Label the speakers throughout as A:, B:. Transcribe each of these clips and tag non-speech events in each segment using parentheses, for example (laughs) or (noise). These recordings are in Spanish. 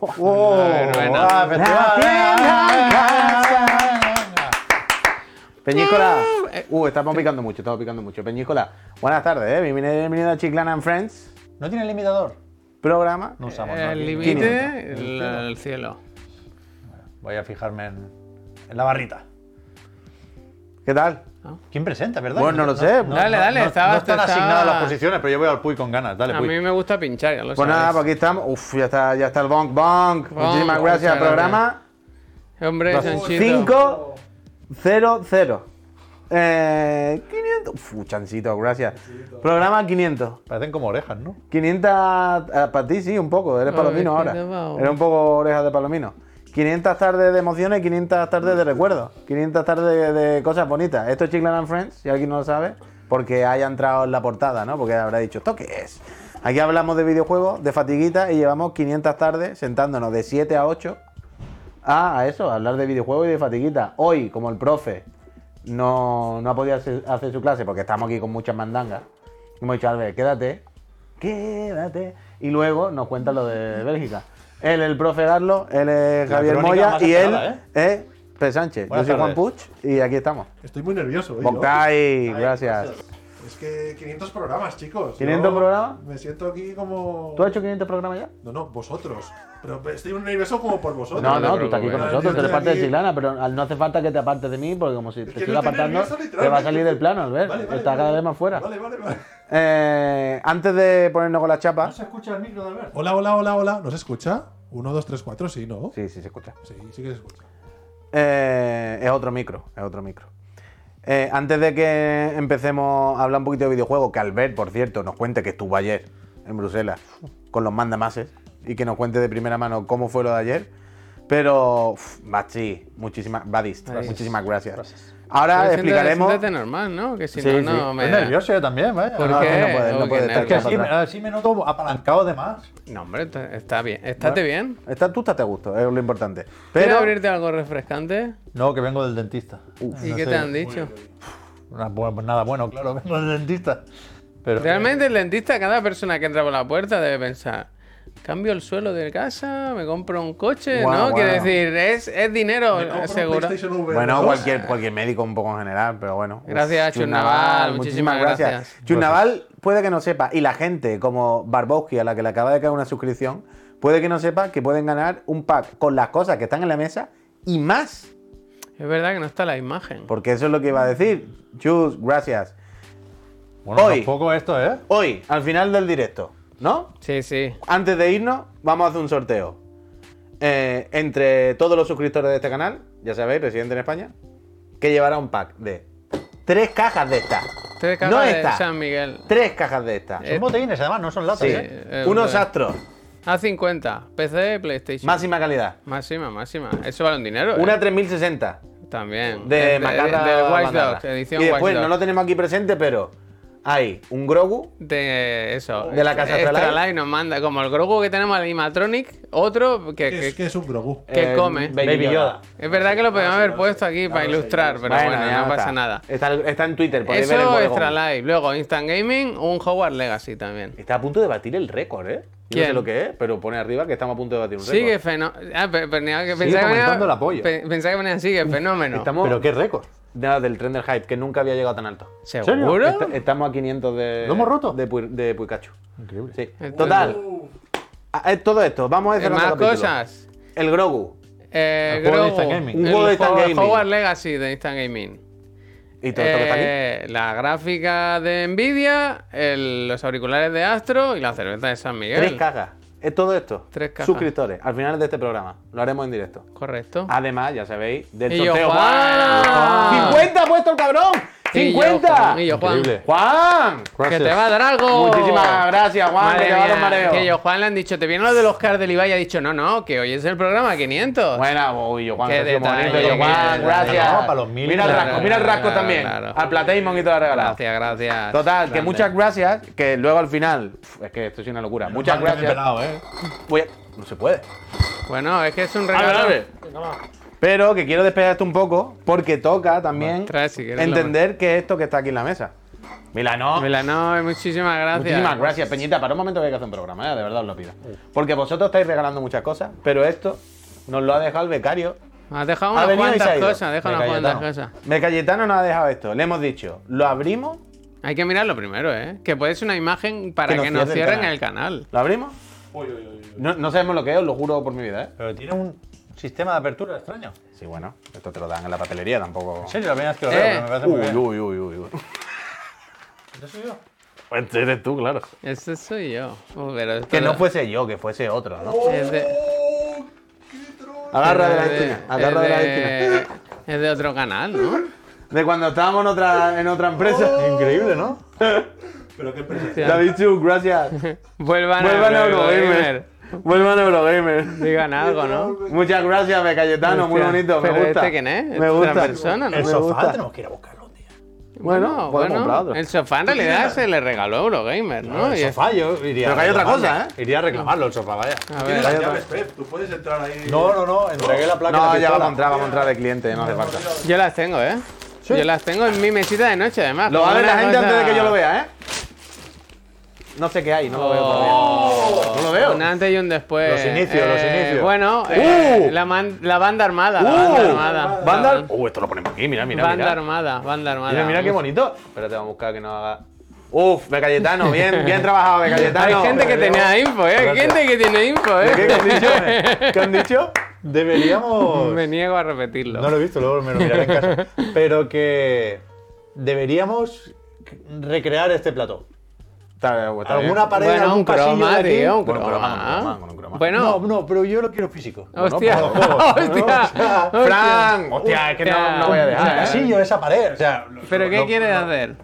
A: Wow.
B: bueno.
A: Ah, festival.
B: ¿eh?
A: (laughs) Peñícola. Uh, estamos picando mucho, estamos picando mucho. Peñícola, buenas tardes, ¿eh? Bienvenido, bienvenido a Chiclana and Friends,
C: ¿No tiene limitador?
A: programa.
C: No usamos. ¿no?
B: Eh, El
C: Tiene-
B: límite, el, el cielo.
C: Voy a fijarme en, en la barrita.
A: ¿Qué tal? Pues
C: ¿Quién presenta, verdad?
A: Bueno, no lo sé.
B: Dale, dale,
C: No,
B: estaba-
C: no están
B: estaba-
C: asignadas las posiciones, pero yo voy al Puy con ganas. Dale,
B: A
C: Puy.
B: mí me gusta pinchar, ya lo
A: Pues nada,
B: sabes.
A: pues aquí estamos. Uf, ya está, ya está el bonk bonk.
B: Bonk,
A: Muchísimas
B: bonk,
A: gracias al
B: muchas
A: programa.
B: Hombre, Sanchito.
A: 5 0 0. Eh, 500. Uf, chancito, gracias. Programa 500.
C: Parecen como orejas, ¿no?
A: 500 eh, para ti sí, un poco, eres
B: A
A: palomino
B: ver, ¿qué
A: ahora.
B: te va?
A: Era un poco orejas de palomino. 500 tardes de emociones, 500 tardes de recuerdos, 500 tardes de, de cosas bonitas. Esto es Chiclan and Friends, si alguien no lo sabe, porque haya entrado en la portada, ¿no? Porque habrá dicho, ¿esto qué es? Aquí hablamos de videojuegos, de fatiguita y llevamos 500 tardes sentándonos de 7 a 8 Ah, a eso, a hablar de videojuegos y de fatiguita. Hoy, como el profe no, no ha podido hacer, hacer su clase porque estamos aquí con muchas mandangas, hemos dicho, Albert, quédate, quédate. Y luego nos cuenta lo de Bélgica. Él, el profe Garlo, él es
C: La
A: Javier
C: crónica
A: Moya
C: más
A: y él
C: esperada,
D: ¿eh?
A: es P. Sánchez.
C: Buenas
A: Yo soy Juan
C: tardes.
A: Puch y aquí estamos.
D: Estoy muy nervioso. hoy, ¿no?
A: Boctai,
D: Ay,
A: gracias.
D: Es que 500 programas, chicos.
A: 500
D: Yo
A: programas.
D: Me siento aquí como.
A: ¿Tú has hecho 500 programas ya?
D: No, no, vosotros. Pero estoy nervioso como por vosotros.
A: No,
B: te
A: no, tú estás aquí
B: preocupes.
A: con
D: Ah, yo
A: nosotros, tú eres
D: estoy
A: parte de
D: aquí.
A: Silana, pero al- no hace falta que te apartes de mí, porque como si
D: Es
A: te
D: que
A: sigo
D: no estoy
A: apartando,
D: nervioso,
A: te va a
D: literalmente.
A: salir del plano, Albert.
D: Vale, vale,
A: Estás cada
D: vale.
A: vez más fuera.
D: Vale, vale, vale.
A: Eh, antes de ponernos con la chapa.
C: se escucha el micro de Albert.
D: Hola, hola, hola, hola. ¿Nos escucha? 1, 2, 3, 4, sí, ¿no?
A: Sí, sí, se escucha.
D: Sí, sí que se escucha.
A: Eh, es otro micro, es otro micro. Eh, antes de que empecemos a hablar un poquito de videojuegos, que Albert, por cierto, nos cuente que estuvo ayer en Bruselas con los mandamases y que nos cuente de primera mano cómo fue lo de ayer. Pero, uf, Bachi, muchísimas, Badis,
B: Gracias.
A: muchísimas gracias.
C: Gracias.
A: Ahora
B: Pero siéntate-
A: explicaremos.
B: siéntate normal, ¿no? Que si
A: Sí,
B: no,
A: sí.
B: no me
C: Estoy
B: da.
C: nervioso yo también, ¿eh? vaya.
B: ¿Por
A: No,
B: qué?
A: que no puede, no puede
B: Oh, qué
A: estar
C: pues, Es que
B: nervios.
C: así, así me noto apalancado de más.
B: No, hombre, está, está bien. Estate bien.
A: Está, tú estás a gusto, es lo importante.
B: ¿Quieres
A: Pero,
B: abrirte algo refrescante?
C: No, que vengo del dentista.
B: ¿Y
C: No
B: qué
C: sé,
B: te han dicho?
C: una- bueno, pues nada bueno, claro, (laughs) vengo del dentista. Pero,
B: Realmente el dentista, cada persona que entra por la puerta debe pensar, cambio el suelo de casa, me compro un coche,
A: Guau,
B: ¿no?
A: guau.
B: Quiere decir, es, es dinero,
D: Me compro un
B: seguro.
D: PlayStation VR
A: Bueno,
D: dos.
A: cualquier, cualquier médico un poco en general, pero bueno.
B: Gracias,
A: Chus
B: Chus Naval, muchísimas gracias.
A: Chus Naval puede que no sepa, y la gente como Barbowski, a la que le acaba de caer una suscripción, puede que no sepa que pueden ganar un pack con las cosas que están en la mesa y más.
B: Es verdad que no está la imagen.
A: Porque eso es lo que iba a decir. Chus, gracias.
C: Bueno,
A: Hoy.
C: tampoco esto, ¿eh?
A: Hoy, al final del directo, ¿no?
B: Sí, sí.
A: Antes de irnos, vamos a hacer un sorteo. Eh, entre todos los suscriptores de este canal, ya sabéis, presidente en España, que llevará un pack de tres cajas de estas.
B: Tres cajas
A: no
B: de
A: estas,
B: San Miguel.
A: Tres cajas de estas.
C: Son botellines, además, no son latas.
A: Sí.
C: ¿eh?
B: eh,
A: Unos
B: eh,
A: astros.
B: A50, PC, PlayStation.
A: Máxima calidad.
B: Máxima, máxima. Eso vale un dinero.
A: Una
B: eh.
A: 3060
B: También.
A: de
B: El- el-
A: Macarra.
B: Del Watch
A: Macarra.
B: Dogs, edición
A: Y después,
B: Watch
A: no
B: Dogs.
A: lo tenemos aquí presente, pero hay un Grogu.
B: de eso.
A: De la casa
B: Extra
A: Astralife.
B: Life nos manda, como el Grogu que tenemos Animatronic, otro que, que-
D: Es que es un Grogu.
B: ¿Qué
A: eh,
B: come?
A: Baby Yoda.
B: es verdad que lo podemos haber puesto aquí para ilustrar, pero bueno,
A: ya
B: no pasa
A: está.
B: nada.
A: Está, está en Twitter, podéis ver el
B: Eso
A: bodegón.
B: Extra Life, luego Instant Gaming, un Hogwarts Legacy también.
A: Está a punto de batir el récord, ¿eh? Yo
B: ¿Quién?
A: no sé lo que es, pero pone arriba que estamos a punto de batir un récord.
B: Sigue fenómeno. Ah, pe- pe- pensaba que venía-
C: comentando el apoyo.
B: pe- Pensaba que venía sigue fenómeno.
A: Estamos
C: Pero qué récord.
A: nada, del tren del hype, que nunca había llegado tan alto.
B: ¿Seguro?
A: Est- estamos a 500 de.
C: ¿Lo hemos roto?
A: De, Pui- de Puikachu.
C: Increíble.
A: Sí.
B: Entonces-
A: Total. a- es todo esto. Vamos a
B: Eh,
A: hacer
B: Más cosas.
A: El Grogu.
C: El
B: Eh,
C: juego de
B: Grogu,
C: Instant Gaming.
A: Un
B: el
A: juego de Instant
B: juego-
A: Gaming.
B: Hogwarts Legacy de Instant Gaming.
A: Y todo esto que está aquí.
B: Eh, La gráfica de Nvidia, el- los auriculares de Astro y la cerveza de San Miguel.
A: Tres cajas. Es todo esto.
B: Tres cajas.
A: Suscriptores. Al final de este programa. Lo haremos en directo.
B: Correcto.
A: Además, ya sabéis, del
B: Y yo,
A: sorteo.
B: Juan.
A: ¡50 ha puesto el cabrón!
B: Y yo,
A: ¡50!
B: Juan, y yo, Juan.
C: Increíble.
A: ¡Juan!
B: ¡Que
C: Gracias.
B: te va a dar algo!
A: Muchísimas gracias, Juan,
B: Madre
A: que te va a dar
B: mía,
A: mareo.
B: Que yo, Juan, le han dicho, te viene lo del Oscar del Ibai y ha dicho, no, no, que hoy es el programa 500.
A: Buena, uy, yo Juan,
B: Qué
A: que ha sido
B: detalle,
A: bonito, yo
B: qué
A: Juan,
B: detalle.
A: gracias.
C: No, para los mil,
A: mira el
C: claro,
A: rasco, mira el
B: claro,
A: rasco también.
B: claro.
A: Al Plateimon y todo regalado.
B: gracias, gracias.
A: Total, que
B: Grande.
A: muchas gracias, que luego al final, Uf, es que esto es una locura. Muchas
C: Vale, me
A: gracias.
C: he pelado, ¿eh?
A: Voy a- no se puede.
B: Bueno, es que es un regalo.
A: A ver, Pero que quiero despejarte un poco porque toca también
B: Trae, si quieres,
A: entender que esto que está aquí en la mesa. Milano.
B: Milano, muchísimas gracias.
A: Muchísimas gracias, Peñita. Para un momento que hay que hacer un programa, ¿eh? de verdad os lo pido. Porque vosotros estáis regalando muchas cosas, pero esto nos lo ha dejado el becario.
B: Has dejado
A: Ha
B: unas
A: venido y se ha
B: cuantas
A: ido.
B: cosas, deja
A: Me
B: unas cuantas
A: Cayetano.
B: cosas.
A: Me Cayetano nos ha dejado esto. Le hemos dicho, lo abrimos,
B: Hay que mirarlo primero, ¿eh? Que puede ser una imagen para
A: Que nos
B: que nos
A: cierren el
B: cierren el canal.
A: lo abrimos. No, no sabemos lo que es, os lo juro por mi vida, ¿eh?
C: Pero tiene un sistema de apertura extraño.
A: Sí, bueno, esto te lo dan en la papelería tampoco.
C: En serio, la primera vez que lo
B: Eh.
C: veo, pero me parece muy
A: Uy,
C: bien.
A: uy, uy, uy, uy.
C: ¿Eso soy yo?
A: Pues eres tú, claro.
B: Ese soy yo. Uh, pero esto
A: Que no
B: lo-
A: fuese yo, que fuese otro, ¿no?
B: Es de,
D: ¡Oh! ¡Qué troll!
A: Agarra de
B: es
A: la
B: de-
A: esquina, agarra de
B: es
A: la esquina.
B: de- Es de otro canal, ¿no?
A: De cuando estábamos en otra, en otra empresa. Increíble,
C: (laughs)
A: ¿no?
D: Pero qué presencia.
A: David Chu, gracias.
B: (laughs) Vuelvan,
A: Vuelvan a
B: a
A: Eurogamer.
B: Eurogamer.
A: Vuelvan a Eurogamer.
B: Digan algo, ¿no?
A: Muchas gracias, me Cayetano, muy
B: Hostia,
A: (laughs) bonito, me
B: pero
A: gusta.
B: ¿este quién es?
A: Me
B: ¿Es
A: gusta.
B: otra persona, no?
C: El
A: Me
C: sofá
A: gusta.
C: tenemos que ir a buscarlo un día.
A: Bueno, podemos comprar otro.
B: El sofá en realidad se le regaló a Eurogamer, ¿no?
C: el
B: Y es-
C: sofá yo iría
A: Pero que hay
C: a
A: otra
C: reclamarlo.
A: cosa, ¿eh?
C: Iría a reclamarlo el sofá, vaya.
B: a
D: Tienes
B: ver,
D: las llaves, Pep. Tú puedes entrar ahí.
C: No, no, no, entregué la placa
A: No,
C: y la
A: ya
C: pistola.
A: vamos a entrar, vamos a entrar de cliente, no hace falta.
B: yo las tengo, ¿eh? Yo las tengo en mi mesita de noche, además.
A: Lo
B: como
A: va a ver la
B: una
A: gente antes de que yo lo
B: cosa-
A: vea, ¿eh? No sé qué hay, no lo veo todavía. No lo veo.
B: Un antes y un después.
C: Los inicios, los
B: Eh,
C: inicios.
B: Bueno, eh,
A: ¡Uh!
B: la, man- la banda armada, la banda armada.
A: ¡Uh!
B: La
A: Vandal.
B: ban-
A: Uh, esto lo ponemos aquí, mira, mira,
B: banda
A: mira.
B: armada, banda armada.
A: Mira, mira qué bonito. Espérate, vamos a buscar que no haga. Uf, Becayetano,
B: (laughs)
A: bien, bien trabajado,
B: Hay
A: Becayetano.
B: gente que tenía info, ¿eh? Hay gente que tiene info, ¿eh?
A: ¿Qué han dicho? ¿Qué han dicho? (laughs)
C: Deberíamos.
B: (laughs) Me niego a repetirlo.
C: No lo he visto, luego me lo miraré en casa. Pero que deberíamos recrear este plató.
A: Está bien, está bien.
C: Alguna pared,
B: bueno,
C: algún
B: un
C: pasillo de
B: croma,
C: aquí.
B: tío, un
A: Con un croma,
B: croma. ¿eh?
A: con un croma, con un croma.
B: Bueno,
C: No, no, pero yo lo quiero físico.
B: hostia,
C: Bueno, para los
A: (laughs)
C: juegos, ¿no?
B: (laughs) hostia,
C: O sea,
B: hostia.
A: ¡Fran! Hostia, es que no, no voy a
C: ese
A: dejar. ¿eh?
C: pasillo, esa pared. O sea, lo-
B: ¿Pero qué
C: lo-
B: quieres hacer?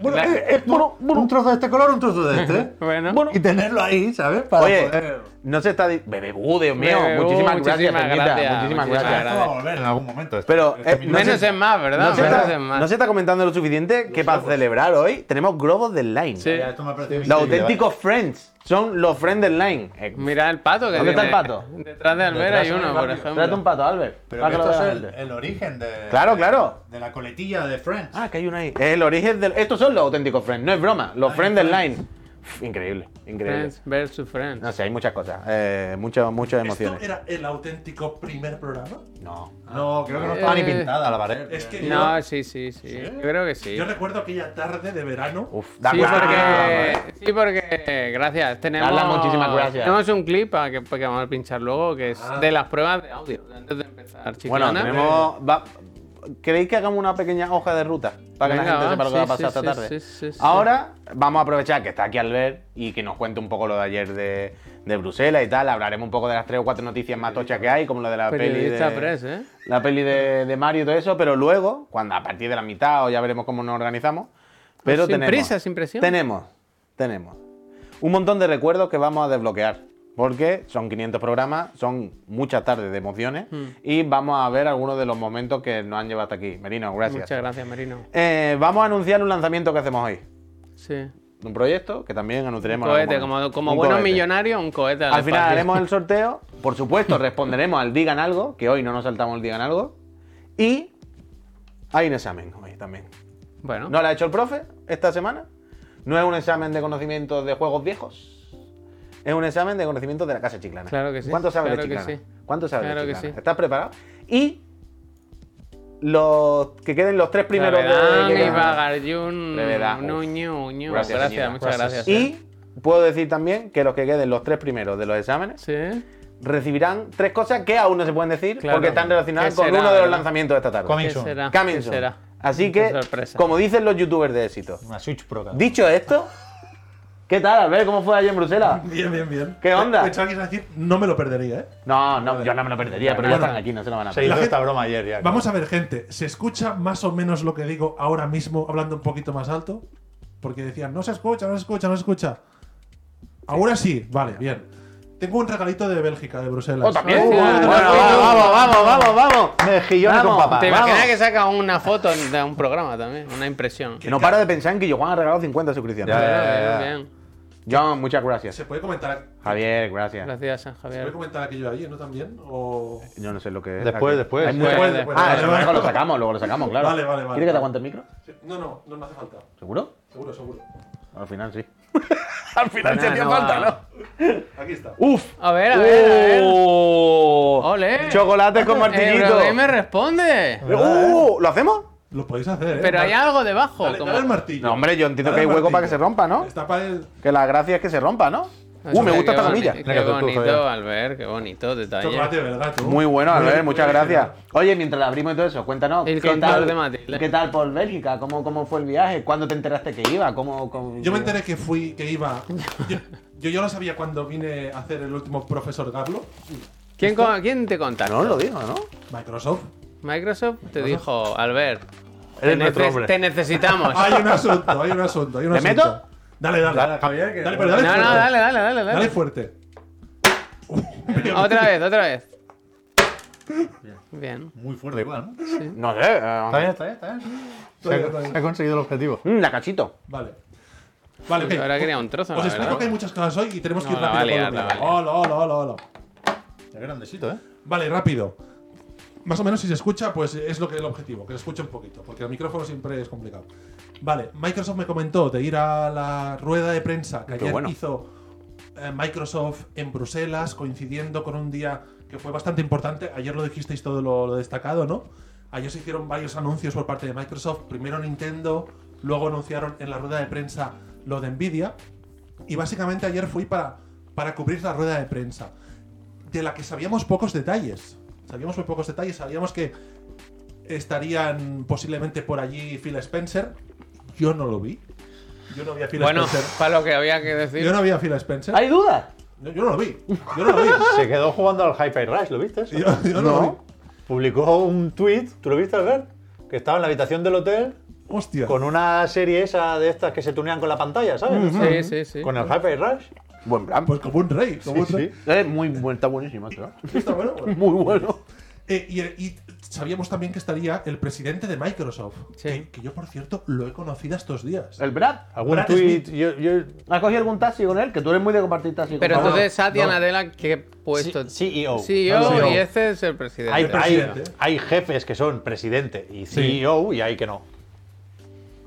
C: Bueno, eh, es bueno, bueno, un trozo de este color, un trozo de este.
B: Bueno.
C: Y tenerlo ahí, ¿sabes? Para
A: Oye,
C: poder-
A: no se está. di- Bebebú, Dios mío.
B: Bebebú,
A: muchísimas, gracias,
B: muchísimas
A: Peñita.
B: gracias,
A: Muchísimas
B: muchísimas
A: gracias.
B: gracias.
C: Esto va a volver en algún momento.
A: Pero eh, no,
B: Menos
A: se,
B: es más, ¿verdad?
A: no se
B: Menos
A: está,
B: es más.
A: no se está comentando lo suficiente que para celebrar hoy tenemos globos del Line.
B: Sí.
C: Ya, esto me parece
A: Los
C: increíble,
A: auténticos friends son los friends del Line. Eh,
B: Mira el pato que
A: ¿Dónde está
B: tiene.
A: el pato?
B: Detrás de Almera hay uno, por ejemplo.
A: Trate un pato, Albert.
C: Pero
A: para
C: que
A: que lo
C: esto
A: vea
C: es el,
A: la gente.
C: el origen de,
A: Claro, claro.
C: de la coletilla de Friends.
A: Ah, que hay uno ahí. Es el origen del. Estos son los auténticos friends, no es broma. Los friends del Line. Uf, Increíble, increíble.
B: Friends versus Friends.
A: No sé, hay muchas cosas. Eh, muchas, muchas
D: ¿Esto
A: emociones.
D: era el auténtico primer programa?
A: No.
C: No, creo que no estaba
B: Eh.
C: ni pintada la pared.
D: Es que
B: No,
D: yo,
B: sí, sí, sí. Yo creo que sí.
D: yo recuerdo aquella tarde de verano.
A: Uf, da
B: sí,
A: gusto.
B: porque, sí, porque, gracias, tenemos,
A: Darla, muchísimas gracias.
B: tenemos un clip a que, que vamos a pinchar luego, que es de las pruebas de audio, antes de empezar,
A: Bueno,
B: chiclana.
A: tenemos. va- ¿Queréis que hagamos una pequeña hoja de ruta? Para que
B: Venga,
A: la gente
B: va,
A: sepa lo que
B: sí,
A: va a pasar
B: sí,
A: esta
B: sí,
A: tarde.
B: sí, sí, sí.
A: Ahora vamos a aprovechar que está aquí Albert y que nos cuente un poco lo de ayer de, de Bruselas y tal. Hablaremos un poco de las tres o cuatro noticias más tochas que hay, como lo de la peli
B: Periodista
A: de.
B: press, ¿eh?
A: La peli de, de Mario y todo eso, pero luego, cuando a partir de la mitad o ya veremos cómo nos organizamos. Pero
B: Sin
A: tenemos.
B: prisa, sin presión.
A: Tenemos, tenemos. Un montón de recuerdos que vamos a desbloquear. Porque son 500 programas, son muchas tardes de emociones.
B: Hmm.
A: Y vamos a ver algunos de los momentos que nos han llevado hasta aquí. Merino, gracias.
B: Muchas gracias, Merino.
A: Eh, vamos a anunciar un lanzamiento que hacemos hoy.
B: Sí.
A: Un proyecto que también anunciaremos. en
B: cohete,
A: algún
B: como,
A: momento.
B: como
A: Un
B: buenos
A: cohete.
B: millonarios, un cohete.
A: Al final
B: espacio.
A: haremos el sorteo. Por
B: (laughs)
A: supuesto, responderemos al Digan Algo, que hoy no nos saltamos el Digan Algo. Y hay un examen hoy también.
B: Bueno,
A: No lo ha hecho el profe esta semana. No es un examen de conocimientos de juegos viejos. Es un examen de conocimientos de la casa chiclana.
B: Claro que sí,
A: ¿Cuánto sabes de
B: claro que
A: chiclana?
B: sí.
A: ¿Cuánto sabes
B: Claro
A: de
B: que
A: chiclana?
B: sí.
A: ¿Estás preparado? Y los que queden los tres primeros
B: Clavedán
A: de-
B: y Bagariun,
A: Brevedad, uf.
B: Nuño, Uño.
A: Gracias,
B: Gracias,
A: señora.
B: muchas gracias. ¿eh?
A: Y puedo decir también que los que queden los tres primeros de los exámenes
B: Sí.
A: recibirán tres cosas que aún no se pueden decir
B: Claro.
A: porque están relacionadas
B: ¿Qué
A: con
B: será,
A: uno de los
B: no?
A: lanzamientos de esta tarde.
C: Coming
B: ¿Qué
C: soon.
B: será?
A: Coming
B: ¿Qué
A: soon.
B: será?
A: Así que,
B: Qué sorpresa.
A: como dicen los youtubers de éxito,
C: Una Switch Pro. cara.
A: Dicho esto, ¿qué tal, Albert? ¿Cómo fue allí en Bruselas?
D: (laughs) Bien, bien, bien.
A: ¿Qué onda?
D: Pensaba que ibas a decir, no me lo perdería, ¿eh?
A: No, no, yo no me lo perdería, pero ya
D: Bueno.
A: están aquí, no se lo van a
C: Se
A: perder.
C: hizo
D: gente-
C: esta broma ayer ya.
D: Vamos a ver, gente. ¿Se escucha más o menos lo que digo ahora mismo, hablando un poquito más alto? Porque decían, no se escucha, no se escucha, no se escucha. Ahora sí, vale, bien. Tengo un regalito de Bélgica, de Bruselas.
A: ¡Oh, también!
B: Oh,
A: bueno,
B: bueno,
A: vamos, vamos, vamos, vamos, vamos.
C: Mejillones con
A: Vamos,
C: papá.
B: ¿Te
A: vamos.
B: imaginas que saca una foto de un programa también? Una impresión. Ah,
A: Que no paro de pensar en que Yohan ha regalado 50 suscripciones.
C: Ya, ya,
B: Bien,
C: ya, ya.
B: bien, bien.
A: John, muchas gracias.
D: Ah. ¿Se puede comentar,
A: Javier, gracias.
B: Gracias, San
D: ¿se puede
B: Javier.
D: comentar aquello de ayer, no también? O...
A: Yo no sé lo que es.
C: Después,
A: Aquí-
C: después.
A: hay mucha-
B: Después,
D: después.
A: Ah, eso
D: Vale, vale.
A: luego lo sacamos, luego lo sacamos, claro.
D: Vale, vale, vale.
A: ¿Quieres que te aguante el micro?
D: No, no, no, no hace falta.
A: ¿Seguro?
D: Seguro, seguro.
A: Al final (laughs) sí.
B: Al final
A: se hacía falta,
B: ¿no?
D: Aquí está.
A: ¡Uf!
B: A ver, a ver,
A: Uh,
B: a ver. Eh,
A: ¡Oh!
B: ¡Ole! Eh,
A: ¡Chocolate
B: (laughs)
A: con martillito!
B: me responde.
A: ¡Uh! ¿Lo hacemos?
D: Lo podéis hacer, ¿eh?
B: Pero hay
D: Mar-
B: algo debajo.
D: Dale,
B: como-
D: dale el martillo.
A: No, hombre, yo entiendo que
D: Dale
A: hay
D: el
A: hueco
D: martillo.
A: para que se rompa, ¿no?
D: Está para el...
A: Que la gracia es que se rompa, ¿no?
B: Ah,
A: ¡Uh! Me
B: mira,
A: gusta
B: qué
A: esta
B: boni-
A: tablilla.
B: Qué
C: Venga, tú, tú,
B: bonito,
C: Javier.
B: Albert, qué bonito
D: Chocolate,
B: detalle.
D: ¿verdad? tú?
A: Muy bueno, Albert, muchas
D: bien.
A: gracias. Oye, mientras la abrimos y todo eso, cuéntanos.
B: El
A: ¿qué
B: contador
A: tal,
B: de Matilde.
A: ¿Qué tal por Bélgica? ¿Cómo, ¿Cómo fue el viaje? ¿Cuándo te enteraste que iba? ¿Cómo, cómo-
D: Yo me enteré que fui, que iba. Yo, yo ya lo sabía cuando vine a hacer el último profesor Garlo,
B: ¿Quién, co- quién te contactó?
A: No lo digo, ¿no?
D: Microsoft.
B: Microsoft te dijo, Albert, te,
C: Eres nuestro
B: neces-
C: hombre.
B: te
D: (laughs)
B: necesitamos.
D: Hay un asunto, hay un asunto, hay un
A: ¿Le
D: asunto.
A: meto?
D: Dale, dale.
C: Dale,
D: Dale,
C: Javier, que-
D: dale, pero
B: no,
D: dale
B: no,
D: fuerte.
B: dale, dale, dale,
D: Dale,
B: dale.
D: fuerte.
B: Otra vez, otra vez. Bien.
E: Muy fuerte igual,
A: No
E: ¿no?
A: sé. eh,
C: Está bien, está bien, está bien. Se
D: Todavía,
C: ha,
D: todavía.
C: se ha conseguido el objetivo.
A: mm, la cachito.
D: Vale. Vale, ok.
B: Yo ahora quería un trozo,
D: Os
B: la
D: explico
B: verdad.
D: que hay muchas cosas hoy y tenemos que
B: No,
D: ir
B: la
D: rápido.
B: vale,
D: con lo
B: la
D: mío.
B: vale.
D: Hola, hola, hola, hola.
E: Es grandecito, ¿eh?
D: Vale, rápido. Más o menos si se escucha, pues es lo que el objetivo, que se escuche un poquito, porque el micrófono siempre es complicado. Vale, Microsoft me comentó de ir a la rueda de prensa que ayer
A: bueno.
D: hizo eh, Microsoft en Bruselas, coincidiendo con un día que fue bastante importante. Ayer lo dijisteis todo lo, lo destacado, ¿no? Ayer se hicieron varios anuncios por parte de Microsoft. Primero Nintendo, luego anunciaron en la rueda de prensa lo de Nvidia. Y básicamente ayer fui para, para cubrir la rueda de prensa de la que sabíamos pocos detalles. Sabíamos muy pocos detalles. Sabíamos que estarían posiblemente por allí Phil Spencer. Yo no lo vi. Yo no vi a Phil
B: Bueno,
D: Spencer.
B: para lo que había que decir.
D: Yo no vi a Phil Spencer.
A: ¿Hay dudas?
D: No, yo no lo vi. Yo no lo vi. (laughs)
C: Se quedó jugando al Hi-Fi Rush, ¿lo viste? eso?
D: Yo, yo no lo vi.
C: Publicó un tweet, ¿tú lo viste, Albert? Que estaba en la habitación del hotel
D: Hostia.
C: con una serie esa de estas que se tunean con la pantalla, ¿sabes?
B: Sí, sí, sí.
C: Con el Hi-Fi Rush.
A: Buen plan.
D: Pues como un rey. Como
C: Sí,
D: un rey.
A: Eh, muy, bu- está buenísima, claro.
D: (laughs) Está bueno, bueno.
A: Muy bueno.
D: Eh, y, y sabíamos también que estaría el presidente de Microsoft.
B: Sí. Eh.
D: Que, que yo, por cierto, lo he conocido estos días.
A: ¿El Brad?
C: Algún
D: Brad
C: tweet.
D: Smith.
C: Yo, yo-
A: ¿Has cogido algún taxi con él? Que tú eres muy de compartir taxi con
B: Pero
A: Pablo.
B: entonces Satya
D: no.
B: Nadella, ¿qué puesto?
C: C- CEO.
B: CEO,
D: No, no.
B: y este es el presidente.
C: hay, hay,
D: presidente.
C: hay jefes que son presidente y CEO y hay que no.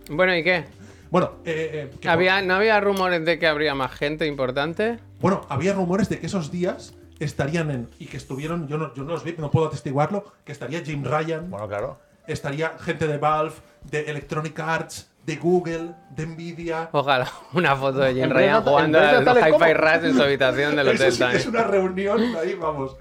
B: Bueno, ¿y qué?
D: Bueno, eh, eh, que-
B: ¿Había, ¿No había rumores de que habría más gente importante?
D: Bueno, había rumores de que esos días estarían en. y que estuvieron. Yo no, yo no los vi, no puedo atestiguarlo. Que estaría Jim Ryan,
C: Bueno, claro.
D: estaría gente de Valve, de Electronic Arts, de Google, de Nvidia.
B: Ojalá (laughs) una foto de Jim
A: En
B: Ryan
A: pleno-
B: jugando
A: en pleno
B: al
A: telecom.
B: Hi-Fi Rush en su habitación del
D: Eso
B: hotel.
D: sí que es
B: también.
D: una reunión ahí, vamos.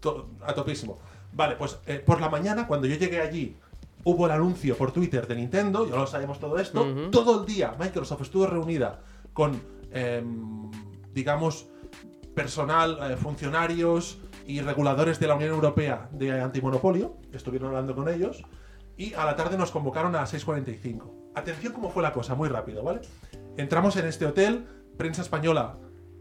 D: to- a topísimo. Vale, pues eh, por la mañana, cuando yo llegué allí, hubo el anuncio por Twitter de Nintendo, ya lo sabemos todo esto. Todo el día Microsoft estuvo reunida con, em, digamos, personal, eh, funcionarios y reguladores de la Unión Europea de antimonopolio. Estuvieron hablando con ellos. Y a la tarde nos convocaron a 6.45. Atención cómo fue la cosa, muy rápido, ¿vale? Entramos en este hotel, prensa española,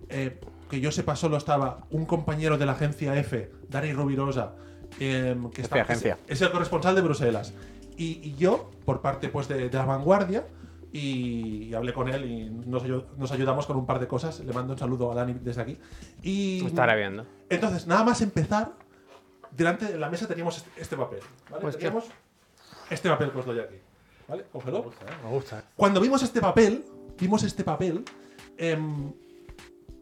D: eh, que yo sepa solo estaba un compañero de la agencia F, Dani Rubirosa, em, que está-
A: agencia.
D: Es, es el corresponsal de Bruselas. Y, y yo, por parte pues, de, de la vanguardia, y, y hablé con él y nos, ayu- nos ayudamos con un par de cosas. Le mando un saludo a Dani desde aquí. Y
B: Lo Pues Estará viendo.
D: entonces, nada más empezar, delante de la mesa teníamos este- este papel. ¿vale?
B: Pues que-
D: teníamos este papel que os doy aquí. ¿Vale? Cógelo.
C: Me gusta. ¿eh?
D: Cuando vimos este papel, vimos este papel, em,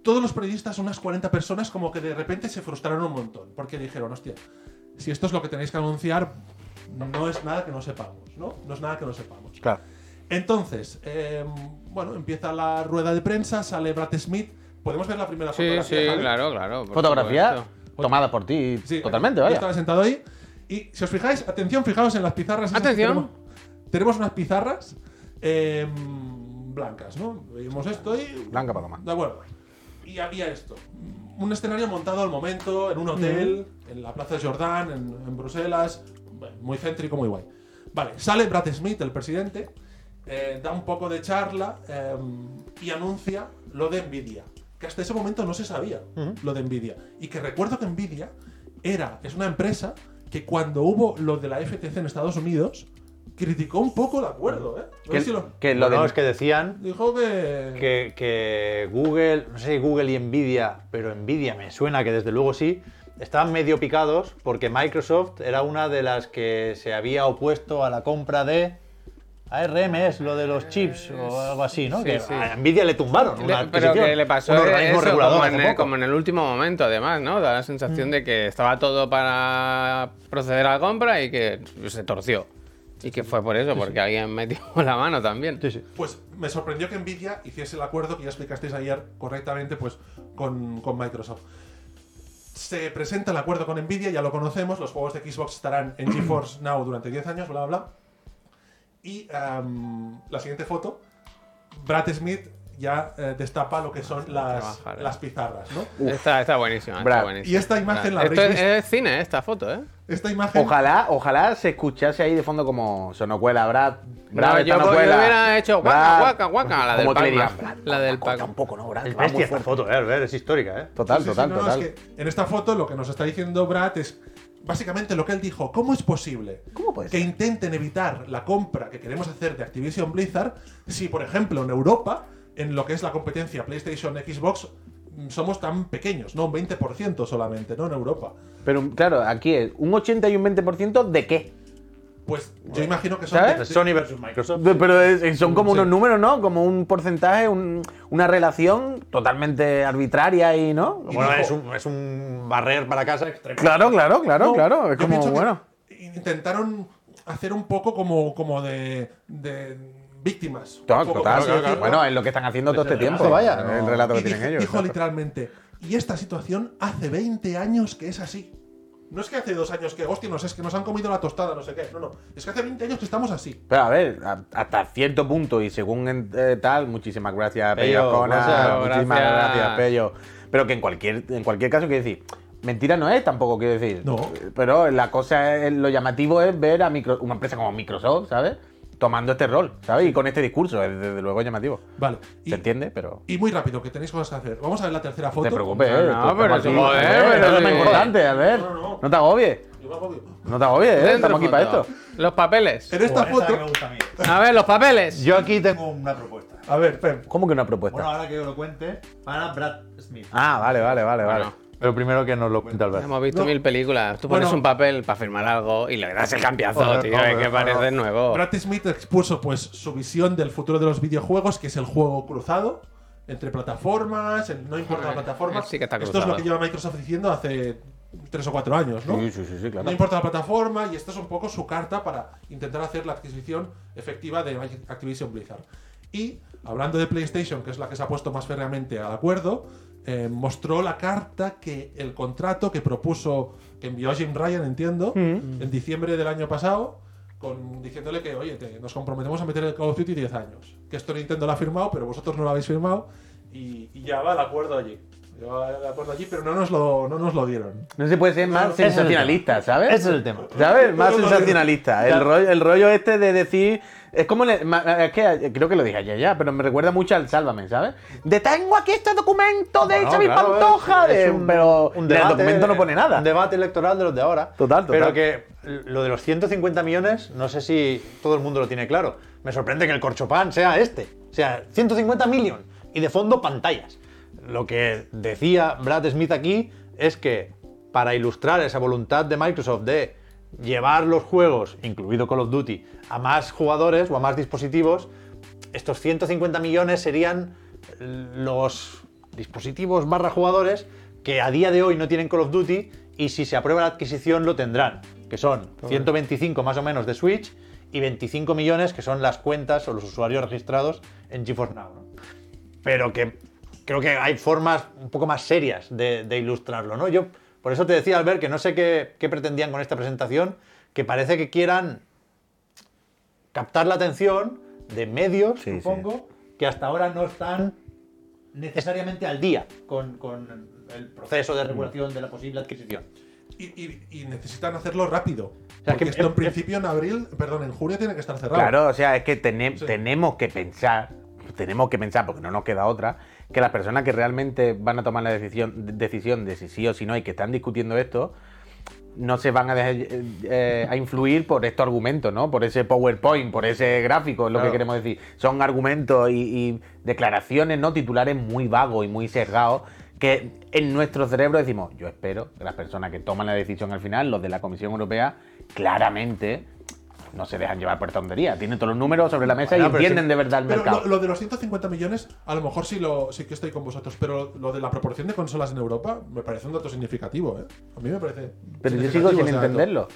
D: todos los periodistas, unas 40 personas, como que de repente se frustraron un montón, porque dijeron, hostia, si esto es lo que tenéis que anunciar, no es nada que no sepamos, ¿no? No es nada que no sepamos.
C: Claro.
D: Entonces, em, bueno, empieza la rueda de prensa, sale Brad Smith. ¿Podemos ver la primera
B: Sí,
D: fotografía?
B: sí,
D: Javi?
B: claro, claro. por
A: Fotografía
B: supuesto.
A: tomada por ti
D: Sí, eh,
A: totalmente,
D: yo
A: vaya.
D: estaba sentado ahí. Y si os fijáis, atención, fijaos en las pizarras. esas que
B: Atención.
D: Tenemos, tenemos unas pizarras em, blancas, ¿no? Vimos esto y.
A: Blanca Paloma.
D: De acuerdo. Y había esto. Un escenario montado al momento, en un hotel, en la Plaza Jordán, en, en Bruselas. Bueno, Muy céntrico, muy guay. Vale, sale Brad Smith, el presidente, eh, da un poco de charla em, y anuncia lo de Nvidia. Que hasta ese momento no se sabía lo de Nvidia. Y que recuerdo que Nvidia era, es una empresa que cuando hubo lo de la FTC en Estados Unidos, criticó un poco el acuerdo, ¿eh? No
C: Que,
D: sé si lo-
C: que lo
A: Bueno,
C: no,
A: el-
C: es que decían
D: Dijo que.
C: que, que Google, no sé si Google y Nvidia, pero Nvidia me suena que desde luego sí, estaban medio picados porque Microsoft era una de las que se había opuesto a la compra de ARM, es lo de los chips o algo así, ¿no?
B: Sí,
C: que
B: sí.
C: a Nvidia le tumbaron.
B: Le-
C: una
B: pero
C: adquisición,
B: que le pasó
C: un organismo
B: eso
C: regulador
B: como,
C: hace
B: en el,
C: poco.
B: como en el último momento, además, ¿no? Da la sensación de que estaba todo para proceder a la compra y que se torció. Y que fue por eso, porque alguien metió (laughs) la mano también.
C: Sí, sí.
D: Pues me sorprendió que Nvidia hiciese el acuerdo que ya explicasteis ayer correctamente pues, con, con Microsoft. Se presenta el acuerdo con Nvidia, ya lo conocemos, los juegos de Xbox estarán en GeForce Now durante 10 años, bla, bla, bla. Y am, la siguiente foto, Brad Smith ya eh, destapa lo que son las,
B: trabajar, eh.
D: las pizarras, ¿no?
B: Está, está buenísima.
A: Brad.
B: Está buenísima.
D: Y esta imagen la
B: Brad. Esto
D: habréis
B: es,
D: visto.
B: es cine, esta foto, ¿eh?
D: Esta imagen...
A: Ojalá, ojalá se escuchase ahí de fondo como sonocuela, Brad. Brad,
B: No,
A: esta
B: yo, yo
A: nocuela.
B: hubiera hecho guaca,
A: Brad.
B: guaca, guaca, la del
A: Como te dirían,
B: Paco.
A: Brad,
B: La del
A: Corta
B: Paco.
A: un poco, ¿no, Brad?
C: Es
A: Va muy
C: bestia esta
A: fuerte.
C: foto, eh, Albert, es histórica, ¿eh?
A: Total,
D: Sí, sí, sí,
A: total,
D: no, no,
A: total.
D: es que en esta foto lo que nos está diciendo Brad es básicamente lo que él dijo. ¿Cómo es posible
A: ¿Cómo puede
D: que
A: ser?
D: intenten evitar la compra que queremos hacer de Activision Blizzard si, por ejemplo, en Europa, en lo que es la competencia PlayStation Xbox, mm, somos tan pequeños, ¿no? Un 20% solamente, ¿no? En Europa.
A: Pero claro, aquí es un 80 y un 20% de qué.
D: Pues yo imagino que son...
A: ¿Sabes?
D: de-
C: Sony versus Microsoft.
A: De- Pero es- son como
D: Sí.
A: unos números, ¿no? Como un porcentaje, un- una relación totalmente arbitraria y, ¿no?
C: Bueno, es un, es un barrer para casa extremo.
A: Claro, claro, claro,
D: No,
A: claro.
D: yo
A: Es como,
D: pienso que
A: bueno.
D: Intentaron hacer un poco como, como de, de víctimas.
A: Total,
D: Un poco,
A: total.
D: por así decirlo.
A: Bueno, es lo que están haciendo todo este
E: relato,
A: tiempo.
E: vaya,
A: El
E: no.
A: relato que
D: Y dice-
A: tienen
D: (laughs)
A: ellos.
D: Dijo literalmente, y esta situación hace 20 años que es así. No es que hace dos años que, hostia, no sé, es que nos han comido la tostada, no sé qué. No, no. Es que hace 20 años que estamos así.
A: Pero a ver, a- hasta cierto punto y según eh, tal, muchísimas gracias,
C: Pello,
A: Pello Ascona,
C: gracias,
A: muchísimas
B: gracias.
A: gracias. Pello. Pero que en cualquier, en cualquier caso, quiero decir, mentira no es tampoco, quiero decir.
D: No.
A: Pero la cosa, es- lo llamativo es ver a micro- una empresa como Microsoft, ¿sabes? Tomando este rol, ¿sabes? Y con este discurso, es desde luego llamativo.
D: Vale. Y,
A: ¿Se entiende? Pero.
D: y muy rápido, que tenéis cosas que hacer. Vamos a ver la tercera
A: No
D: foto.
A: te preocupes,
B: No,
A: ¿eh?
B: no,
A: Estamos
B: pero
A: aquí,
B: eso- joder,
A: Albert,
B: pero
A: eso es lo
B: sí.
A: más importante, Albert.
D: No, no, no.
A: No te agobies.
D: Yo me agobio.
A: No te agobies, ¿eh?
B: Dentro
A: Estamos aquí para
B: foto.
A: esto.
B: Los papeles.
D: En esta
E: Esa me
D: foto.
E: gusta a mí.
B: A ver, los papeles.
E: Yo aquí tengo una propuesta.
D: A ver, Pep.
A: ¿Cómo que una propuesta?
E: Bueno, ahora que yo lo cuente, para Brad Smith.
A: ah, vale, vale, vale, vale.
B: Bueno.
C: Pero primero que nos lo cuente Albert.
B: Hemos visto
D: No.
B: mil películas. Tú pones
D: Bueno.
B: un papel para firmar algo y le das el cambiazo,
E: Joder,
B: tío.
E: joder,
B: es que
E: joder.
B: parece
A: Oh.
B: nuevo.
D: Brad Smith expuso pues su visión del futuro de los videojuegos, que es el juego cruzado entre plataformas, el- no importa la plataforma.
B: Sí que está
D: Esto es lo
B: cruzado.
D: que lleva Microsoft diciendo hace tres o cuatro años, ¿no?
A: Sí, sí, sí, sí, claro.
D: No importa la plataforma y esta es un poco su carta para intentar hacer la adquisición efectiva de Activision Blizzard. Y hablando de PlayStation, que es la que se ha puesto más férreamente al acuerdo, eh, mostró la carta que el contrato que propuso, que envió Jim Ryan, entiendo, en diciembre del año pasado, con, diciéndole que, oye, te- nos comprometemos a meter el Call of Duty 10 años. Que esto Nintendo lo ha firmado, pero vosotros no lo habéis firmado y, y ya va el acuerdo allí. Ya va el acuerdo allí, pero no nos lo, no nos lo dieron.
A: No se puede ser más
D: Ese
C: es el
A: sensacionalista, ¿sabes?
C: Ese es el tema.
A: ¿Sabes? Más
D: No, no, no.
A: sensacionalista. El rollo, el rollo este de decir. Es como. en el- ma- es que eh, creo que lo dije ayer ya, pero me recuerda mucho al Sálvame, ¿sabes? Detengo aquí este documento de
C: Bueno,
A: Xavi
C: claro,
A: Pantoja.
C: es- es
A: de-
C: un-
A: pero
C: un
A: el
C: debate-
A: documento no pone nada.
C: Un debate electoral de los de ahora.
A: Total, total.
C: Pero que lo de los 150 millones, no sé si todo el mundo lo tiene claro. Me sorprende que el corchopán sea este. O sea, 150 millones y de fondo pantallas. Lo que decía Brad Smith aquí es que para ilustrar esa voluntad de Microsoft de llevar los juegos, incluido Call of Duty, a más jugadores o a más dispositivos, estos 150 millones serían los dispositivos barra jugadores que a día de hoy no tienen Call of Duty y si se aprueba la adquisición lo tendrán, que son 125 más o menos de Switch y 25 millones que son las cuentas o los usuarios registrados en GeForce Now. ¿no? Pero que creo que hay formas un poco más serias de, de ilustrarlo, ¿no? Yo por eso te decía, Albert, que no sé qué, qué pretendían con esta presentación, que parece que quieran captar la atención de medios,
A: Sí, sí.
C: supongo, que hasta ahora no están necesariamente al día con, con el proceso de regulación de la posible adquisición.
D: Y, y- y necesitan hacerlo rápido.
C: sea,
D: porque
C: que-
D: esto en principio en abril, perdón, en julio tiene que estar cerrado.
A: Claro, o sea, es que tene-
D: Sí.
A: tenemos que pensar, tenemos que pensar, porque no nos queda otra, que las personas que realmente van a tomar la decisión, decisión de si sí o si no y que están discutiendo esto, no se van a dejar eh, eh, a influir por estos argumentos, ¿no? Por ese PowerPoint, por ese gráfico, es lo que
C: Claro.
A: queremos decir. Son argumentos y, y declaraciones, ¿no? Titulares muy vagos y muy sesgados que en nuestro cerebro decimos, yo espero que las personas que toman la decisión al final, los de la Comisión Europea, claramente no se dejan llevar por tontería. Tienen todos los números sobre la mesa
C: Bueno,
A: y
C: pero
A: entienden
C: sí.
A: de verdad el
D: Pero
A: mercado.
D: lo, lo de los 150 millones, a lo mejor sí, lo, sí que estoy con vosotros, pero lo de la proporción de consolas en Europa me parece un dato significativo, ¿eh? A mí me parece.
A: pero yo
D: significativo
A: sigo sin
D: ese dato.
A: entenderlo.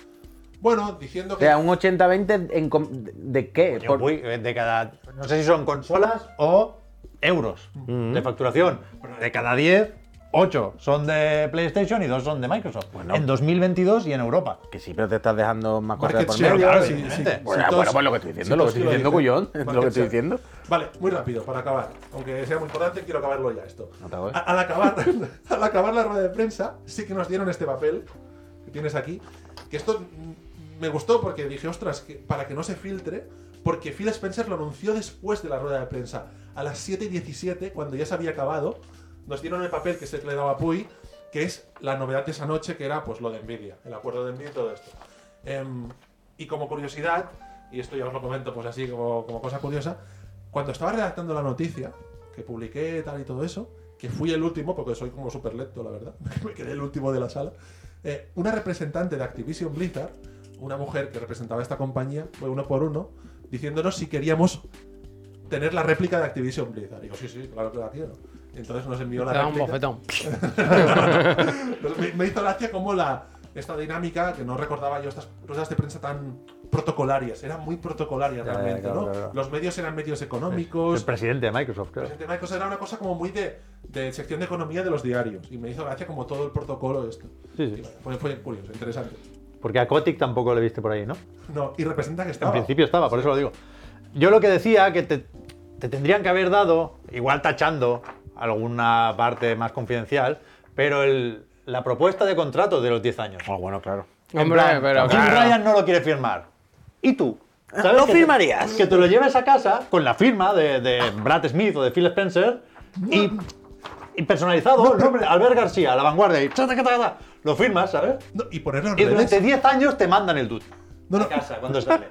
D: Bueno, diciendo
A: O
D: que.
A: sea, un 80-20 en com- de qué?
C: Yo
A: Por-
C: voy eh, de cada. No sé si son consolas o euros de facturación. Pero de cada 10, 8 son de PlayStation y 2 son de Microsoft. En 2022 y en Europa.
A: Que sí, pero te estás dejando más cosas
D: Market
A: por
D: share,
A: medio. ¿eh?
D: claro,
C: claro,
D: sí, sí,
C: evidentemente.
A: (laughs)
D: sí,
A: Bueno,
D: todos-
A: bueno, pues lo que estoy diciendo, lo que
D: todos
A: estoy diciendo,
D: dicen.
A: Cullón, es lo que
D: Market
A: estoy
D: share.
A: diciendo.
D: Vale, muy rápido, para acabar. Aunque sea muy importante, quiero acabarlo ya esto.
A: No te hago, ¿eh?
D: A- al, acabar, (laughs) al acabar la rueda de prensa, sí que nos dieron este papel que tienes aquí. Que esto mm, me gustó porque dije, ostras, que, para que no se filtre, porque Phil Spencer lo anunció después de la rueda de prensa. A las 7 y 17, cuando ya se había acabado, nos dieron el papel que se le daba a Puy, que es la novedad de esa noche, que era pues lo de Nvidia, el acuerdo de Nvidia y todo esto. Em, y como curiosidad, y esto ya os lo comento pues así como, como cosa curiosa, cuando estaba redactando la noticia, que publiqué tal y todo eso, que fui el último, porque soy como súper lento, la verdad, (laughs) me quedé el último de la sala, eh, una representante de Activision Blizzard, una mujer que representaba esta compañía, fue uno por uno, diciéndonos si queríamos tener la réplica de Activision Blizzard. Digo, sí, sí, claro que la quiero. Entonces nos envió la
B: Te da un
D: réplica.
B: bofetón.
D: Pues me, me hizo gracia como la, esta dinámica, que no recordaba yo estas ruedas de prensa tan protocolarias, eran muy protocolarias
C: Ya, ya,
D: realmente,
C: claro,
D: ¿no?
C: claro.
D: Los medios eran medios económicos,
C: El presidente de Microsoft, creo.
D: el tema de cosas era una cosa como muy de, de sección de economía de los diarios, y me hizo gracia como todo el protocolo esto.
C: Sí,
D: Y
C: sí.
D: bueno, fue, fue curioso, interesante.
C: Porque a Kotick tampoco le viste por ahí, ¿no?
D: No, y representa que
C: En
D: estaba.
C: principio estaba, por eso lo digo. Yo lo que decía que te, te tendrían que haber dado, igual tachando alguna parte más confidencial, pero el- la propuesta de contrato de los 10 años.
A: Ah, bueno, claro.
C: En
B: Hombre,
C: plan,
B: pero
C: Jim
B: claro.
C: Ryan no lo quiere firmar. ¿Y tú? ¿Sabes
F: ¿Lo
C: que te-
F: firmarías?
C: que te lo lleves a casa con la firma de, de Brad Smith o de Phil Spencer y, y personalizado, el nombre, Albert García, la vanguardia, y cha, cha, cha, cha, cha. lo firmas, ¿sabes?
D: No, y ponerlo en
C: Y durante
D: redes.
C: 10 años te mandan el dude
D: No, no,
C: a casa cuando (laughs) sale.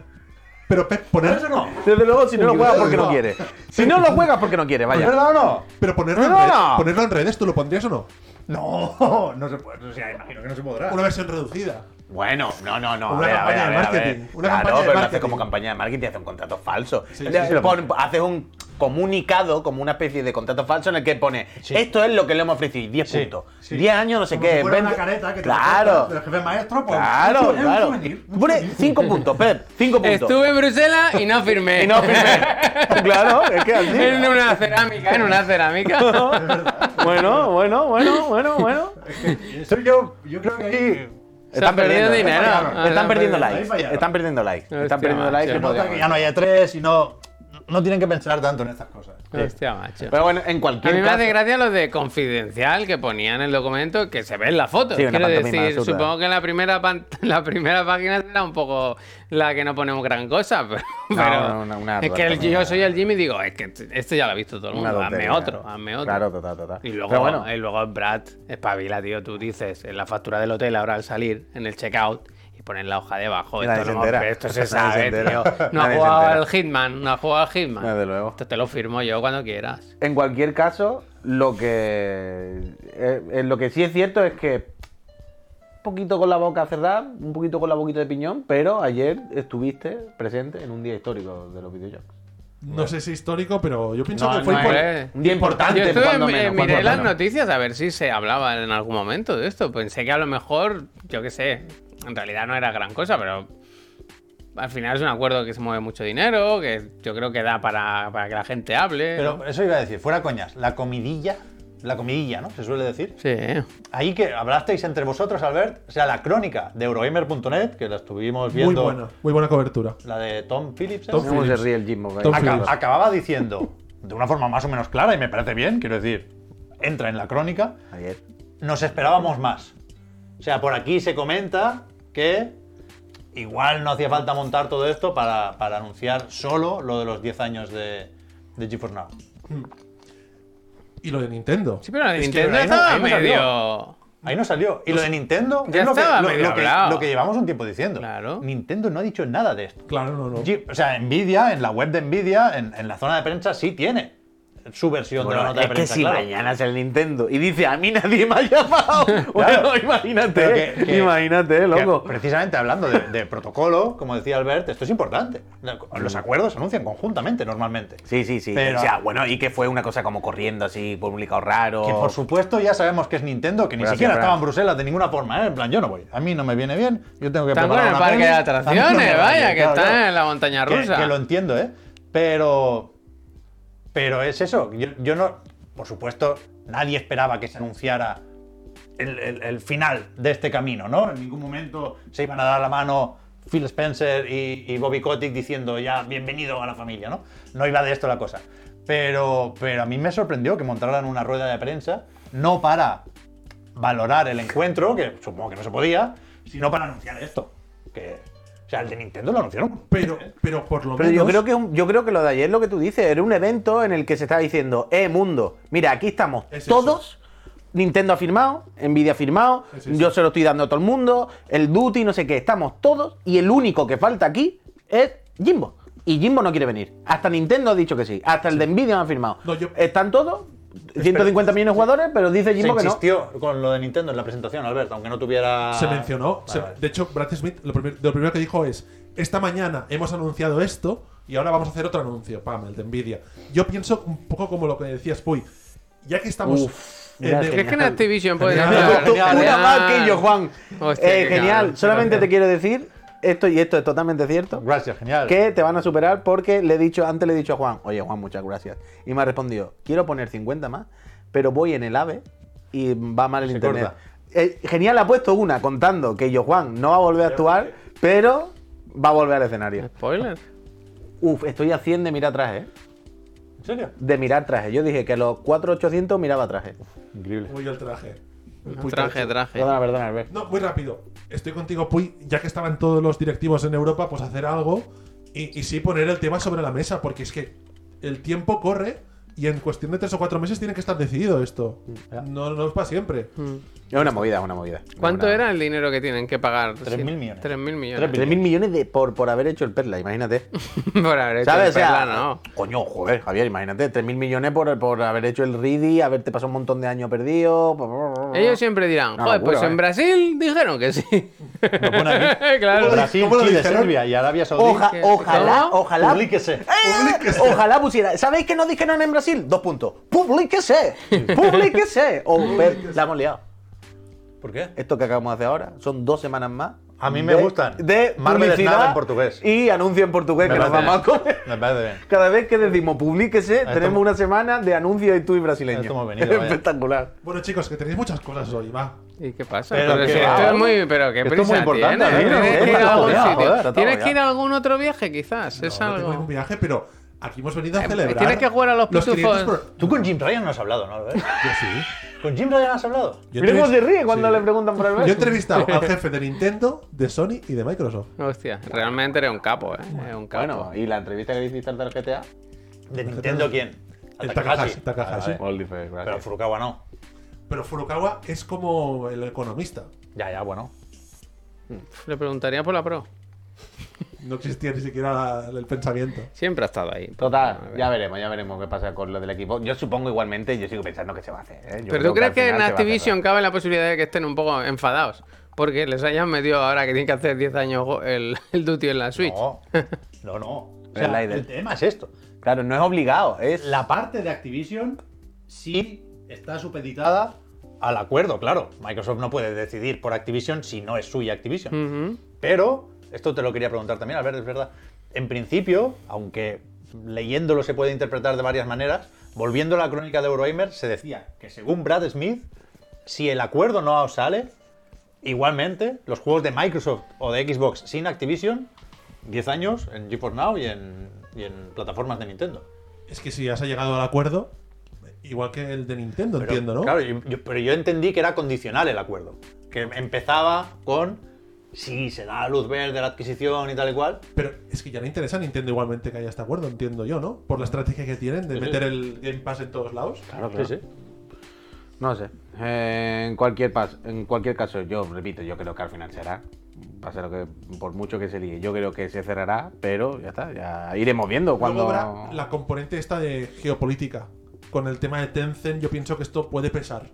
D: pero Pep, poner,
C: ¿Eso no?
A: Desde luego, si no lo juegas porque no
D: No.
A: quiere. Si no lo juegas porque no quiere,
C: ¿Es
A: vaya.
C: verdad o no?
D: pero ponerlo, en
A: No,
D: redes,
A: no.
D: ponerlo en redes, ¿tú lo pondrías o no?
E: No, no se puede. O sea, imagino que no se podrá.
D: Una versión reducida.
A: Bueno, no, no, no. a
D: Una
A: ver, a ver,
D: campaña
A: a
D: de
A: ver, a ver.
D: marketing, una
A: claro,
D: campaña de
A: pero lo haces
D: marketing.
A: como campaña de marketing, haces un contrato falso.
D: Sí, sí, sí, lo
A: Pon- haces un comunicado, como una especie de contrato falso en el que pone esto es lo que le hemos ofrecido, 10
C: Sí,
A: puntos.
E: sí.
A: 10 años, no sé
E: Como
A: qué.
E: si fuera una
A: 20.
E: careta que te
A: claro.
E: recortas del jefe maestro, pues, un
A: Claro,
E: souvenir, un
A: claro.
E: souvenir, un
A: Pone
E: souvenir.
A: 5 puntos, Pep. 5 puntos.
B: Estuve en Bruselas y no firmé.
A: Y no pues,
B: (laughs)
A: eh, firmé. (laughs) claro, es que así.
B: En una cerámica, en una cerámica.
A: (laughs) Bueno, bueno, bueno, bueno, bueno.
C: Eso yo, yo creo que ahí
B: Se han perdido
A: perdiendo,
B: dinero.
A: están
B: Ah, se
A: Están perdiendo
B: han perdido-
E: ahí
A: likes.
E: fallaron.
A: Están perdiendo likes.
B: Hostia,
A: Están perdiendo likes. que
B: macho. Se nota
A: podríamos-
C: que ya no hay E3 y no, no tienen que pensar tanto en estas cosas.
B: Hostia, macho.
A: Pero bueno, en
B: A
A: cualquier
B: mí me
A: caso.
B: hace gracia lo de confidencial que ponían en el documento que se ve en la foto.
A: Sí, una ¿eh?
B: Quiero
A: pantomima
B: decir,
A: absurda.
B: supongo que en la primera pan- (laughs) la primera página será un poco la que no ponemos gran cosa, (laughs) pero, pero
A: no, una- una
B: es que el-
A: tontería.
B: yo soy el Jimmy y digo, es que este ya lo ha visto todo el
A: Una
B: mundo, hazme
A: tontería.
B: otro, hazme otro.
A: Claro, total, total.
B: Y luego, eh,
A: Pero bueno,
B: y luego Brad, espabila, tío, tú dices en la factura del hotel ahora al salir, en el checkout, y ponen la hoja debajo.
A: Nadie se
B: Esto, no,
A: entera.
B: esto
A: (laughs)
B: se
A: Nadie se
B: sabe,
A: entera.
B: tío. No ha
A: Nadie se
B: jugado
A: entera.
B: al Hitman, no ha jugado al Hitman.
A: Desde luego.
B: Esto te lo firmo yo cuando quieras.
A: en cualquier caso, lo que. eh, eh, lo que sí es cierto es que. Un poquito con la boca cerrada, un poquito con la boquita de piñón, pero ayer estuviste presente en un día histórico de los videojuegos.
D: No sé si histórico, pero yo pienso
A: No,
D: que fue
A: no,
D: impor-
A: eh. Un día importante,
B: Yo estuve,
A: cuando
B: eh,
A: menos,
B: miré
A: cuando
B: las
A: menos.
B: noticias a ver si se hablaba en algún momento de esto. Pensé que a lo mejor, yo qué sé, en realidad no era gran cosa, pero al final es un acuerdo que se mueve mucho dinero, que yo creo que da para, para que la gente hable.
C: Pero
B: ¿no?
C: eso iba a decir, fuera coñas, la comidilla, la comidilla, ¿no? Se suele decir.
B: Sí, eh.
C: Ahí que hablasteis entre vosotros, Albert, o sea, la crónica de Eurogamer.net, que la estuvimos viendo,
D: muy buena, muy buena cobertura.
C: la de Tom Phillips. ¿eh?
D: Tom
A: ¿Cómo se
D: Phillips.
A: ríe el Jimbo?
D: Tom
A: Venga.
C: Aca-
D: Phillips.
C: acababa diciendo, de una forma más o menos clara, y me parece bien, quiero decir, entra en la crónica,
A: Ayer.
C: nos esperábamos más. O sea, por aquí se comenta que igual no hacía falta montar todo esto para, para anunciar solo lo de los 10 años de, de GeForce Now.
D: Y lo de Nintendo.
B: Sí, pero la de
C: Es que
B: Nintendo
C: ahí no-
B: estaba
C: ahí no
B: medio.
C: salió. Ahí no salió. Y lo de Nintendo
B: Ya
C: es lo que,
B: estaba
C: lo-
B: medio
C: lo que-
B: hablado.
C: lo que llevamos un tiempo diciendo.
B: Claro.
C: Nintendo no ha dicho nada de esto.
D: Claro, no, no.
C: G- O sea, Nvidia, en la web de Nvidia, en, en la zona de prensa, sí tiene su versión de la
A: Bueno,
C: nota
A: es
C: de
A: que
C: prensa.
A: si
C: claro.
A: mañana es el Nintendo y dice a mí nadie me ha
C: (laughs)
A: llamado. bueno,
C: Pero
A: imagínate,
C: que- que-
A: imagínate,
C: que
A: loco.
C: precisamente hablando de, de protocolo, como decía Albert, esto es importante.
B: Mm.
C: Los acuerdos se anuncian conjuntamente normalmente.
A: Sí, sí, sí.
C: Pero-
A: o sea, bueno, y que fue una cosa como corriendo así, publicado raro.
C: Que por supuesto ya sabemos que es Nintendo, que ni
A: Gracias,
C: siquiera
A: Fran.
C: estaba en Bruselas de ninguna forma, ¿eh? En plan, yo no voy. A mí no me viene bien, yo tengo que
B: Están con
C: preparar
B: el
C: una
B: parque de
C: peli, a mí no me
B: atracciones,
C: va bien,
B: vaya, que
C: claro,
B: están
C: claro.
B: en la montaña
C: Que-
B: rusa.
C: Que, lo entiendo, ¿eh? Pero. Pero es eso. Yo, yo no. Por supuesto, nadie esperaba que se anunciara el, el- el final de este camino, ¿no? En ningún momento se iban a dar la mano Phil Spencer y, y Bobby Kotick diciendo ya bienvenido a la familia, ¿no? No iba de esto la cosa. Pero, pero a mí me sorprendió que montaran una rueda de prensa no para valorar el encuentro, que supongo que no se podía, sino para anunciar esto. Que, o sea, el de Nintendo lo anunciaron
D: Pero, pero por lo
A: Pero
D: menos.
A: yo creo, que un- yo creo que lo de ayer, lo que tú dices, era un evento en el que se estaba diciendo, eh, mundo, mira, aquí estamos
D: Es eso.
A: todos. Nintendo ha firmado, Nvidia ha firmado,
D: Es eso.
A: yo se lo estoy dando a todo el mundo, el Duty, no sé qué, estamos todos y el único que falta aquí es Jimbo. Y Jimbo no quiere venir. Hasta Nintendo ha dicho que sí, hasta el de Nvidia han firmado.
D: No, yo-
A: Están todos, 150 millones de jugadores, pero dice
C: Se
A: Jimbo que no.
C: insistió con lo de Nintendo en la presentación, Albert, aunque no tuviera.
D: Se mencionó.
C: Vale,
D: se-
C: Ah, vale.
D: De hecho, Brad Smith lo, primer- lo primero que dijo es: Esta mañana hemos anunciado esto y ahora vamos a hacer otro anuncio, pam, el de Nvidia. Yo pienso un poco como lo que decías, Puy. Ya que estamos.
A: Uf,
D: en
A: ya
D: el-
A: sé.
B: ¿Crees que en Activision puede
D: Genial.
B: entrar?
A: Tú- tú-
C: Genial.
A: una más que yo, Juan.
B: Hostia,
A: Eh,
B: qué
A: genial.
B: cabrón.
A: Solamente te quiero decir esto, y esto es totalmente cierto.
C: Gracias, genial.
A: que te van a superar porque le he dicho, antes le he dicho a Juan, oye Juan, muchas gracias. Y me ha respondido, quiero poner 50 más, pero voy en el AVE y va mal el
C: Se
A: internet.
C: corta.
A: Eh, genial, ha puesto una contando que yo Juan no va a volver a actuar, pero va a volver al escenario.
B: Spoiler.
A: Uf, estoy a 100 de mirar traje, ¿eh?
C: ¿En serio?
A: de mirar traje. Yo dije que a los 4800 miraba eh. traje.
C: Increíble.
D: Uy, el traje. El Puy
B: Traje, traje.
A: Perdona, perdona, Albert.
D: No, muy rápido. Estoy contigo, Puy. Ya que estaban todos los directivos en Europa, pues hacer algo y, y sí poner el tema sobre la mesa, porque es que el tiempo corre y en cuestión de tres o cuatro meses tiene que estar decidido esto.
A: Mm,
D: No, no es para siempre.
A: Es una movida, es una movida.
B: ¿Cuánto
A: Una-
B: era el dinero que tienen que pagar?
C: 3.000 millones.
B: 3.000
A: Tres
B: millones.
A: mil millones de, por, por haber hecho el Perla, imagínate.
B: (laughs) Por haber hecho
A: ¿Sabes?
B: el
A: O sea,
B: Perla, Este no.
A: coño, joder, Javier, imagínate, 3.000 millones por, por haber hecho el RIDI, haberte pasado un montón de años perdido.
B: Ellos siempre dirán,
A: Una
B: joder,
A: locura,
B: pues en
A: ¿eh?
B: Brasil dijeron que sí.
C: Lo pone (laughs) aquí.
B: (laughs) Claro.
C: Brasil,
D: ¿Cómo lo
C: Chile,
D: dijeron?
C: Serbia y Arabia Saudí.
A: Oja- ojalá,
B: ¿Cómo?
A: ojalá.
C: Publíquese.
A: ¡Eh! Ojalá pusiera. ¿Sabéis que no dijeron en Brasil? Dos puntos. ¡Publíquese!
C: (laughs)
A: ¡Publíquese! O ver, la hemos liado.
C: ¿Por qué?
A: Esto que acabamos de hacer ahora son dos semanas más.
C: A mí me
A: de-
C: gustan.
A: De
C: Marvel es nada
A: publicidad
C: en portugués.
A: Y anuncio en portugués
C: Me
A: que nos
C: parece
A: vamos a
C: bien.
A: comer.
C: (laughs) Me parece bien.
A: Cada vez que decimos publíquese,
C: esto
A: tenemos
C: hemos-
A: una semana de anuncio y tú y brasileño.
C: esto
A: (laughs)
C: hemos venido, vaya.
A: Espectacular.
D: Bueno, chicos, que tenéis muchas cosas hoy, va.
B: ¿Y qué pasa?
C: Pero
B: Pero,
C: que
B: si
C: va,
B: esto es
C: ¿no?
B: muy, pero qué
C: Esto es
B: prisa
C: muy importante,
B: tienes.
C: ¿eh?
B: Tienes
C: Está
B: que ir a
C: todo
B: algún
C: ya,
B: sitio.
C: joder, está todo
B: Tienes
C: ya.
B: que ir a algún otro viaje, quizás. es
D: No, no tengo ningún
B: algo.
D: viaje, pero aquí hemos venido a
B: Eh,
D: celebrar.
B: tienes que jugar a los
D: los
B: pitufos.
D: 500 pro-
C: Tú con Jim Ryan no has hablado, ¿no, Albert?
D: Yo sí.
C: ¿Con Jim Ryan has hablado?
D: Yo
A: Mira cómo
D: entrevist-
A: se ríe cuando
D: sí.
A: le preguntan por el
D: Yo he
A: beso.
D: entrevistado
A: (laughs)
D: al jefe de Nintendo, de Sony y de Microsoft.
B: Hostia, realmente eres un capo, ¿eh? Eres un capo.
A: Bueno, y la entrevista que le hiciste al del GTA.
C: ¿De Nintendo (laughs) quién? A
D: El Takahashi. Takahashi.
C: Vale, vale. Pero Furukawa no.
D: Pero Furukawa es como el economista.
C: Ya, ya, bueno.
B: Le preguntaría por la pro.
D: No existía ni siquiera la- el pensamiento.
B: Siempre ha estado ahí. A
A: Total,
B: ver.
A: ya veremos, ya veremos qué pasa con lo del equipo. Yo supongo igualmente, yo sigo pensando que se va a hacer. ¿eh? Yo
B: Pero
A: creo
B: tú crees
A: al
B: que
A: final
B: en
A: se va a hacer.
B: Activision cabe la posibilidad de que estén un poco enfadados. Porque les hayan metido ahora que tienen que hacer 10 años go- el, (laughs) el duty en la Switch.
C: No, no, no. O
A: Es la
C: sea,
A: idea.
C: el tema es esto.
A: Claro, no es obligado, es.
C: La parte de Activision sí está supeditada al acuerdo, claro. Microsoft no puede decidir por Activision si no es suya Activision.
B: Ujú.
C: Pero, esto te lo quería preguntar también, Albert, es verdad. En principio, aunque leyéndolo se puede interpretar de varias maneras, volviendo a la crónica de Eurogamer, se decía que según Brad Smith, si el acuerdo no sale, igualmente los juegos de Microsoft o de Xbox sin Activision, 10 años en GeForce Now y en, y en plataformas de Nintendo.
D: Es que si has llegado al acuerdo, igual que el de Nintendo,
C: Pero,
D: entiendo, ¿no?
C: Claro, yo- yo- pero yo entendí que era condicional el acuerdo. Que empezaba con si se da luz verde a la adquisición y tal y cual,
D: Pero es que ya le interesa a Nintendo igualmente que haya este acuerdo, entiendo yo, ¿no? Por la estrategia que tienen de meter el Game Pass en todos lados.
A: Claro,
C: Sí, sí.
A: No sé. Eh, en, cualquier pas- en cualquier caso, yo repito, yo creo que al final será. Pase lo que, por mucho que se líe, yo creo que se cerrará, pero ya está, ya iremos viendo cuando.
D: Luego habrá la componente esta de geopolítica. Con el tema de Tencent, yo pienso que esto puede pesar.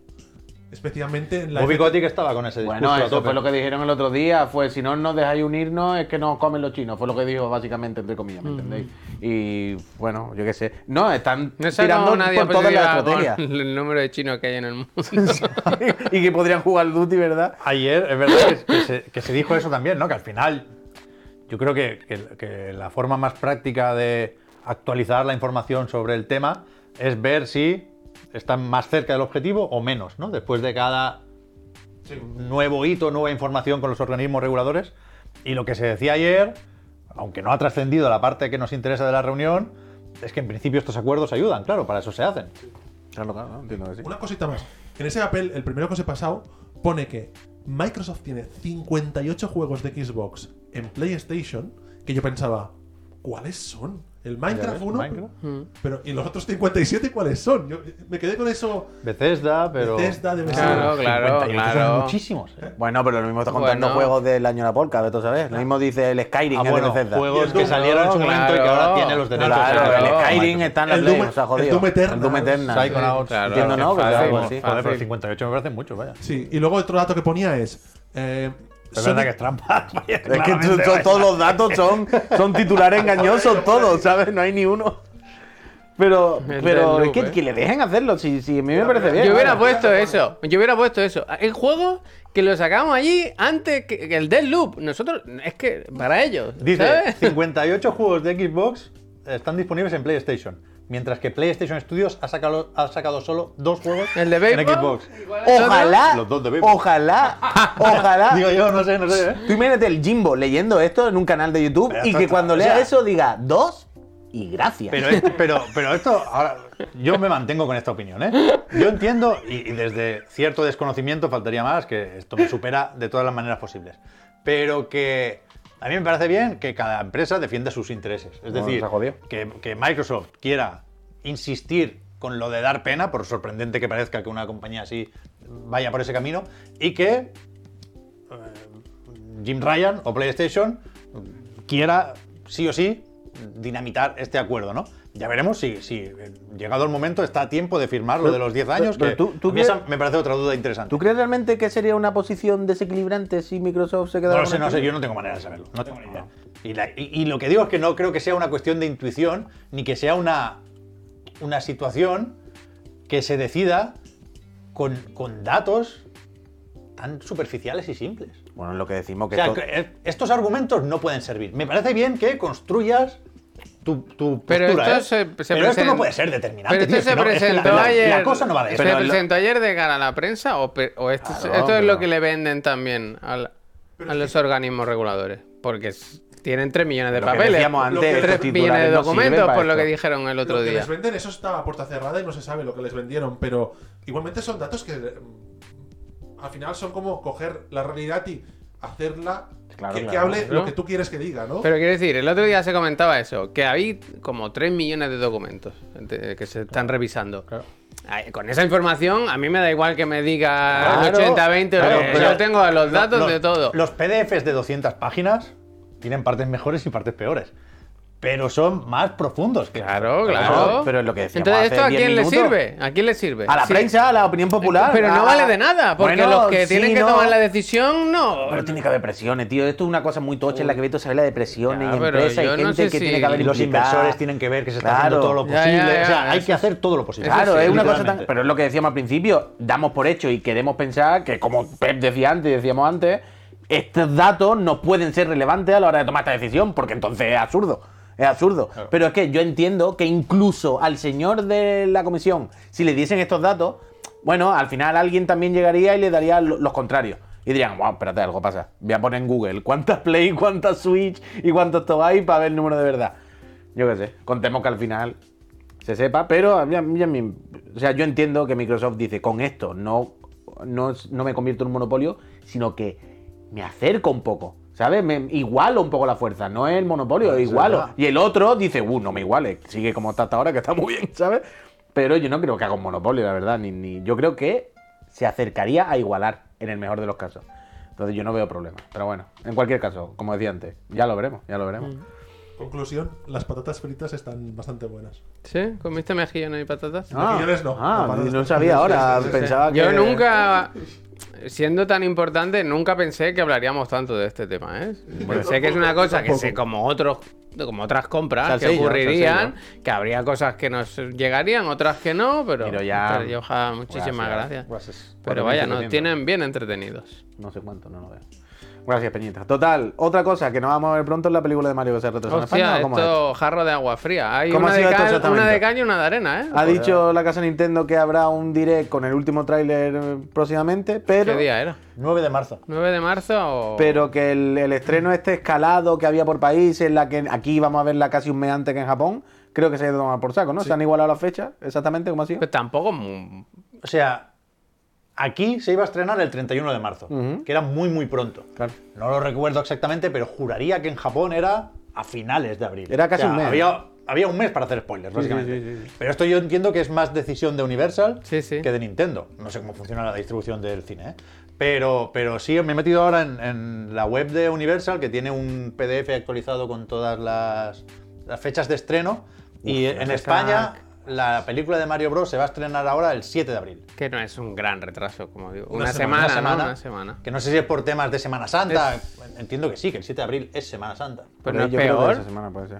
D: Especialmente en la.
C: Bobby Kotick estaba con ese discurso
A: Bueno,
C: a
A: eso
C: tope.
A: fue lo que dijeron el otro día, fue si no nos dejáis unirnos es que nos comen los chinos, fue lo que dijo básicamente, entre comillas,
B: Mm.
A: ¿me entendéis? Y bueno, yo qué sé. No, están
B: Eso
A: tirando
B: no, nadie
A: por toda la
B: la
A: estrategia.
B: (laughs) el número de chinos que hay en el mundo.
A: (laughs) y que podrían jugar al Duty, ¿verdad?
C: Ayer, es verdad que, que se, que se dijo eso también, ¿no? Que al final, yo creo que, que- que la forma más práctica de actualizar la información sobre el tema es ver si están más cerca del objetivo o menos, ¿no? Después de cada nuevo hito, nueva información con los organismos reguladores. Y lo que se decía ayer, aunque no ha trascendido a la parte que nos interesa de la reunión, es que en principio estos acuerdos ayudan, claro, para eso se hacen.
A: Claro, claro, no, entiendo que sí.
D: Una cosita más. En ese papel, el primero que os he pasado, pone que Microsoft tiene 58 juegos de Xbox en PlayStation, que yo pensaba, ¿cuáles son? ¿El Minecraft
C: ves,
D: 1?
C: Minecraft.
B: Mm.
D: Pero, ¿y los otros 57 cuáles son? Yo eh, me quedé con eso.
C: Bethesda, pero...
D: Bethesda debe ser.
B: Claro, claro,
C: 58 son
B: claro.
C: muchísimos. ¿eh?
A: Bueno, pero lo mismo está contando
B: Bueno.
A: juegos del año de la polca, ¿ves tú sabes? Lo mismo dice el Skyrim,
C: Ah,
A: el
C: bueno,
A: de Bethesda.
C: juegos
D: Y
C: que
D: el Doom,
C: salieron en su
B: claro,
C: momento y que ahora tiene los derechos.
A: Claro,
B: Claro,
A: el
B: claro.
A: Skyrim está en la
D: El
A: Play,
D: Doom-
A: o sea,
D: el
A: jodido.
D: Doom Eternal.
A: El Doom Eternal.
C: Psychonauts.
B: Claro,
A: Entiendo, ¿no?
B: fácil,
A: Pero algo así.
B: fácil.
C: Joder, pero 58 me parece mucho, vaya.
D: Sí, y luego otro dato que ponía es. eh,
C: Pero es
D: Sony-
C: verdad que es trampa. (laughs) vaya,
A: Es que
C: claramente,
A: son-
C: vaya.
A: todos los datos son, son titulares engañosos, todos, ¿sabes? No hay ni uno. Pero,
B: El
A: pero
B: del
A: es que,
B: loop,
A: que le dejen hacerlo, si, si a mí me parece bien.
B: (laughs) Yo hubiera
A: vale.
B: puesto eso. Yo hubiera puesto eso. El juego que lo sacamos allí antes que, que el Deathloop. Nosotros, es que para ellos.
C: Dice,
B: ¿sabes?
C: 58 juegos de Xbox están disponibles en PlayStation. Mientras que PlayStation Studios ha sacado, ha sacado solo dos juegos
B: El de
C: en
B: béisbol.
C: Xbox.
A: Ojalá,
C: Los dos de Bebop. (laughs)
A: ojalá, ojalá.
C: Digo yo, no sé, no sé. ¿eh?
A: Tú imagínate el Jimbo leyendo esto en un canal de YouTube
C: Pero
A: y
C: esto
A: que
C: está-
A: cuando
C: o
A: lea
C: sea-
A: eso diga dos y gracias.
C: Pero, es- pero, pero esto, ahora, yo me mantengo con esta opinión, ¿eh? Yo entiendo, y, y desde cierto desconocimiento faltaría más, que esto me supera de todas las maneras posibles. Pero que a mí me parece bien que cada empresa defienda sus intereses. Es
A: No,
C: decir,
A: se ha jodido.
C: que, que Microsoft quiera insistir con lo de dar pena, por sorprendente que parezca que una compañía así vaya por ese camino, y que Jim Ryan o PlayStation quiera sí o sí dinamitar este acuerdo, ¿no? Ya veremos si, si eh, llegado el momento está a tiempo de firmar lo
A: Pero-
C: de los 10
A: pero-
C: años,
A: pero
C: que
A: tú- tú
C: a mí esa
A: crees-
C: me parece otra duda interesante.
A: ¿Tú crees realmente que sería una posición desequilibrante si Microsoft se quedara
C: No lo
A: con
C: sé, no
A: esto?
C: sé, yo no tengo manera de saberlo. No tengo ni idea. Y, la- y- y lo que digo es que no creo que sea una cuestión de intuición, ni que sea una, una situación que se decida con, con datos tan superficiales y simples.
A: Bueno, lo que decimos que
C: O sea,
A: esto-
C: que, eh, estos argumentos no pueden servir. Me parece bien que construyas tu, tu
B: Pero
C: postura,
B: esto
C: ¿eh?
B: se- se
C: Pero esto
B: presenta-
C: no puede ser determinante.
B: Pero esto
C: tío,
B: se
C: que no, es que la-
B: presentó
C: la,
B: ayer.
C: la cosa no va de
B: ¿Se
C: esto.
B: presentó ayer de cara a la prensa o, pe- o esto, es-
A: Claro,
B: esto es
A: pero-
B: lo que le venden también al- a los organismos reguladores? Porque s- tienen 3 millones de
A: Lo que
B: papeles.
A: decíamos antes,
D: Lo que-
A: estos
B: 3 millones de
A: titulares no sirven
B: documentos,
A: para
B: por lo
A: esto.
B: que dijeron el
D: lo
B: otro
D: que
B: día.
D: les venden, eso está a puerta cerrada y no se sabe lo que les vendieron, pero igualmente son datos que mm, al final son como coger la realidad y hacerla
A: Claro,
D: que, que
A: claro.
D: hable lo
B: Claro.
D: que tú quieres que diga, ¿no?
B: Pero quiero decir, el otro día se comentaba eso, que hay como 3 millones de documentos de- que se están revisando. Ay, Con esa información, a mí me da igual que me diga el
C: Claro,
B: 80-20, o lo
C: claro,
B: que-
C: pero-
B: yo tengo los datos
C: los-
B: de todo.
C: Los PDFs de 200 páginas tienen partes mejores y partes peores. Pero son más profundos. que-
B: Claro,
A: Claro,
B: claro.
A: pero es lo que decíamos
B: Entonces,
A: hace
B: ¿esto a
A: 10
B: quién le
A: minutos.
B: sirve? ¿A quién le sirve?
A: a la
B: Sí.
A: prensa, a la opinión popular.
B: Pero
A: a-
B: no vale de nada, porque
A: Bueno,
B: los que
A: sí,
B: tienen que
A: no.
B: tomar la decisión no.
A: Pero tiene que haber presiones, tío. Esto es una cosa muy tocha en la que Beto se ve la de presiones
B: Uh, Ya,
A: y
B: pero
A: empresas y
B: yo
A: gente
B: no sé
A: que
B: si
A: tiene que haber
C: Y los
A: implicada.
C: inversores tienen que ver que se está haciendo
A: Claro.
C: todo lo
B: Ya,
C: posible.
B: ya, ya,
C: o sea, hay
B: eso
C: que hacer todo lo posible.
A: Claro, es una cosa tan.
C: literalmente.
A: Pero es lo que decíamos al principio. Damos por hecho y queremos pensar que, como Pep decía antes, decíamos antes, estos datos no pueden ser relevantes a la hora de tomar esta decisión, porque entonces es absurdo. Es absurdo. Pero es que yo entiendo que incluso al señor de la comisión, si le diesen estos datos, bueno, al final alguien también llegaría y le daría lo- los contrarios. Y dirían, wow, espérate, algo pasa. Voy a poner en Google cuántas Play, cuántas Switch y cuántos Tobay para ver el número de verdad. Yo qué sé. Contemos que al final se sepa, pero a mí- a mí- a mí- o sea, yo entiendo que Microsoft dice, con esto no, no, no me convierto en un monopolio, sino que me acerco un poco, ¿sabes? Me igualo un poco la fuerza, no es el monopolio,
C: Puede ser,
A: igualo.
C: ¿verdad?
A: Y el otro dice, uh, no me iguale, sigue como está hasta ahora, que está muy bien, ¿sabes? Pero yo no creo que haga un monopolio, la verdad, ni, ni yo creo que
F: se acercaría a igualar, en el mejor de los casos. Entonces yo no veo problema. Pero bueno, en cualquier caso, como decía antes, ya lo veremos, ya lo veremos.
D: Conclusión, las patatas fritas están bastante buenas.
B: ¿Sí? ¿Comiste mejillones y patatas?
D: Ah, Mejillones no.
F: Ah,
D: No, patatas
F: no
D: no.
F: sabía ahora,
D: Sí, sí, sí.
F: pensaba que...
B: Yo nunca, siendo tan importante, nunca pensé que hablaríamos tanto de este tema, ¿eh? sé que es una cosa que sé como otros como otras compras que
F: Salsillo,
B: ocurrirían, que habría cosas que nos llegarían, otras que no, pero
F: Pero ya-
B: Pero Yoja, muchísimas gracias.
F: Gracias.
B: Pero vaya, nos
F: 4.700.
B: tienen bien entretenidos.
F: No sé cuánto, no lo veo. Gracias, Peñita. Total, otra cosa que nos vamos a ver pronto es la película de Mario que se retrasó en España.
B: Hostia,
F: ¿o cómo es?
B: esto jarro de agua fría. Hay
F: ¿Cómo
B: una
F: ha
B: de,
F: sido esto
B: cal-
F: exactamente?
B: una de caña y una de arena, ¿eh?
F: Ha dicho la casa Nintendo que habrá un direct con el último tráiler eh, próximamente, pero,
B: ¿Qué día era?
C: 9 de marzo.
B: ¿9 de marzo o...?
F: pero que el, el estreno este escalado que había por país, en la que aquí vamos a verla casi un mes antes que en Japón, creo que se ha ido a tomar por saco, ¿no? Se han igualado las fechas, exactamente como ha sido.
B: Pues tampoco... mu-
C: O sea, aquí se iba a estrenar el 31 de marzo, que era muy, muy pronto.
F: Claro.
C: No lo recuerdo exactamente, pero juraría que en Japón era a finales de abril.
F: Era casi
C: O sea,
F: un mes.
C: Había, había un mes para hacer spoilers, básicamente. Pero esto yo entiendo que es más decisión de Universal
B: Sí, sí.
C: que de Nintendo. No sé cómo funciona la distribución del cine, ¿eh? Pero, pero sí, me he metido ahora en, en la web de Universal, que tiene un PDF actualizado con todas las, las fechas de estreno. y en España, la película de Mario Bros. se va a estrenar ahora el 7 de abril.
B: Que no es un gran retraso, como digo. Una,
D: Una
B: semana,
D: semana,
B: ¿no?
C: semana,
B: Una semana.
C: Que no sé si es por temas de Semana Santa. Entiendo que sí, que el 7 de abril es Semana Santa.
B: Pues
F: Por
B: no
F: ahí
B: es
F: yo creo que
B: peor.
F: esa semana puede ser.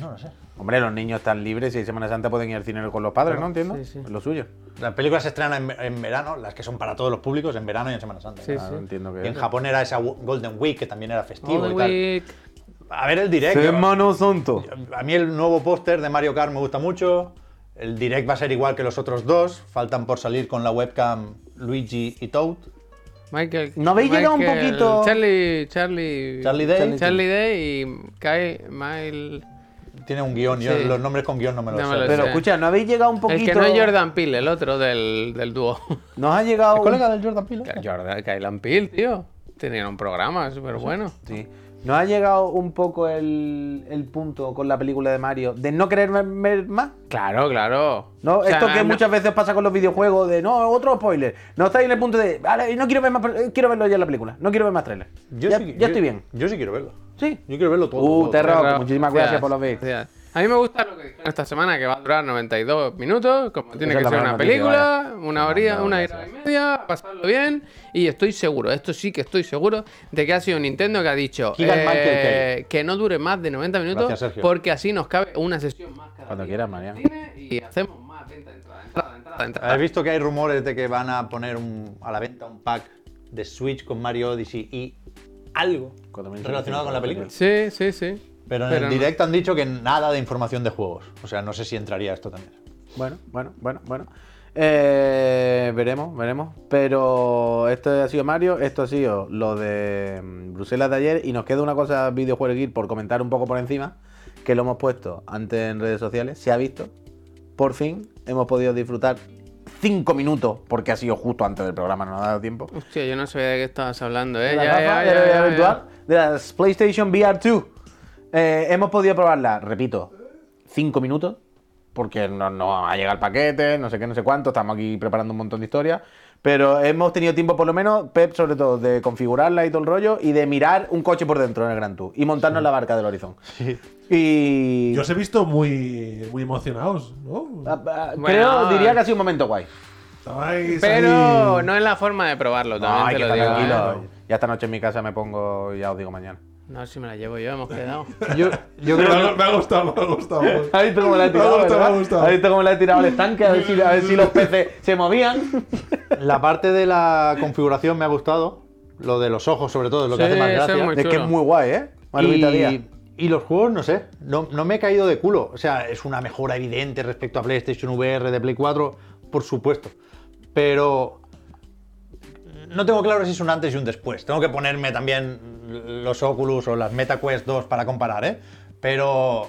C: No lo sé.
F: Hombre, los niños están libres y en Semana Santa pueden ir al cine con los padres, ¿no? Entiendo.
B: Sí, sí.
F: Es lo suyo.
C: Las películas se estrenan en, en verano, las que son para todos los públicos, en verano y en Semana Santa.
B: Sí,
C: ¿no?
F: Ah,
B: sí.
F: entiendo que
C: Y en Japón era esa wo- Golden Week, que también era festivo
B: All
C: y tal.
B: week.
C: A ver el direct.
F: Semana Santo.
C: A mí el nuevo póster de Mario Kart me gusta mucho. El direct va a ser igual que los otros dos. Faltan por salir con la webcam Luigi y Toad.
B: Michael.
F: ¿No habéis llegado un
B: Michael-
F: poquito-
B: Charlie. Charlie.
C: Charlie Day.
B: Charlie, Charlie Day y Kyle. Mile.
C: Tiene un guión. Yo
B: Sí.
C: los nombres con guión no me los
B: No me
C: sé.
B: los
F: Pero
B: sé.
F: escucha, ¿no habéis llegado un poquito?
B: El que no es Jordan Peele, el otro del, del dúo. (laughs)
F: Nos ha llegado.
C: ¿El
F: un-
C: colega del Jordan Peele? este?
B: Jordan, Kyle and Peele, tío. Tenían un programa súper
F: (laughs)
B: bueno.
F: Sí. Nos ha llegado un poco el, el punto con la película de Mario de no querer ver- ver más.
B: Claro, claro.
F: No,
B: O sea,
F: esto que
B: no-
F: muchas veces pasa con los videojuegos de no, otro spoiler. No estáis en el punto de, vale, no quiero ver más, pel- eh, quiero verlo ya en la película, no quiero ver más trailers.
C: Yo
F: ya
C: sí-
F: ya
C: yo-
F: estoy bien.
C: Yo sí quiero verlo.
F: Sí.
C: Yo quiero verlo todo.
F: Uh,
C: todo,
F: te
C: todo.
F: robo. Rock, muchísimas gracias por los bits.
B: gracias. A mí me gusta lo que dijeron esta semana, que va a durar 92 minutos, como tiene
F: Esa
B: que
F: es la
B: ser
F: buena
B: una
F: noticia,
B: película,
F: vaya.
B: una hora,
F: no,
B: una
F: gracias.
B: hora y media, pasarlo bien. Y estoy seguro, esto sí que estoy seguro, de que ha sido Nintendo que ha dicho
C: Keegan
B: eh,
C: Michael
B: que no dure más de 90 minutos,
C: Gracias, Sergio.
B: porque así nos cabe una sesión más cada
F: Cuando
B: día
F: quieras,
B: en el
F: Mariano.
B: cine Y hacemos más venta, entrada, entrada, entrada, entrada.
C: ¿Has visto que hay rumores de que van a poner un- a la venta un pack de Switch con Mario Odyssey y algo relacionado con la película?
B: Sí, sí, sí.
C: Pero en
B: no.
C: el directo han dicho que nada de información de juegos. O sea, no sé si entraría esto también.
F: Bueno, bueno, bueno, bueno. Eh, veremos, veremos. Pero esto ha sido Mario, esto ha sido lo de mm, Bruselas de ayer y nos queda una cosa videojueguil por comentar un poco por encima, que lo hemos puesto antes en redes sociales, se ha visto. Por fin hemos podido disfrutar cinco minutos, porque ha sido justo antes del programa, no nos ha dado tiempo.
B: Hostia, yo no sabía de qué estabas hablando, eh.
F: de la
B: Ya,
F: gafa
B: ya,
F: de
B: ya,
F: realidad
B: ya, ya.
F: virtual, de las PlayStation VR 2. Eh, hemos podido probarla, repito, 5 minutos, porque no, no ha llegado el paquete, no sé qué, no sé cuánto, estamos aquí preparando un montón de historias, pero hemos tenido tiempo por lo menos, Pep sobre todo, de configurarla y todo el rollo, y de mirar un coche por dentro en el Gran Tour, y montarnos en la barca del Horizon. Y...
D: Yo os he visto muy, muy emocionados, ¿no?
F: Ah, ah,
B: Bueno.
F: Creo, diría que ha sido un momento guay.
D: Estabais
B: Pero
D: ahí-
B: no es la forma de probarlo,
F: No,
B: también
F: hay que
B: te lo
F: estar
B: digo.
F: tranquilo.
B: ¿eh?
F: Ya esta noche en mi casa me pongo, ya os digo mañana.
B: No, si me la llevo yo, hemos
F: (laughs)
B: quedado.
C: Yo, yo
D: me,
C: creo
D: ha,
C: que
D: me ha gustado, me ha gustado.
F: ¿Has visto cómo la he tirado?
D: Me ha gustado,
F: verdad?
D: me ha gustado.
F: ¿Has visto cómo la he tirado al estanque? A ver si, a ver si los peces se movían.
C: la parte de la configuración me ha gustado. Lo de los ojos, sobre todo, es lo que
B: Sí,
C: hace más
B: eso es
C: gracia.
B: muy-
F: es que
B: chulo.
F: es muy guay, ¿eh? Maravita Díaz.
C: Y, y los juegos, no sé, no, no me he caído de culo. O sea, es una mejora evidente respecto a PlayStation VR de Play 4, por supuesto. Pero no tengo claro si es un antes y un después. Tengo que ponerme también los Oculus o las MetaQuest 2 para comparar, ¿eh? Pero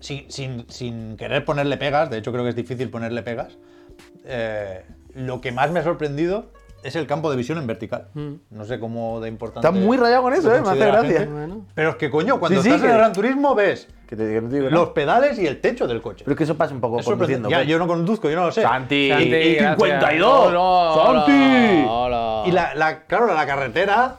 C: sin, sin- sin querer ponerle pegas, de hecho creo que es difícil ponerle pegas, eh, lo que más me ha sorprendido es el campo de visión en vertical. No sé cómo de importante.
F: Estás Mm. muy rayado con eso,
C: lo
F: eh, me hace
C: considera la
F: gracia.
C: gente.
B: Bueno.
C: Pero es que coño, cuando
F: Sí, sí,
C: estás en
F: que-
C: el Gran Turismo ves
F: Que te, que no te digo
C: los
F: nada.
C: pedales y el techo del coche.
F: Pero es que eso pasa un poco
C: Es sorprendente.
F: conduciendo.
C: Ya,
F: pues.
C: yo no conduzco, yo no lo sé.
F: Santi,
B: Santi,
C: y
B: gracias.
C: 52.
B: Hola, hola,
C: Santi.
B: hola.
C: Y la, la- claro, la carretera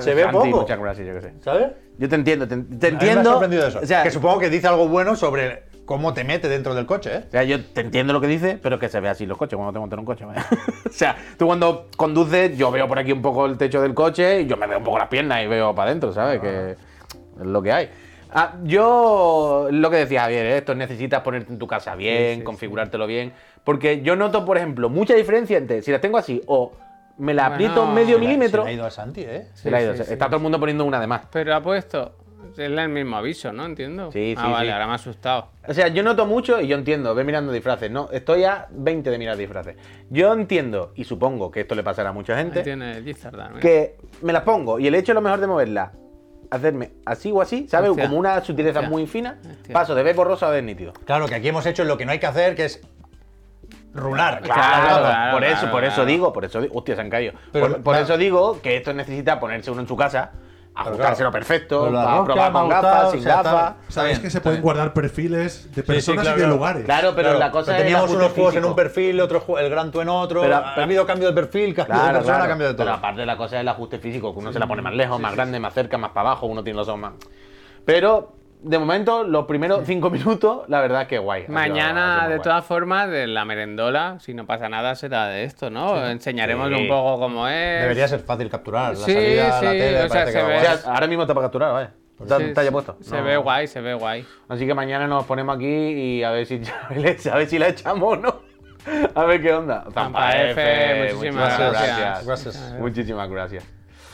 C: se ve
F: Santi,
C: poco.
F: Muchas gracias, yo qué sé.
C: ¿Sabes?
F: Yo te entiendo, te, te
C: A mí me ha
F: entiendo.
C: sorprendido eso.
F: O sea,
C: que supongo que dice algo bueno sobre cómo te mete dentro del coche, ¿eh?
F: o sea, yo te entiendo lo que dices, pero que se ve así los coches cuando te montan un coche. vaya. (laughs) o sea, tú cuando conduces, yo veo por aquí un poco el techo del coche y yo me veo un poco las piernas y veo para adentro, ¿sabes? Que es lo que hay. Ah, yo, lo que decía Javier, ¿eh? esto necesitas ponerte en tu casa bien, configurártelo bien. Porque yo noto, por ejemplo, mucha diferencia entre si las tengo así o me la
B: Bueno,
F: aprieto medio
B: se la-
F: milímetro.
C: Se le ha ido a Santi, ¿eh?
F: se la ha
B: Sí,
F: ido.
B: sí, sí.
F: Está todo el mundo poniendo una de más.
B: Pero ha puesto. Es el mismo aviso, ¿no? Entiendo.
F: Sí,
B: ah,
F: sí,
B: vale,
F: sí.
B: ahora me ha asustado.
F: O sea, yo noto mucho y yo entiendo, ve mirando disfraces, no, estoy a 20 de mirar disfraces. Yo entiendo, y supongo que esto le pasará a mucha
B: Ahí
F: gente,
B: tiene el Gizardar, mira.
F: que me las pongo y el hecho a lo mejor de moverla, hacerme así o así, ¿sabes?
B: Hostia.
F: Como una sutileza
B: Hostia.
F: muy fina,
B: Hostia.
F: paso de ver borroso a ver nítido.
C: Claro, que aquí hemos hecho lo que no hay que hacer, que es rular.
B: Claro, claro,
F: por eso,
B: claro,
F: por eso
B: claro.
F: digo, por eso digo, hostia, se han caído.
C: Pero-
F: por por
C: va-
F: eso digo que esto necesita ponerse uno en su casa, ajustárselo perfecto,
C: Pero la
F: a
C: rosca,
F: probar con
C: me ha gustado,
F: gafas, sin
C: o sea, está-
F: gafas.
C: está
D: Sabes
C: bien,
D: que se
C: está
D: pueden
C: bien.
D: guardar perfiles de personas
C: claro,
D: y de
C: claro.
D: lugares.
F: Claro, pero
C: Claro,
F: la cosa es el
C: teníamos
F: ajuste
C: unos juegos en
F: físico.
C: un perfil, otro ju- el Gran Tú en otro.
F: Pero-
C: ha
F: pero-
C: habido cambio de perfil, cambio de
F: Claro,
C: persona,
F: claro.
C: cambio de todo.
F: Pero aparte la cosa es el ajuste físico, que uno se la pone más lejos, más grande, más cerca, más para abajo, uno tiene los ojos más. Pero, de momento, los primeros cinco minutos, la verdad es que guay. Ha sido- ha
B: Mañana,
F: sido muy
B: de
F: guay.
B: todas formas, de la merendola, si no pasa nada, será de esto, ¿no? Enseñaremos
F: Sí.
B: un poco cómo es.
C: Debería ser fácil capturar la
B: Pues, Sí,
C: salida, la
B: sí,
C: tele,
B: o sea,
C: parece
B: se
C: que va
B: ve-
F: O
C: guay.
F: sea, ahora mismo está para capturar, vaya. Está,
B: Sí,
F: está ya
B: se-
F: puesto.
B: Se
F: No.
B: ve guay, se ve guay.
F: Así que mañana nos ponemos aquí y a ver si, (laughs) a ver si la echamos o no. A ver qué onda.
B: Zampa F, muchísimas gracias.
C: Gracias.
F: Muchísimas gracias.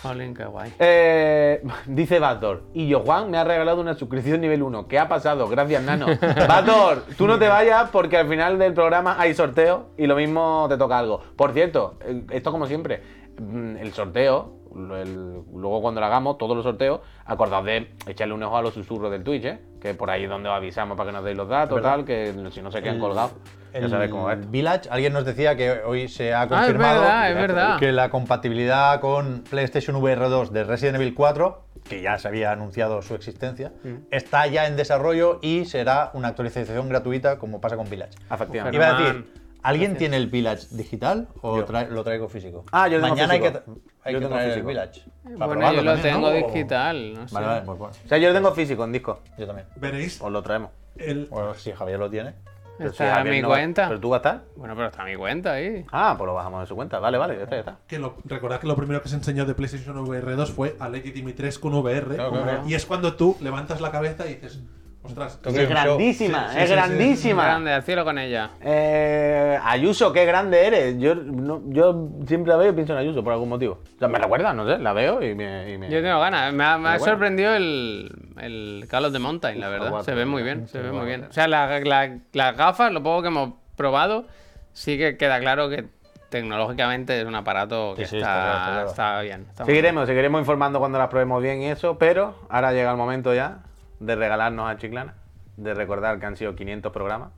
B: Jolín, qué guay.
F: Eh, (laughs) dice Bator, y yo Juan me ha regalado una suscripción nivel 1. ¿Qué ha pasado? Gracias, (laughs) Nano. Bator, tú no te vayas porque al final del programa hay sorteo y lo mismo te toca algo. Por cierto, eh, esto como siempre, mm, el sorteo, lo- el- luego cuando lo hagamos, todos los sorteos, acordad de echarle un ojo a los susurros del Twitch, ¿eh? que por ahí es donde os avisamos para que nos deis los datos, tal, que si no se quedan colgados. Ya
C: El
F: sabéis cómo va esto.
C: Village, alguien nos decía que hoy se ha
B: Ah, es
C: confirmado
B: verdad, es verdad.
C: que la compatibilidad con PlayStation VR 2 de Resident Evil 4, que ya se había anunciado su existencia,
F: Mm.
C: está ya en desarrollo y será una actualización gratuita como pasa con Village.
F: Efectivamente.
C: Iba a
B: Germán.
C: decir, ¿alguien tiene el Village digital o tra- lo traigo físico?
F: Ah, yo lo tengo
C: Mañana
F: físico.
C: hay que, tra-
F: Yo
C: hay que
F: tengo
C: traer
F: físico.
C: el Village. para
B: Bueno,
C: probarlo
B: yo lo
C: también,
B: tengo
C: ¿no?
B: digital, no sé.
C: Vale, vale, pues bueno,
F: O sea, yo lo tengo físico en disco,
C: yo también.
D: Veréis
F: os lo traemos.
D: el,
C: Bueno, si Javier lo tiene.
F: Pero si
B: Está a
F: Javier
B: mi
F: no va-
B: cuenta.
F: ¿Pero tú vas a estar?
B: Bueno, pero está a mi cuenta ahí.
F: Ah, pues lo bajamos de su cuenta. Vale, vale, ya está, ya está.
D: que lo, recordad que lo primero que se enseñó de PlayStation VR 2 fue a Lady Dimitrescu con VR.
C: Claro,
D: como-
C: claro.
D: Y es cuando tú levantas la cabeza y dices, ostras,
C: Toca
F: Es
C: Sí,
F: grandísima,
D: sí, sí,
F: es
D: sí, sí.
F: grandísima.
B: Grande, al cielo con ella.
F: Eh, Ayuso, qué grande eres. Yo, no- yo siempre la veo y pienso en Ayuso por algún motivo. O sea, me recuerda, no sé, la veo y me. y me-
B: Yo tengo ganas. Me ha, me ha
F: Pero bueno.
B: sorprendido el, el Call of the Mountain, la verdad.
F: aguanta,
B: se ve muy bien, se ve muy bien. O sea, la- la- las gafas, lo poco que hemos probado, sí que queda claro que tecnológicamente es un aparato que
C: Sí, sí,
B: está,
C: está claro, está claro.
B: está bien. está muy bien.
F: Seguiremos, seguiremos informando cuando las probemos bien y eso, pero ahora llega el momento ya de regalarnos a Chiclana, de recordar que han sido 500 programas.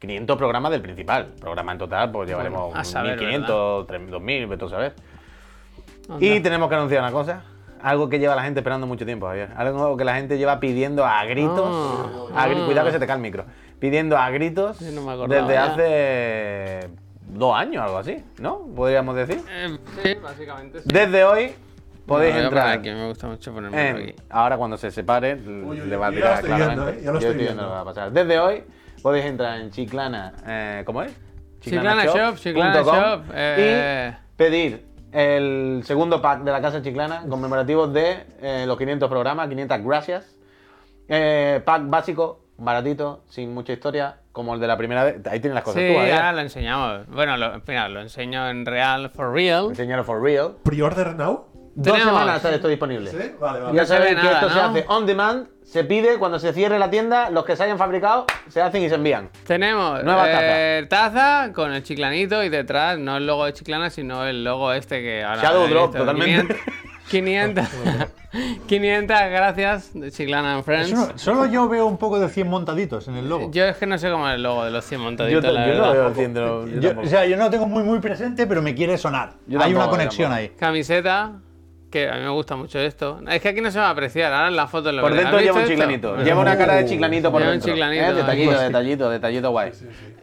F: 500 programas del principal. Programa en total, pues llevaremos
B: a saber,
F: 1500, 3.000, 2000, vete pues, tú a saber.
B: Anda.
F: Y tenemos que anunciar una cosa. Algo que lleva la gente esperando mucho tiempo, Javier. Algo que la gente lleva pidiendo a gritos.
B: Ah,
F: a gri-
B: ah.
F: Cuidado que se te cae el micro. Pidiendo a gritos
B: Sí, no me acordaba
F: desde
B: ya.
F: hace dos años, algo así, ¿no? Podríamos decir.
B: Eh, sí, básicamente sí.
F: Desde hoy podéis
B: No, voy a parar
F: entrar.
B: Aquí, me gusta mucho ponerme
F: en-
B: aquí.
F: ahora cuando se separe,
D: Uy, uy,
F: le va a
D: uy, ya
F: tirar
D: lo estoy viendo,
F: claramente.
D: eh, ya lo
F: Yo
D: estoy
F: estoy
D: viendo.
F: viendo lo que va a pasar. Desde hoy podéis entrar en Chiclana. eh, ¿Cómo es?
B: Chiclana Shop, Chiclana
F: punto com
B: Shop, eh.
F: Y pedir el segundo pack de la Casa Chiclana conmemorativo de eh, los 500 programas, 500 gracias. Eh, pack básico, baratito, sin mucha historia, como el de la primera vez. Ahí tienen las cosas
B: Sí,
F: tú, ¿eh?
B: ahora lo enseñamos. Bueno, lo, mira, lo enseño en real, for real.
F: Enseñalo for real.
D: pre-order now.
F: Dos
B: Tenemos.
F: semanas sale esto disponible.
D: ¿Sí? Vale, vale.
F: Ya
B: No se ve
F: sabéis que
B: nada,
F: esto se
B: ¿no?
F: hace on demand, se pide, cuando se cierre la tienda, los que se hayan fabricado se hacen y se envían.
B: Tenemos
F: Nueva
B: eh, taza con el chiclanito y detrás no el logo de chiclana, sino el logo este que ahora.
F: Shadow
B: habéis
F: Drop,
B: visto,
F: totalmente.
B: 500. (laughs) 500, 500 gracias de Chiclana and Friends.
C: Eso no- solo yo veo un poco de 100 montaditos en el logo.
B: Yo es que no sé cómo es el logo de los 100 montaditos,
F: Yo,
B: la
F: yo no
B: verdad.
F: veo el tiendro.
C: Yo- o sea, yo no lo tengo muy muy presente, pero me quiere sonar.
F: Yo
C: Hay una
F: tampoco,
C: conexión
F: yo
C: ahí.
B: Camiseta, que a mí me gusta mucho esto. Es que aquí no se va a apreciar, ahora en la foto lo
F: Por
B: veréis.
F: dentro
B: ¿Habéis
F: lleva un
B: visto esto?
F: chiclanito. eh. Lleva una cara de chiclanito por
B: Lleva un
F: dentro.
B: chiclanito,
F: Eh, Detallito,
B: pues sí.
F: detallito, detallito guay.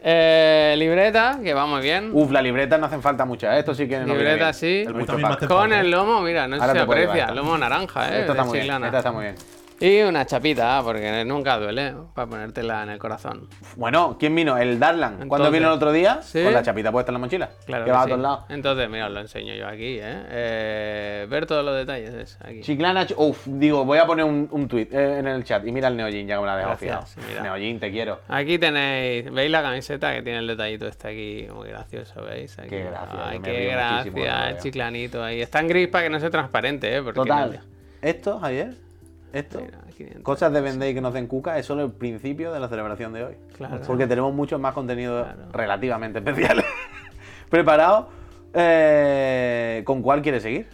B: Eh, libreta, que va muy bien.
F: Uf, la libreta no hacen falta muchas. Esto sí que no viene
B: Libreta,
F: bien.
B: sí.
F: El
D: Ahorita
F: mucho
D: mismo
F: pack.
D: te-
B: Con el lomo, mira, no
F: Ahora
B: se
F: te puede
B: aprecia.
F: llevar.
B: lomo naranja, eh.
F: Esta está
B: de
F: muy bien.
B: Chiclana.
F: Esta está muy bien.
B: Y una chapita, porque nunca duele, ¿eh? para ponértela en el corazón.
F: Bueno, ¿quién vino? El Darlan. Cuando
B: Entonces,
F: vino el otro día,
B: ¿sí?
F: con la chapita puesta en la mochila.
B: Claro.
F: que,
B: que
F: va
B: sí.
F: a todos lados.
B: Entonces, mira, os lo enseño yo aquí, ¿eh? Eh, ver todos los detalles es aquí.
F: Chiclana, ch- uf, digo, voy a poner un, un tweet en el chat. Y mira el Neojin, ya que me la dejo fijado.
B: Gracias, mira.
F: Neojin, te quiero.
B: Aquí tenéis, ¿veis la camiseta que tiene el detallito este aquí? Muy gracioso, ¿veis? Aquí.
F: Qué gracia,
B: Ay,
F: yo me
B: qué
F: río muchísimo cuando
B: gracia,
F: lo
B: el
F: veo.
B: chiclanito ahí. Está en gris para que no sea transparente, ¿eh? Porque
F: Total.
B: no-
F: Esto, Javier, esto,
B: Mira, 500.
F: cosas de vender y que nos den cuca, es solo el principio de la celebración de hoy.
B: Claro.
F: Porque tenemos muchos más contenidos
B: Claro.
F: relativamente (laughs) especiales preparados. eh, ¿Con cuál quieres seguir?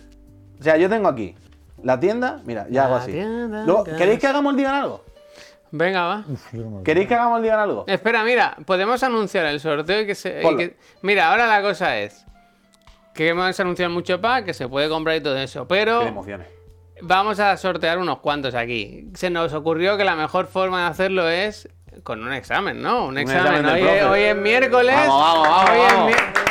F: O sea, yo tengo aquí la tienda, mira, ya hago
B: La
F: así.
B: tienda,
F: Luego,
B: ya.
F: ¿Queréis que hagamos el digan algo?
B: Venga, va.
F: ¿Queréis que hagamos el digan algo?
B: Espera, mira, podemos anunciar el sorteo y que se. y
F: Ponlo.
B: que- Mira, ahora la cosa es que hemos anunciado mucho pack, que se puede comprar y todo eso,
F: Qué
B: pero
F: emociones.
B: vamos a sortear unos cuantos aquí. Se nos ocurrió que la mejor forma de hacerlo es con un examen, ¿no? Un examen.
F: examen del
B: hoy,
F: profe.
B: es, hoy es miércoles.
F: Vamos, vamos, vamos,
B: hoy
F: vamos.
B: es, mi-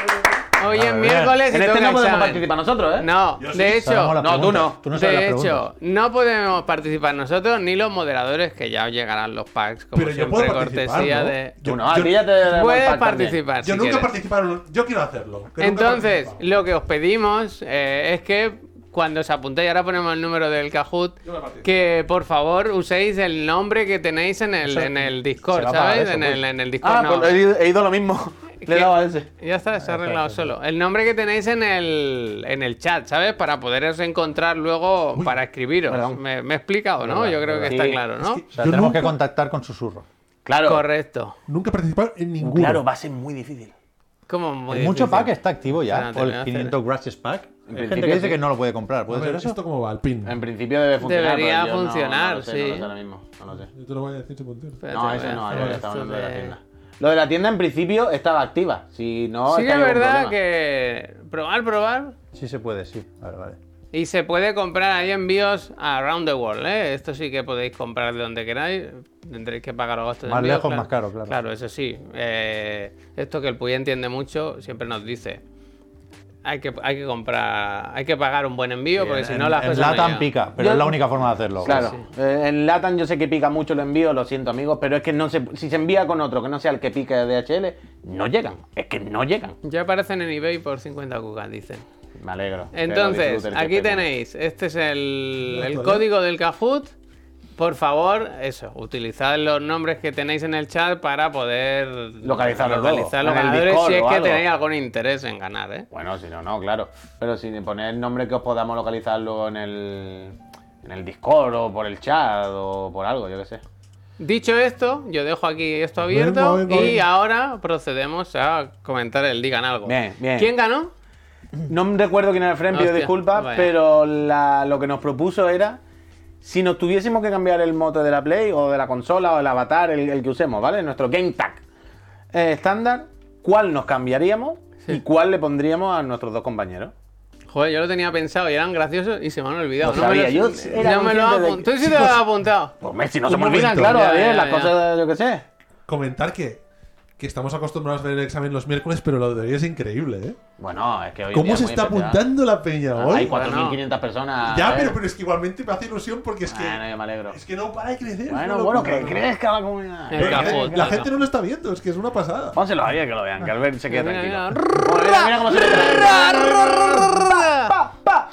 B: hoy es
C: Vale,
B: miércoles. y
F: En este
B: toca
F: no podemos
B: examen.
F: participar nosotros, ¿eh?
B: No,
D: Yo sí.
B: de hecho,
C: Sabemos las
F: no, tú
C: preguntas.
F: no.
C: Tú no sabes
B: de
C: las
B: hecho,
C: preguntas.
B: no podemos participar nosotros ni los moderadores que ya os llegarán los packs como
D: Pero yo
B: siempre,
D: puedo
B: cortesía
D: participar, ¿no?
B: de.
F: Tú
D: Yo-
F: no, a
D: yo-
F: ti ya
B: Puedes
F: te van pactan bien.
B: participar. si
D: Yo nunca he
B: quieres.
D: participado, yo quiero hacerlo. que nunca he
B: Entonces,
D: participado.
B: lo que os pedimos eh, es que cuando os apuntéis, ahora ponemos el número del Kahoot,
D: Yo voy a participar.
B: que por favor uséis el nombre que tenéis en el,
C: Eso-
B: en el
C: se
B: Discord,
C: va a pagar
B: ¿sabes?
C: eso,
B: en,
C: pues.
B: el, en el Discord.
F: Ah,
B: no.
F: pues he ido- he ido lo mismo. Le he
B: ¿Qué?
F: dado a ese.
B: Ya está, se ha arreglado
C: está,
B: solo. El nombre que tenéis en el, en el chat, ¿sabes? Para poderos encontrar luego para escribiros.
F: perdón.
B: ¿Me, me he explicado, no?
C: Verdad,
B: Yo creo que
F: verdad.
B: está
F: Sí.
B: claro, ¿no?
C: O sea,
D: Yo
C: tenemos
D: nunca-
C: que contactar con susurro.
F: Claro.
B: Correcto.
D: Nunca he participado en ninguno.
F: Claro, va a ser muy difícil.
B: Como muy
C: El mucho
B: difícil.
C: pack está activo ya.
B: Espérate,
C: o
B: me voy a
C: el
B: hacer-
C: 500 Gracias Pack. Hay gente
F: principio,
C: que dice
F: sí.
C: que no lo puede comprar.
D: A
C: ¿Puede
D: ver,
C: ser eso?
D: ¿esto cómo va? El pin.
F: En principio debe funcionar.
B: Debería
F: pero yo no-
B: funcionar,
F: no lo sé, no lo
B: sí.
F: sé ahora mismo, no lo sé.
D: Yo te lo voy a decir si funciona.
B: Espérate,
F: No,
B: voy
F: eso
B: a
F: no,
B: hacer
F: ya
B: esto
F: estaba hablando de la
B: de-
F: tienda. Lo de la tienda en principio estaba activa. Si no,
B: Sí que
F: es
B: es verdad que probar, probar.
C: Sí se puede, sí. Vale, vale.
B: Y se puede comprar, hay envíos around the world, ¿eh? Esto sí que podéis comprar de donde queráis. Tendréis que pagar los gastos de
C: Más
B: envío,
C: lejos, más caro, claro.
B: Claro, eso sí. Eh, esto que el Puy entiende mucho, siempre nos dice. Hay que, hay que comprar, hay que pagar un buen envío, porque si no
C: En-
B: las
C: en
B: cosas no
C: Latam
B: llegan.
C: pica, pero
F: Yo-
C: es la única forma de hacerlo.
F: Claro. Eh, en Latam yo sé que pica mucho el envío, lo siento amigos, pero es que no se, si se envía con otro que no sea el que pica de DHL, no llegan. Es que no llegan.
B: Ya aparecen en eBay por 50 cucas, dicen.
F: Me alegro. que lo
B: Entonces,
F: disfrutes,
B: aquí
F: que te-
B: tenéis. Este es el, el
D: Esto, ¿eh?
B: código del Kahoot. Por favor, eso, utilizad los nombres que tenéis en el chat para poder
F: Localizarlos luego,
B: localizar los
F: en el
B: ganadores
F: Discord
B: si es
F: o
B: que
F: algo.
B: tenéis algún interés en ganar, ¿eh?
F: Bueno, si no, no, claro. Pero si poner el nombre que os podamos localizar luego en el, en el Discord o por el chat o por algo, yo qué sé.
B: Dicho esto, yo dejo aquí esto abierto
D: Venga, venga,
B: y
D: venga.
B: ahora procedemos a comentar el digan algo.
F: Bien, bien.
B: ¿Quién ganó?
F: No me recuerdo quién era el frame, pido
B: Hostia,
F: disculpas,
B: vaya.
F: pero la- lo que nos propuso era si nos tuviésemos que cambiar el mote de la Play o de la consola o el avatar, el, el que usemos, ¿vale? Nuestro Game Tag eh, estándar, ¿cuál nos cambiaríamos y cuál le pondríamos a nuestros dos compañeros?
B: Joder, yo lo tenía pensado y eran graciosos y se me han olvidado.
F: Lo
B: No me
F: sabía, yo
B: los-
F: era
B: no me lo
F: consciente de
B: apun-
F: que-
B: Tú sí te lo has apuntado.
F: Pues hombre, si no
D: Un
F: se me olvidan,
D: momento.
F: claro,
B: Ya,
F: Javier,
B: ya,
F: eh, las
B: eh, ya.
F: cosas, yo qué sé.
D: Comentar que, que estamos acostumbrados a ver el examen los miércoles, pero lo de hoy es increíble, ¿eh?
F: Bueno, es que hoy en día
D: ¿Cómo
F: es
D: se
F: muy
D: está
F: especial.
D: apuntando la peña hoy?
F: Hay 4.500 personas.
D: ya,
F: eh.
D: pero, pero es que igualmente me hace ilusión porque es que,
F: Bueno, yo me alegro.
D: es que no para de crecer.
F: Bueno,
D: es una
F: bueno,
D: locura,
F: que
D: ¿no?
F: crezca la comunidad.
B: El
D: Que crezca.
B: cajón,
D: La
B: claro.
D: gente no lo está viendo, es que es una pasada.
F: Pónselo a Javier que lo vean, que Albert se quede
B: Mira,
F: tranquilo.
B: mira.
F: Bueno, mira, mira cómo se le trae. Pa, pa.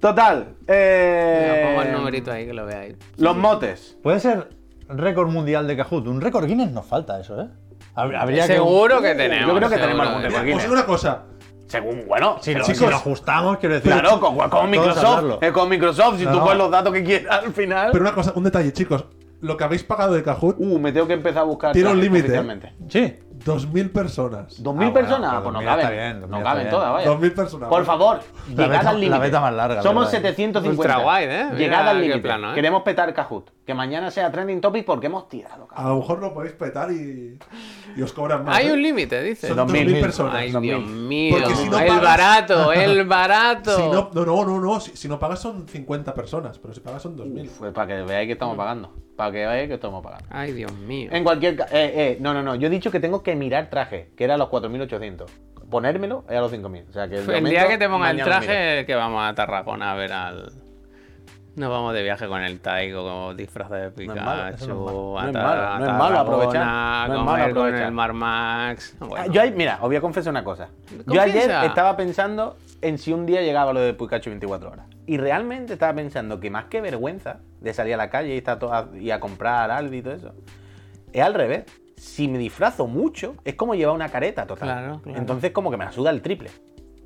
F: Total,
B: Venga, pongo el
F: eh,
B: numerito ahí que lo veáis.
F: los motes.
C: Puede ser récord mundial de Kahoot. Un récord Guinness nos falta eso, ¿eh? Hab- Habría
B: Seguro que tenemos.
F: Yo creo que
B: seguro
F: tenemos algún
D: Mira,
F: tema.
D: os
F: Joaquín,
D: digo una cosa.
F: Según, bueno,
C: que- Si lo, si
F: chicos,
C: lo ajustamos, quiero decir.
F: claro, con, con
C: todos hablarlo.
F: Microsoft, eh, con Microsoft, si
C: No,
F: tú
C: no.
F: pones los datos que quieras al final.
D: Pero una cosa, un detalle, chicos. Lo que habéis pagado de Kahoot
F: Uh, me tengo que empezar a buscar.
D: tiene un
F: trajes
D: límite.
F: oficialmente.
C: Sí.
D: 2.000 personas.
F: ¿Dos
C: Ah,
F: mil
C: ¿eh? bueno,
F: personas?
C: pero
F: pues no
C: 2000
F: caben.
C: está bien, 2000
F: no
C: está
F: caben
C: bien.
F: todas, vaya.
D: 2.000 personas.
F: Por favor,
C: beta-
F: llegad al
C: la
F: límite.
C: beta más larga,
F: Somos
C: ¿verdad?
F: 750.
B: Ultra guay, ¿eh? Mira
F: Llegad al
B: qué
F: límite.
B: plano, ¿eh?
F: Queremos petar Kahoot. Que mañana sea trending topic porque hemos tirado, cabrón.
D: A lo mejor lo podéis petar y, y os cobran más.
B: Hay
D: ¿eh?
B: un límite, dice.
D: Son 2.000
C: 2.000.
D: personas.
B: Ay,
D: No,
B: Dios mío.
D: Porque si no
B: el
D: pagas-
B: barato, el barato.
D: Si no, no, no, no, no, Si, si no pagas son 50 personas, pero si pagas son 2.000.
F: Pues para que veáis que
B: Mm.
F: estamos pagando. Para que veáis que estamos pagando.
B: Ay, Dios mío.
F: En cualquier caso. Eh, eh, no, no, no. Yo he dicho que tengo que mirar traje, que era a los 4.800. Ponérmelo es a los 5.000. O sea que.
B: el
F: lo
B: día
F: meto,
B: que te ponga el
F: mañana lo miro.
B: traje, que vamos a Tarragona a ver al. Nos vamos de viaje con el Taigo, como disfraz de Pikachu,
A: malo,
B: a
A: No es
B: Tar-
A: malo,
B: a
A: no es malo aprovechar.
B: Tarragona,
A: No es
B: comer
A: malo
B: con
A: aprovechar.
B: el Mar Max. Bueno.
F: Ah, Yo ahí- mira, os voy a confesar una cosa. Yo
B: Confiesa.
F: ayer estaba pensando en si un día llegaba lo de Pikachu 24 horas. Y realmente estaba pensando que más que vergüenza de salir a la calle y, estar to- a, y a comprar Aldi y todo eso, es al revés. Si me disfrazo mucho, es como llevar una careta total.
B: Claro, claro.
F: Entonces como que me la suda el triple.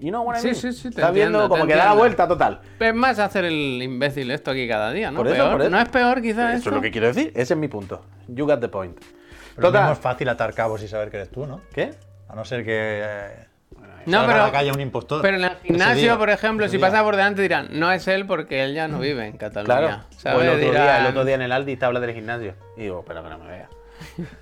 F: You know what I
B: Sí,
F: mean?
B: sí, sí, te
F: Estás viendo
B: entiendo,
F: como
B: te
F: que da la
B: entiendo.
F: vuelta total.
B: Es más hacer el imbécil esto aquí cada día, ¿no?
F: Por eso,
B: Peor.
F: por eso.
B: ¿No es peor
F: Eso
B: quizás
F: es lo que quiero decir. Ese es mi punto. You got the point.
C: Pero lo mismo
F: Total.
C: es fácil atar cabos y saber que eres tú, ¿no?
F: ¿Qué?
C: A no ser que. eh,
B: No,
C: salga a la
B: pero,
C: calle un impostor.
B: pero en el
C: Ese
B: gimnasio,
C: día,
B: por ejemplo,
C: ese
B: si
C: día.
B: pasa por delante dirán, no es él porque él ya no vive en Cataluña.
F: Claro. O
B: ¿sabes?
F: el, otro día,
B: Dirán,
F: el otro día en el Aldi te habla del gimnasio. Y digo, pero que no me vea.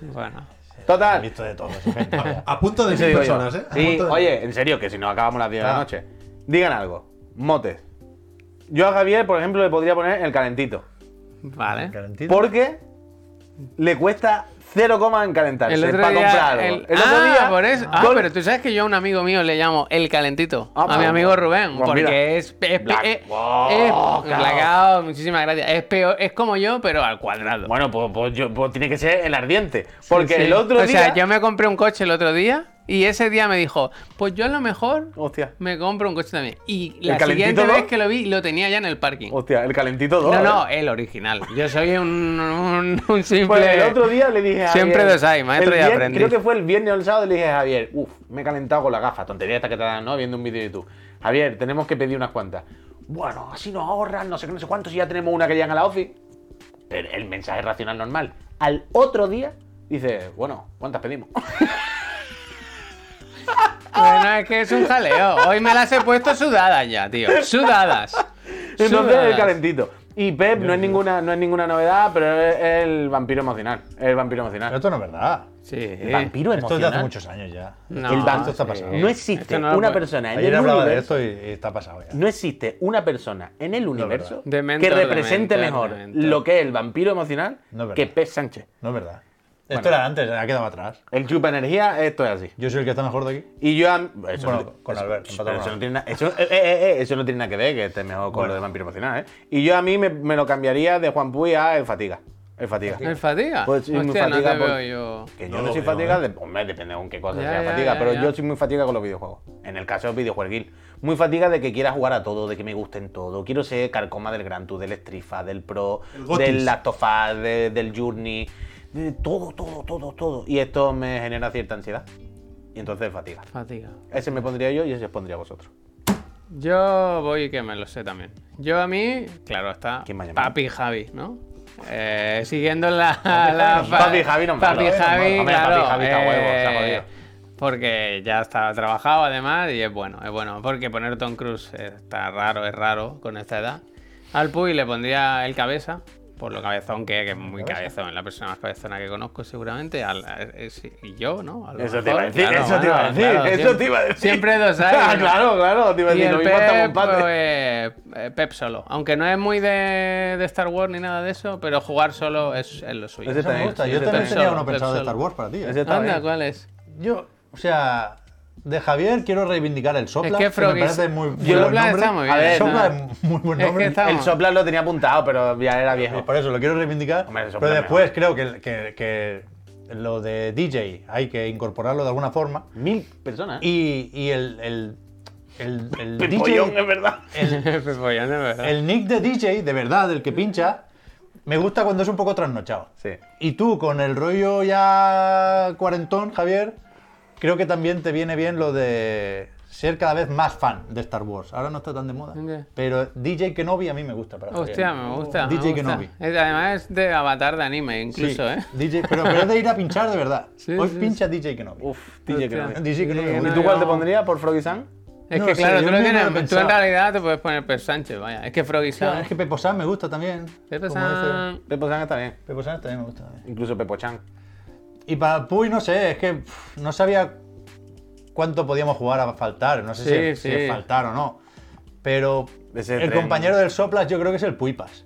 B: Bueno.
C: He
F: Total.
C: visto de todo, esa gente.
D: (laughs)
C: vaya.
D: A punto de
F: Eso
D: 1.000
F: digo yo.
D: personas, ¿eh? A
F: Sí,
D: punto de-
F: oye, en serio, que si no acabamos las 10 de la
C: Ah.
F: noche. Digan algo. Motes. Yo a Javier, por ejemplo, le podría poner el calentito.
B: Vale.
C: Calentito.
F: Porque le cuesta 0, coma en calentarse
B: El otro
F: para
B: día.
F: comprar algo.
B: el-
F: El otro
B: ah,
F: día,
B: por eso. Ah,
F: gol-
B: pero tú sabes que yo a un amigo mío le llamo el calentito.
F: Ah,
B: a mi
F: pues,
B: amigo Rubén.
F: pues
B: porque
F: mira.
B: es. es,
F: Black-
B: es-
F: Oh,
B: es-
F: claro.
B: blackout, muchísimas gracias. Es peor, es como yo, pero al cuadrado.
F: Bueno, pues, pues yo- pues tiene que ser el ardiente.
B: Sí,
F: Porque
B: sí.
F: el otro
B: o
F: día.
B: sea, yo me compré un coche el otro día y ese día me dijo, pues yo a lo mejor
F: Hostia.
B: me compro un coche también. Y la
F: calentito Oh,
B: siguiente
F: dos?
B: vez que lo vi, lo tenía ya en el parking.
F: Hostia, el calentito 2.
B: No, no, el original. Yo soy un, un, un simple...
F: Pues el otro día le dije a Javier.
B: Siempre los hay, maestro,
F: el
B: ya
F: vier-
B: aprendí.
F: Creo que fue el viernes o el sábado y le dije a Javier, uff, me he calentado con la gafa, tontería esta que te dan, ¿no? Viendo un vídeo de YouTube. Javier, tenemos que pedir unas cuantas. Bueno, así nos ahorran, no sé qué, no sé cuántos, y ya tenemos una que llegan a la office. Pero el mensaje racional normal. Al otro día, dice, bueno,
B: (laughs)
F: ¿cuántas pedimos? (laughs)
B: Bueno, es que es un jaleo. Hoy me las he puesto sudadas ya, tío. Sudadas.
F: Entonces
B: Sudadas.
F: el calentito. Y Pep no es, ninguna, no es ninguna novedad, pero es el vampiro emocional. El vampiro
C: Pero
F: emocional.
C: esto no es verdad.
B: Sí.
F: El vampiro
C: Esto es de hace
F: emocional.
C: muchos años ya.
B: No,
F: el
C: Esto
F: vampiro
C: está
B: sí.
C: pasado.
F: No existe
B: Esto no lo
F: una
B: puede-
F: persona en
C: Ayer
F: el
C: hablaba de
F: universo-
C: esto y, y está pasado ya.
F: No existe una persona en el universo
B: verdad. Dementor,
F: que represente
B: dementor,
F: mejor
B: dementor.
F: lo que es el vampiro emocional
C: No es verdad.
F: que Pez Sánchez.
C: No es verdad. Esto era antes, ha quedado atrás.
F: El chupa energía, esto es así.
C: Yo soy el que está mejor de aquí.
F: Y yo. am- Eso,
C: Bueno,
F: no-
C: con
F: eso-
C: Albert,
F: Eso,
C: empatado con
F: no tiene na- eso- eh, eh, eh, eso no tiene nada que ver, que esté mejor con
C: Bueno.
F: lo de vampiro emocional, ¿eh? Y yo a mí me, me lo cambiaría de Juan Puy a El Fatiga. El Fatiga.
B: ¿El fatiga?
F: Pues sí, me
B: Hostia, no te
F: fatiga por-
B: veo yo...
F: Que
D: No
F: yo no,
D: lo
F: soy
D: veo,
F: fatiga, de, hombre, depende con qué cosa
B: Ya,
F: sea
B: ya,
F: fatiga,
B: ya,
F: pero
B: ya.
F: yo soy muy fatiga con los videojuegos. En el caso de videojueguil. Muy fatiga de que quiera jugar a todo, de que me gusten todo. Quiero ser carcoma del Gran Tour, del Strifa, del Pro,
D: El Gotis.
F: del Last of Us, de- del Journey. de todo, todo, todo, todo. Y esto me genera cierta ansiedad. Y entonces fatiga.
B: Fatiga.
F: Ese me pondría yo y ese os pondría vosotros.
B: Yo voy que me lo sé también. Yo a mí, claro, está
F: ¿Quién me ha llamado?
B: Papi Javi, ¿no? Eh, siguiendo la, la fa-
F: Papi Javi no me
B: Papi
F: jodas, no me
B: Javi,
F: jodas. Hombre,
B: claro,
F: Papi Javi está huevo, se ha
B: eh,
F: jodido.
B: porque ya está trabajado además y es bueno, es bueno. Porque poner Tom Cruise está raro, es raro con esta edad. Al Puy le pondría el cabeza, por lo cabezón que es, que es muy cabezón, la persona más cabezona que conozco seguramente. Al- eh, sí, y yo, ¿no? A lo
F: Eso te iba a
B: mejor,
F: decir,
B: claro,
F: eso te iba a
B: bueno,
F: decir,
B: claro,
F: eso
B: siempre-
F: te iba a decir.
B: Siempre dos hay.
F: (laughs) Ah,
B: ¿no?
F: claro, claro, te iba a
B: Y
F: decir,
B: el
F: no me importa
B: Pep,
F: compadre.
B: pues, eh, Pep solo. Aunque no es muy de, de Star Wars ni nada de eso, pero jugar solo es, es lo suyo.
F: Ese
C: Eso me
F: también,
C: gusta.
F: sí,
C: Yo
F: ese
C: también
F: también.
C: tenía
B: Solo,
C: uno pensado de
B: solo.
C: Star Wars para ti. ¿eh?
F: Ese está
B: Anda,
F: bien.
B: ¿cuál es?
C: Yo, o sea, de Javier quiero reivindicar el Sopla.
B: que
C: que
B: Froggy-
C: me parece muy, muy
B: Sopla
C: buen nombre.
B: está muy bien,
C: A ver,
B: ¿no?
C: Sopla es muy buen
B: (laughs) Es que
C: nombre.
B: está-
F: El soplar lo tenía apuntado, pero ya era viejo.
C: Y Por eso lo quiero reivindicar.
F: Hombre, el Sopla
C: pero
F: es
C: después creo que, que- que lo de DJ hay que incorporarlo de alguna forma.
B: Ah.
F: Mil personas.
C: Y, y el, el, el, el
F: Pipollón,
C: DJ.
F: es verdad.
C: el-
B: (laughs) Pues, pues, ya no, ¿verdad?
C: El nick de DJ, de verdad, el que pincha, me gusta cuando es un poco trasnochado.
F: Sí.
C: Y tú, con el rollo ya cuarentón, Javier, creo que también te viene bien lo de ser cada vez más fan de Star Wars. Ahora no está tan de moda.
B: Ok.
C: Pero DJ Kenobi a mí me gusta. Para jugar.
B: Hostia, me gusta. me
C: DJ
B: gusta.
C: eh, Kenobi.
B: Es- además es de avatar de anime,
C: Sí,
B: incluso, ¿eh?
C: DJ, pero, pero es de ir a pinchar de verdad.
B: Sí,
C: Hoy
B: sí,
C: pincha DJ Kenobi.
A: Uf, DJ
B: Hostia.
A: Kenobi.
C: DJ Kenobi.
B: DJ
F: ¿Y tú
B: Kenobi.
F: cuál te pondrías por Froggy San?
B: Es
C: No
B: que
C: sé,
B: claro,
C: yo
B: tú, lo
C: ni me lo he
B: tienes, tú en
C: pensado.
B: realidad te puedes poner Pep Sánchez, vaya. Es que Froggy
C: Claro,
B: sabe.
C: es que Pepo San me gusta también.
B: Pepe
C: como dice-
B: San.
F: Pepo San está bien.
C: Pepo San también me gusta. también.
A: Incluso Pepo Chan.
C: Y para Puy, no sé, es que pff, no sabía cuánto podíamos jugar a faltar. No sé
B: Sí,
C: si, si
B: sí.
C: faltar o no. Pero
F: Ese
C: el
F: tren.
C: compañero del Soplas yo creo que es el Puipas.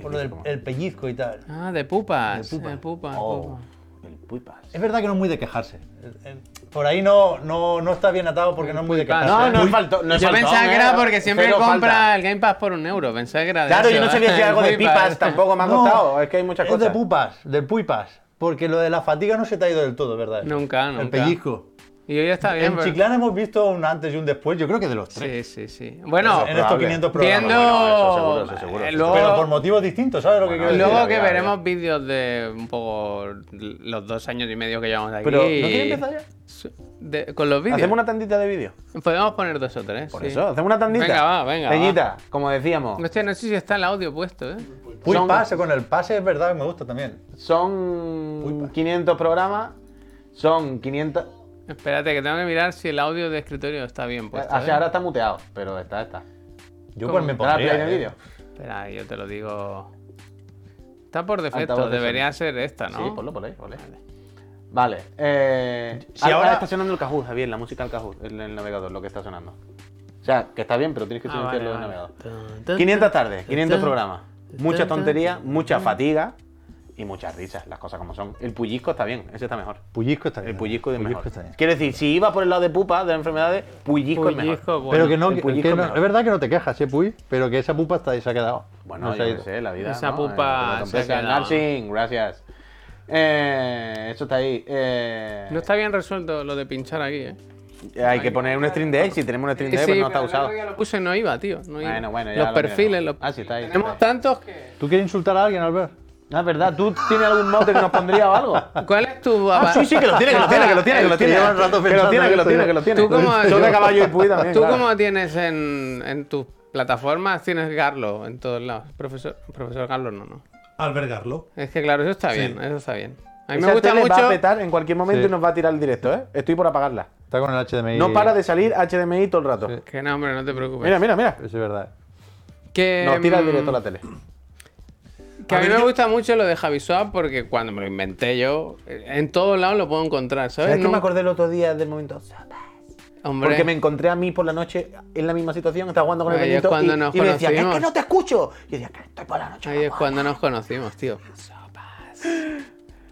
C: Por lo del el pellizco y tal.
B: Ah, de pupas.
C: De
B: De
C: pupas.
B: pupas.
A: Oh,
B: pupas.
A: el Puipas.
C: Es verdad que no es muy de quejarse. El- el- Por ahí no, no, no está bien atado porque no es muy de
B: Puipas.
C: quejarse.
A: No, no
B: Uy,
A: es faltó. No es
B: yo
A: faltón,
B: pensaba que
A: ¿eh?
B: era porque siempre
A: Cero
B: compra
A: falta.
B: el Game Pass por un euro. Pensaba que era de
A: Claro,
B: eso,
A: yo no sabía si
B: ¿eh?
A: era algo
B: (laughs)
A: de pipas tampoco, me ha
C: No,
A: costado. Es que hay muchas
C: es de
A: cosas.
C: Pupas, del Puipas. Porque lo de la fatiga no se te ha ido del todo, ¿verdad?
B: Nunca,
C: El
B: nunca.
C: pellizco.
B: Y hoy está bien.
C: En
B: pero-
C: Chiclana hemos visto un antes y un después, yo creo que de los tres.
B: Sí, sí, sí. Bueno,
C: en estos
A: probable.
C: 500 programas.
B: viendo.
A: eso seguro, eso seguro,
B: eh,
A: eso
B: luego-
C: Pero por motivos distintos, ¿sabes lo que
A: Bueno,
C: quiero
B: Luego
A: Claro,
B: que
A: claro.
B: veremos vídeos de un poco los dos años y medio que llevamos aquí.
A: Pero, ¿no
B: quieres
A: quieres empezar ya?
B: De, con los vídeos.
F: Hacemos una tandita de vídeo.
B: Podemos poner dos o tres.
F: Por
B: sí.
F: eso, hacemos una tandita.
B: Venga, va, venga,
F: Peñita, como decíamos,
B: Hostia, no sé si está el audio puesto, ¿eh?
C: decir? Puy
F: Son-
C: pase con el pase es verdad que me gusta también.
F: son 500 programas, son 500...
B: Espérate, que tengo que mirar si el audio de escritorio está bien puesto.
F: Ah, sí,
B: ¿eh?
F: ahora está muteado, pero está, está.
C: Yo
B: ¿Cómo?
C: pues me
F: Ahora play
C: pondría.
F: de
C: eh.
F: vídeo.
B: Espera, yo te lo digo. Está por defecto,
F: Altavoz de
B: debería ser esta, ¿no?
F: Sí, ponlo por ahí, por ahí. Vale. Eh,
C: Si
F: ahora,
C: ahora-
F: está sonando el Kahoot, Javier, la música del Kahoot, el, el navegador, lo que está sonando. O sea, que está bien, pero tienes que
B: Ah,
F: silenciarlo
B: vale,
F: del
B: vale.
F: navegador.
B: Tun, tun,
F: 500 tardes,
B: tun,
F: 500
B: tun.
F: programas. Mucha
B: tun,
F: tontería, mucha fatiga y muchas risas, las cosas como son. El pullisco está bien, ese está mejor.
C: Pullisco está bien.
F: El pullisco es mejor.
C: está bien.
F: Quiero decir, si iba por el lado de pupa, de enfermedades, pullisco, es
B: Pullisco,
F: mejor.
B: bueno.
C: Pero que no,
F: el
C: que- que
F: pullisco es
C: no-
F: mejor.
C: es verdad que no te quejas, ¿eh, Puy? Pero que esa pupa está ahí, se ha quedado.
F: Bueno,
C: No se
F: yo
C: ha
F: qué
C: ido.
F: sé, la vida.
B: Esa
F: ¿no?
B: pupa
F: Eh,
B: se ha
F: compensa.
B: quedado.
F: Narsing, gracias. Eh, eso está ahí. eh,
B: No está bien resuelto lo de pinchar aquí, ¿eh?
F: Hay que poner un stream de si tenemos un stream de
B: Sí,
F: pero no
B: pero
F: está
B: el
F: usado.
B: otro día lo puse y no iba, tío. no iba.
F: Bueno, bueno, ya
B: Los
F: lo
B: perfiles,
F: miraremos.
B: los...
F: Ah, sí, está ahí.
B: Tenemos tantos que...
C: ¿Tú quieres insultar a alguien, Albert?
F: Ah, es verdad, ¿tú tienes algún mote que nos pondría
C: (laughs)
F: o algo?
B: ¿Cuál es tu...
F: Ah, sí, sí, que lo tiene, que lo tiene, que lo tiene, que lo tiene.
C: Lleva un rato
F: Que lo tiene, que lo
C: pensando
F: tiene,
C: esto,
F: que lo tiene.
B: (laughs) ¿Tú cómo-
F: Yo de caballo y puy también.
B: ¿Tú
F: claro.
B: cómo tienes en, en tus plataformas? Tienes Garlo en todos lados. Profesor, profesor Garlo no, no.
D: Albergarlo.
B: Es que claro, eso está bien, eso está bien. A mí
F: Esa
B: me gusta
F: tele este va a
B: mucho...
F: petar en cualquier momento
C: Sí.
F: y nos va a tirar el directo, ¿eh? Estoy por apagarla.
C: Está con el HDMI.
F: No para de salir HDMI todo el rato.
C: Sí.
B: Que no, hombre, no te preocupes.
F: Mira, mira, mira.
B: Pues,
C: Eso es verdad.
B: que,
F: Nos tira el
B: mm,
F: directo la tele.
B: Que a,
D: A
B: mí
D: ver,
B: me
D: yo-
B: gusta mucho lo de Javiswap porque cuando me lo inventé yo, eh, en todos lados lo puedo encontrar, ¿sabes?
F: ¿Sabes qué
B: No-
F: me acordé el otro día del momento?
B: Hombre,
F: Porque me encontré a mí por la noche en la misma situación, estaba jugando con el
B: Ahí es
F: Benito
B: cuando
F: y,
B: nos
F: y me decía, "Que es que
B: conocimos".
F: no te escucho. Y yo decía, que estoy por la noche.
B: ahí es cuando nos conocimos, tío.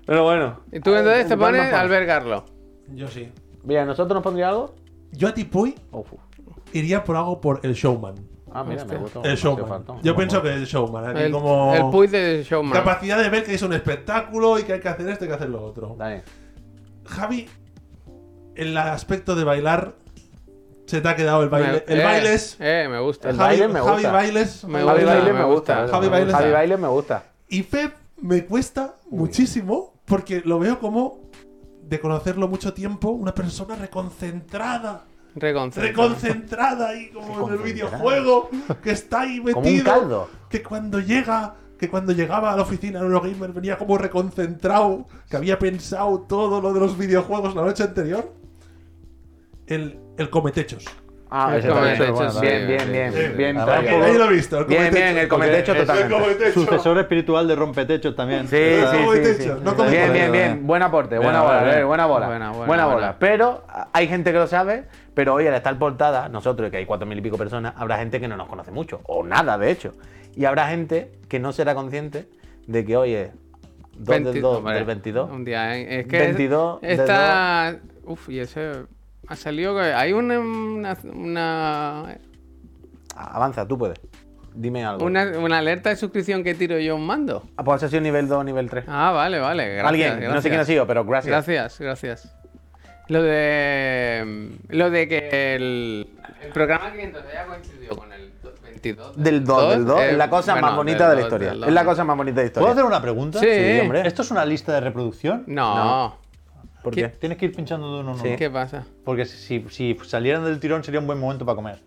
F: Pero bueno.
B: Y tú entonces te
F: Batman
B: pones
F: Forever.
B: albergarlo.
D: Yo sí.
F: Mira, ¿nosotros nos pondría algo?
D: Yo a ti, Puy,
F: Ojo.
D: iría por algo por el showman.
F: Ah, mira,
B: Este.
F: me gustó.
D: El
F: demasiado
D: showman.
F: faltón.
D: Yo pienso que el showman. aquí
B: El,
D: como
B: el puy de Showman.
D: capacidad de ver que es un espectáculo y que hay que hacer esto y que hacer lo otro.
F: Está bien.
D: Javi, en el aspecto de bailar, se te ha quedado el baile.
B: Me-
D: el
B: eh,
D: baile es.
B: Eh, me gusta.
F: El
D: Javi,
F: baile me
D: Javi
F: gusta.
D: bailes.
B: Me
F: Javi
B: gusta,
F: Baile
B: me
F: me gusta.
B: gusta.
D: Javi Baile
F: Javi
D: está.
F: Baile me gusta.
D: Y Feb me cuesta muchísimo porque lo veo como de conocerlo mucho tiempo, una persona reconcentrada.
B: Reconcentra.
D: Reconcentrada y como en el
F: Reconcentrada.
D: videojuego, que está ahí metido.
F: Como un caldo.
D: Que cuando llega, que cuando llegaba a la oficina en Eurogamer venía como reconcentrado, que había pensado todo lo de los videojuegos la noche anterior. El, el cometechos.
F: Ah,
B: El
F: ese también.
B: cometecho, sí,
F: bien,
B: sí,
F: bien, bien,
D: sí.
F: bien, bien.
C: Además
F: traído.
C: que-
D: Ahí lo he visto, el
F: Bien,
D: cometecho.
F: bien, el cometecho
C: Porque es el
F: totalmente.
C: Sucesor espiritual de Rompetechos también.
F: Sí, sí, sí, sí.
D: Cometecho, no cometecho.
F: Bien, bien,
C: Bien,
F: bien.
C: bien.
F: Buen aporte, buena
C: Bien,
F: bola,
C: bien.
F: eh, buena bola.
B: Buena, buena,
F: Buena
B: buena.
F: bola. Pero a- hay gente que lo sabe, pero hoy al estar portada, nosotros, que hay cuatro mil y pico personas, habrá gente que no nos conoce mucho, o nada, de hecho. Y habrá gente que no será consciente de que hoy es 2 del 2
B: hombre,
F: del 22.
B: Un día, ¿eh? Es que
F: 22 del
B: esta... Uf, y ese... Ha salido que... Hay una... Una, una,
F: A- Avanza, tú puedes. Dime algo.
B: una- una alerta de suscripción que tiro yo a un mando.
F: Ah, Pues ha sido nivel 2 nivel 3.
B: Ah, vale, vale. Gracias,
F: Alguien, no sé quién ha
B: gracias.
F: sido, pero gracias.
B: Gracias, gracias. Lo de. Lo de que el, el programa 500 haya coincidido con el 22.
F: Del 2, del 2.
B: eh,
F: es la cosa
B: bueno,
F: más bonita
B: del
F: de la
B: dos,
F: historia.
B: del
F: Es la
B: dos.
F: cosa más bonita de la
C: ¿Puedo
F: historia.
C: hacer una pregunta?
B: Sí. Sí, hombre.
C: ¿Esto es una lista de reproducción?
B: No.
F: ¿Por
G: Ti-
F: qué?
G: Tienes que ir pinchando de uno en uno.
B: ¿Qué pasa?
G: Porque si, si salieran del tirón sería un buen momento para comer.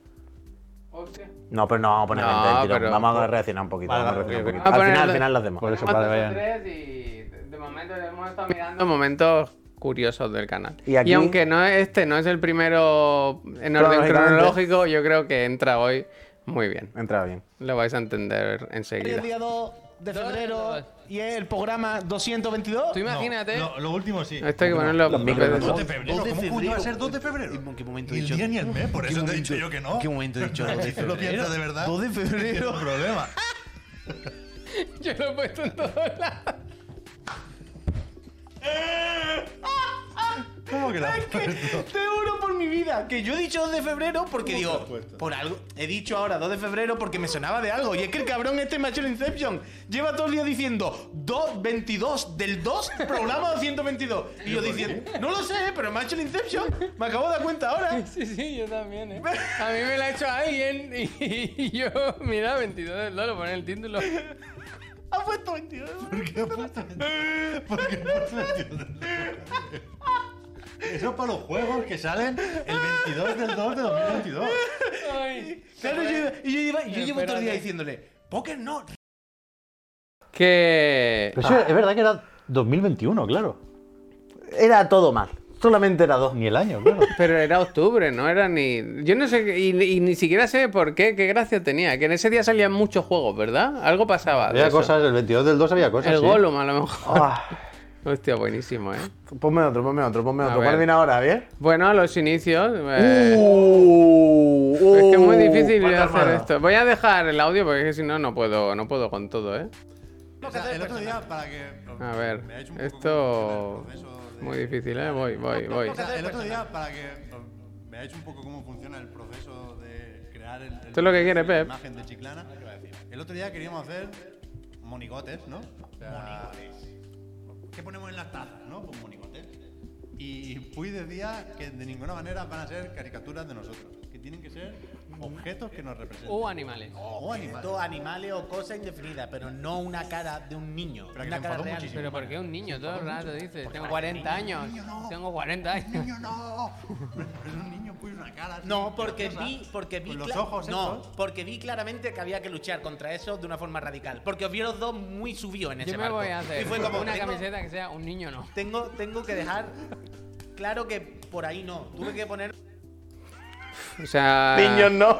F: No, pero no vamos a poner
B: No,
F: 20 del tirón.
B: pero-
F: Vamos a reaccionar un poquito.
G: Vale,
F: vamos a
G: ok,
F: reaccionar un
B: ok.
F: poquito.
B: Vamos a
F: Al final, al
B: ponerle-
F: final lo hacemos.
G: Por eso, para que vayan.
B: y de momento hemos estado mirando momentos curiosos del canal.
F: Y aquí-
B: aunque no este no es el primero en orden
F: Cronológicamente.
B: cronológico, yo creo que entra hoy muy bien.
F: Entra bien.
B: Lo vais a entender
A: Hoy
B: enseguida.
A: es día 2 de febrero y es el programa 222.
B: Tú imagínate,
C: No, lo último sí.
B: esto hay que ponerlo
F: Los micros,
B: veces.
F: ¿no?
C: 2 de febrero.
A: Dos de
C: ¿Cómo coño va a
A: febrero.
C: ser 2 de febrero?
A: ¿En qué momento he
C: Ni el
A: dicho?
C: día ni el mes, por
A: ¿Qué
C: eso te he
A: momento-
C: dicho yo que no.
A: ¿Qué momento he dicho? 2 de
C: Si tú
A: febrero.
C: lo piensas de verdad.
A: 2 de
C: Es
A: febrero.
C: un problema.
B: Yo lo he puesto en todos lados.
C: ¿Cómo que la has puesto?
A: Te juro por mi vida que yo he dicho 2 de febrero porque digo, por algo, he dicho ahora 2 de febrero porque me sonaba de algo. Y es que el cabrón este me ha hecho el Inception. Lleva todo el día diciendo 2, 22, del 2, programa 222. Y yo diciendo, no lo sé, pero me ha hecho el Inception. Me acabo de dar cuenta ahora.
B: Sí, sí, yo también, ¿eh? A mí me lo ha hecho alguien y, yo, mira, 22 del dólar, pone el título.
A: (laughs) Ha puesto 22.
C: ¿Por qué has puesto?
A: (laughs)
C: ¿Por qué has puesto? Eso es para los juegos que salen el 22 del 2 de 2022.
B: Ay,
A: Claro, yo, y yo, lleva- yo llevo todo el día
B: Espérate.
A: diciéndole, Poker no.
B: que...
G: Pero sí, es verdad que era 2021, claro.
F: Era todo mal. Solamente era dos.
G: Ni el año, claro.
B: Pero era octubre, no era ni... Yo no sé, qué- y, y ni siquiera sé por qué, qué gracia tenía. Que en ese día salían muchos juegos, ¿verdad? Algo pasaba. de
G: había
B: eso.
G: cosas, el 22 del 2 había cosas.
B: El
G: sí.
B: Gollum, a lo mejor.
F: Ah,
B: (laughs) Hostia, buenísimo, ¿eh?
F: (laughs) ponme otro, ponme otro, ponme
B: A
F: otro.
B: ver.
F: ¿Cuál viene ahora, bien?
B: Bueno, los inicios... eh,
F: Uh,
B: Es que es muy
F: uh,
B: difícil
F: pata
B: hacer
F: armada.
B: esto. Voy a dejar el audio porque es que si no, no puedo, no puedo con todo, ¿eh?
C: O sea, el otro día, para que.
B: A ver,
C: me ha hecho un poco
B: esto
C: como funciona el proceso de-
B: muy difícil, ¿eh? Voy, voy, voy.
C: O sea, el otro día, para que. Me ha hecho un poco cómo funciona el proceso de crear el, el-
B: Esto es lo que quiere
C: la
B: Pep.
C: imagen de Chiclana. El otro día queríamos hacer monigotes, ¿no? O sea, ¿Qué ponemos en las tazas, no? Pues monigotes. Y Puy decía que de ninguna manera van a ser caricaturas de nosotros, que tienen que ser objetos que nos representen.
B: Uh, animales.
C: O animales.
A: Dos animales o cosas indefinidas, pero no una cara de un niño.
C: Pero que
A: una
C: se
A: cara
C: enfadó
A: real.
C: muchísimo.
B: Pero ¿por qué un niño todo el rato dices? Tengo 40 años. Tengo 40 años.
C: niño no! Pero un niño puso una cara. así,
A: No, porque
C: graciosa,
A: vi, porque vi,
C: Con los
A: cla-
C: ojos,
A: no,
C: estos.
A: porque vi claramente que había que luchar contra eso de una forma radical, porque os vieron dos muy subidos en ese
B: Yo me
A: barco.
B: voy a hacer
A: y fue como
B: una
A: tengo,
B: camiseta que sea un niño no.
A: Tengo, tengo que dejar claro que por ahí no. Tuve que poner
B: O sea,
F: Niños no.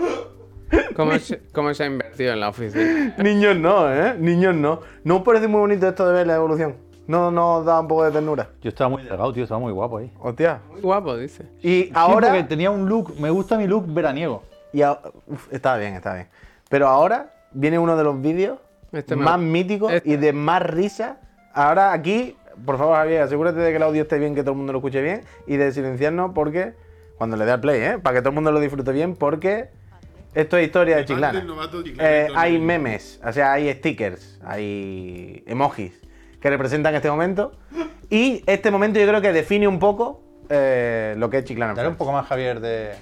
F: (laughs)
B: ¿cómo se, cómo se ha invertido en la oficina?
F: Niños no, ¿eh? Niños no. ¿No os parece muy bonito esto de ver la evolución? No no os da un poco de ternura.
G: Yo estaba muy delgado, tío, estaba muy guapo ahí.
F: Hostia.
B: Muy (laughs) guapo, dice.
F: Y
G: Sí, porque
F: ahora.
G: tenía un look, me gusta mi look veraniego.
F: y a- uf, está bien, está bien. Pero ahora viene uno de los vídeos
B: Este me-
F: más míticos
B: este.
F: y de más risa. Ahora aquí, por favor, Javier, asegúrate de que el audio esté bien, que todo el mundo lo escuche bien. Y de silenciarnos porque. Cuando le dé al play, ¿eh? Para que todo el mundo lo disfrute bien, porque. Esto es historia de Chiclana.
H: Antes novato de Chiclana,
F: Eh,
H: entonces-
F: hay memes, o sea, hay stickers, hay emojis que representan este momento. Y este momento yo creo que define un poco eh, lo que es Chiclana.
G: Dale un
F: Friends.
G: poco más, Javier, de,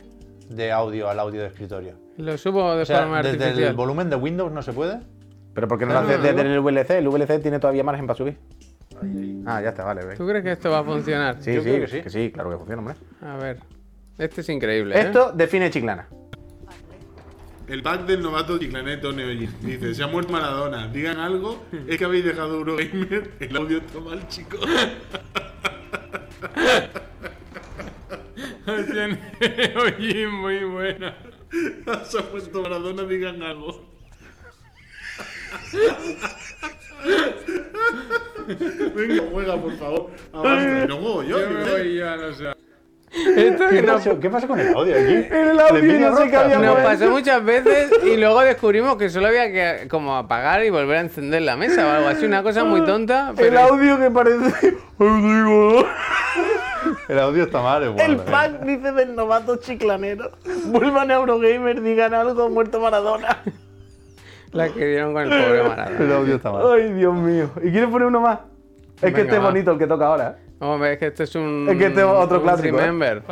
G: de audio al audio de escritorio.
B: Lo subo de
G: O sea,
B: forma
G: desde el
B: artificial.
G: volumen de Windows no se puede.
F: Pero ¿por qué no lo
B: Dale
F: haces
B: un
F: desde
B: algo.
F: el VLC? El VLC tiene todavía margen para subir. Ah, ya está, vale. ve.
B: ¿Tú crees que esto va a funcionar?
F: Sí,
G: Yo
F: sí,
G: creo
F: que
G: que
F: sí,
G: sí.
F: claro que funciona, hombre.
B: A ver. Este es increíble, ¿eh?
F: Esto define (laughs) Chiclana.
H: El pack del novato Chiclaneto Neoyin dice: Se ha muerto Maradona, digan algo. Es que habéis dejado Eurogamer. El audio está
B: (laughs)
H: mal, chicos.
B: (laughs) Oye, muy buena.
H: Se ha puesto Maradona,
B: (laughs)
H: digan algo. Venga, juega, por favor. Avanza. No juego yo. ni idea.
B: ya, no sé. Esto que (laughs) no
G: ¿Qué pasa con el audio
F: (laughs)
G: aquí?
F: El audio,
G: Emilio
F: no sé qué
G: Roca.
F: había
B: Nos
F: Bueno.
B: pasó muchas veces y luego descubrimos que solo había que como apagar y volver a encender la mesa o algo así, una cosa
F: Ah,
B: muy tonta. Pero
F: El audio que (laughs) parece.
G: El audio está mal, eh. es
F: El
G: bueno.
F: pack dice del novato chiclanero. Vuelvan a Eurogamer, digan algo, muerto Maradona.
B: la que dieron con el pobre Maradona.
G: El audio está mal.
F: Ay, Dios mío. ¿Y quieres poner uno más? Es
B: Venga,
F: que este es
B: va.
F: bonito el que toca ahora. ¿eh?
B: Hombre, es que esto es un.
F: Es que este es otro
B: un
F: clásico, ¿eh?
B: Remember.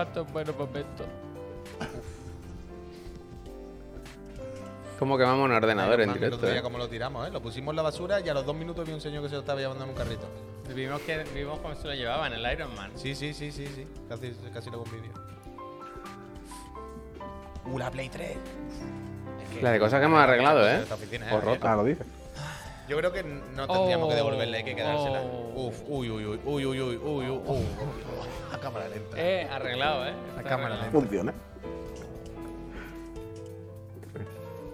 B: Como quemamos un ordenador
A: Iron Man,
B: en
A: el
B: directo.
A: otro día
B: eh.
A: como lo tiramos, ¿eh? Lo pusimos en la basura y a los dos minutos vi un señor que se lo estaba llevando en un carrito.
B: Vimos, que, vimos cómo se lo llevaban el Iron Man.
A: Sí, sí, sí, sí, sí. Casi, casi lo convivió. Uh, la Play 3. Es que-
B: La de cosas que hemos arreglado, ¿eh?
A: Esta oficina,
B: O roto.
F: Ah, lo dices.
A: Yo creo que no tendríamos
B: Oh,
A: que devolverle, hay que quedársela.
B: oh.
A: Uf, uy, uy, uy, uy, uy, uy, uy, uy, uy. A cámara lenta.
B: Eh, arreglado, ¿eh?
A: a
B: Está
A: cámara
B: arreglado.
A: lenta.
F: Funciona.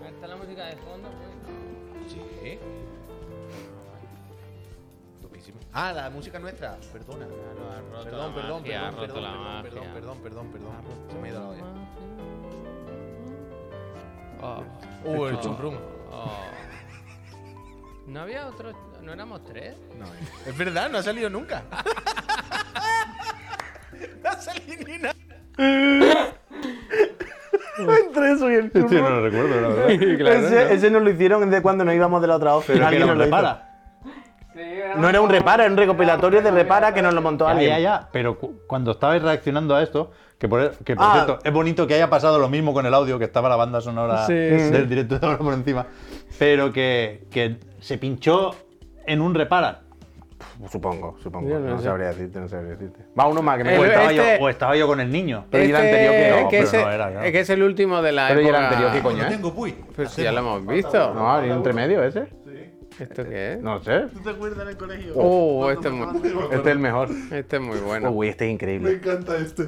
B: Ahí Está la música de fondo. pues.
A: Sí. Topísimo. Ah, la música nuestra. Perdona. Perdón,
B: la
A: perdón,
B: magia, ha
A: perdón,
B: roto la
A: perdón, perdón,
B: magia.
A: perdón, perdón, perdón, perdón. Se me ha ido la olla.
B: Oh,
A: Uh, el chumbrum.
B: oh. ¿No había otro? ¿No éramos tres?
A: Es verdad, no ha salido nunca. (laughs) no ha salido ni nada.
F: Entre eso y el
G: Este
F: churro.
C: Sí, no lo recuerdo, la verdad.
G: (laughs)
F: ese, ese nos lo hicieron de cuando nos íbamos de la otra oficina. Alguien nos lo hizo. No era un reparo, era un recopilatorio de repara que nos lo montó
C: Ya,
F: alguien.
C: ya, ya. Pero cu- cuando estabais reaccionando a esto, que por, e, que por
F: Ah.
C: cierto, es bonito que haya pasado lo mismo con el audio, que estaba la banda sonora del directo (laughs) de ahora por encima, pero que, que se pinchó en un repara.
F: Supongo, supongo. No sabría decirte, no sabría decirte. Va uno más que me
B: El-
C: O
F: cuenta.
C: estaba,
B: este-
C: yo, o estaba yo con el niño.
F: Pero y el anterior que no,
B: que
C: pero
B: ese-
C: no era, claro.
B: Es que es el último de la
F: Pero y el
B: época.
F: anterior qué coño,
D: Pues Lo
F: ¿eh?
D: tengo, puy.
B: Pero si ya lo hemos visto.
F: No, habría un entremedio ese.
B: ¿Esto qué es?
F: No sé.
H: ¿Tú te acuerdas en el colegio?
B: Oh,
H: Cuando
B: este es muy-
H: pasaban de gordo.
F: Este es el mejor.
B: Este es muy bueno.
F: Uy, este es
H: Me
F: increíble.
H: encanta este.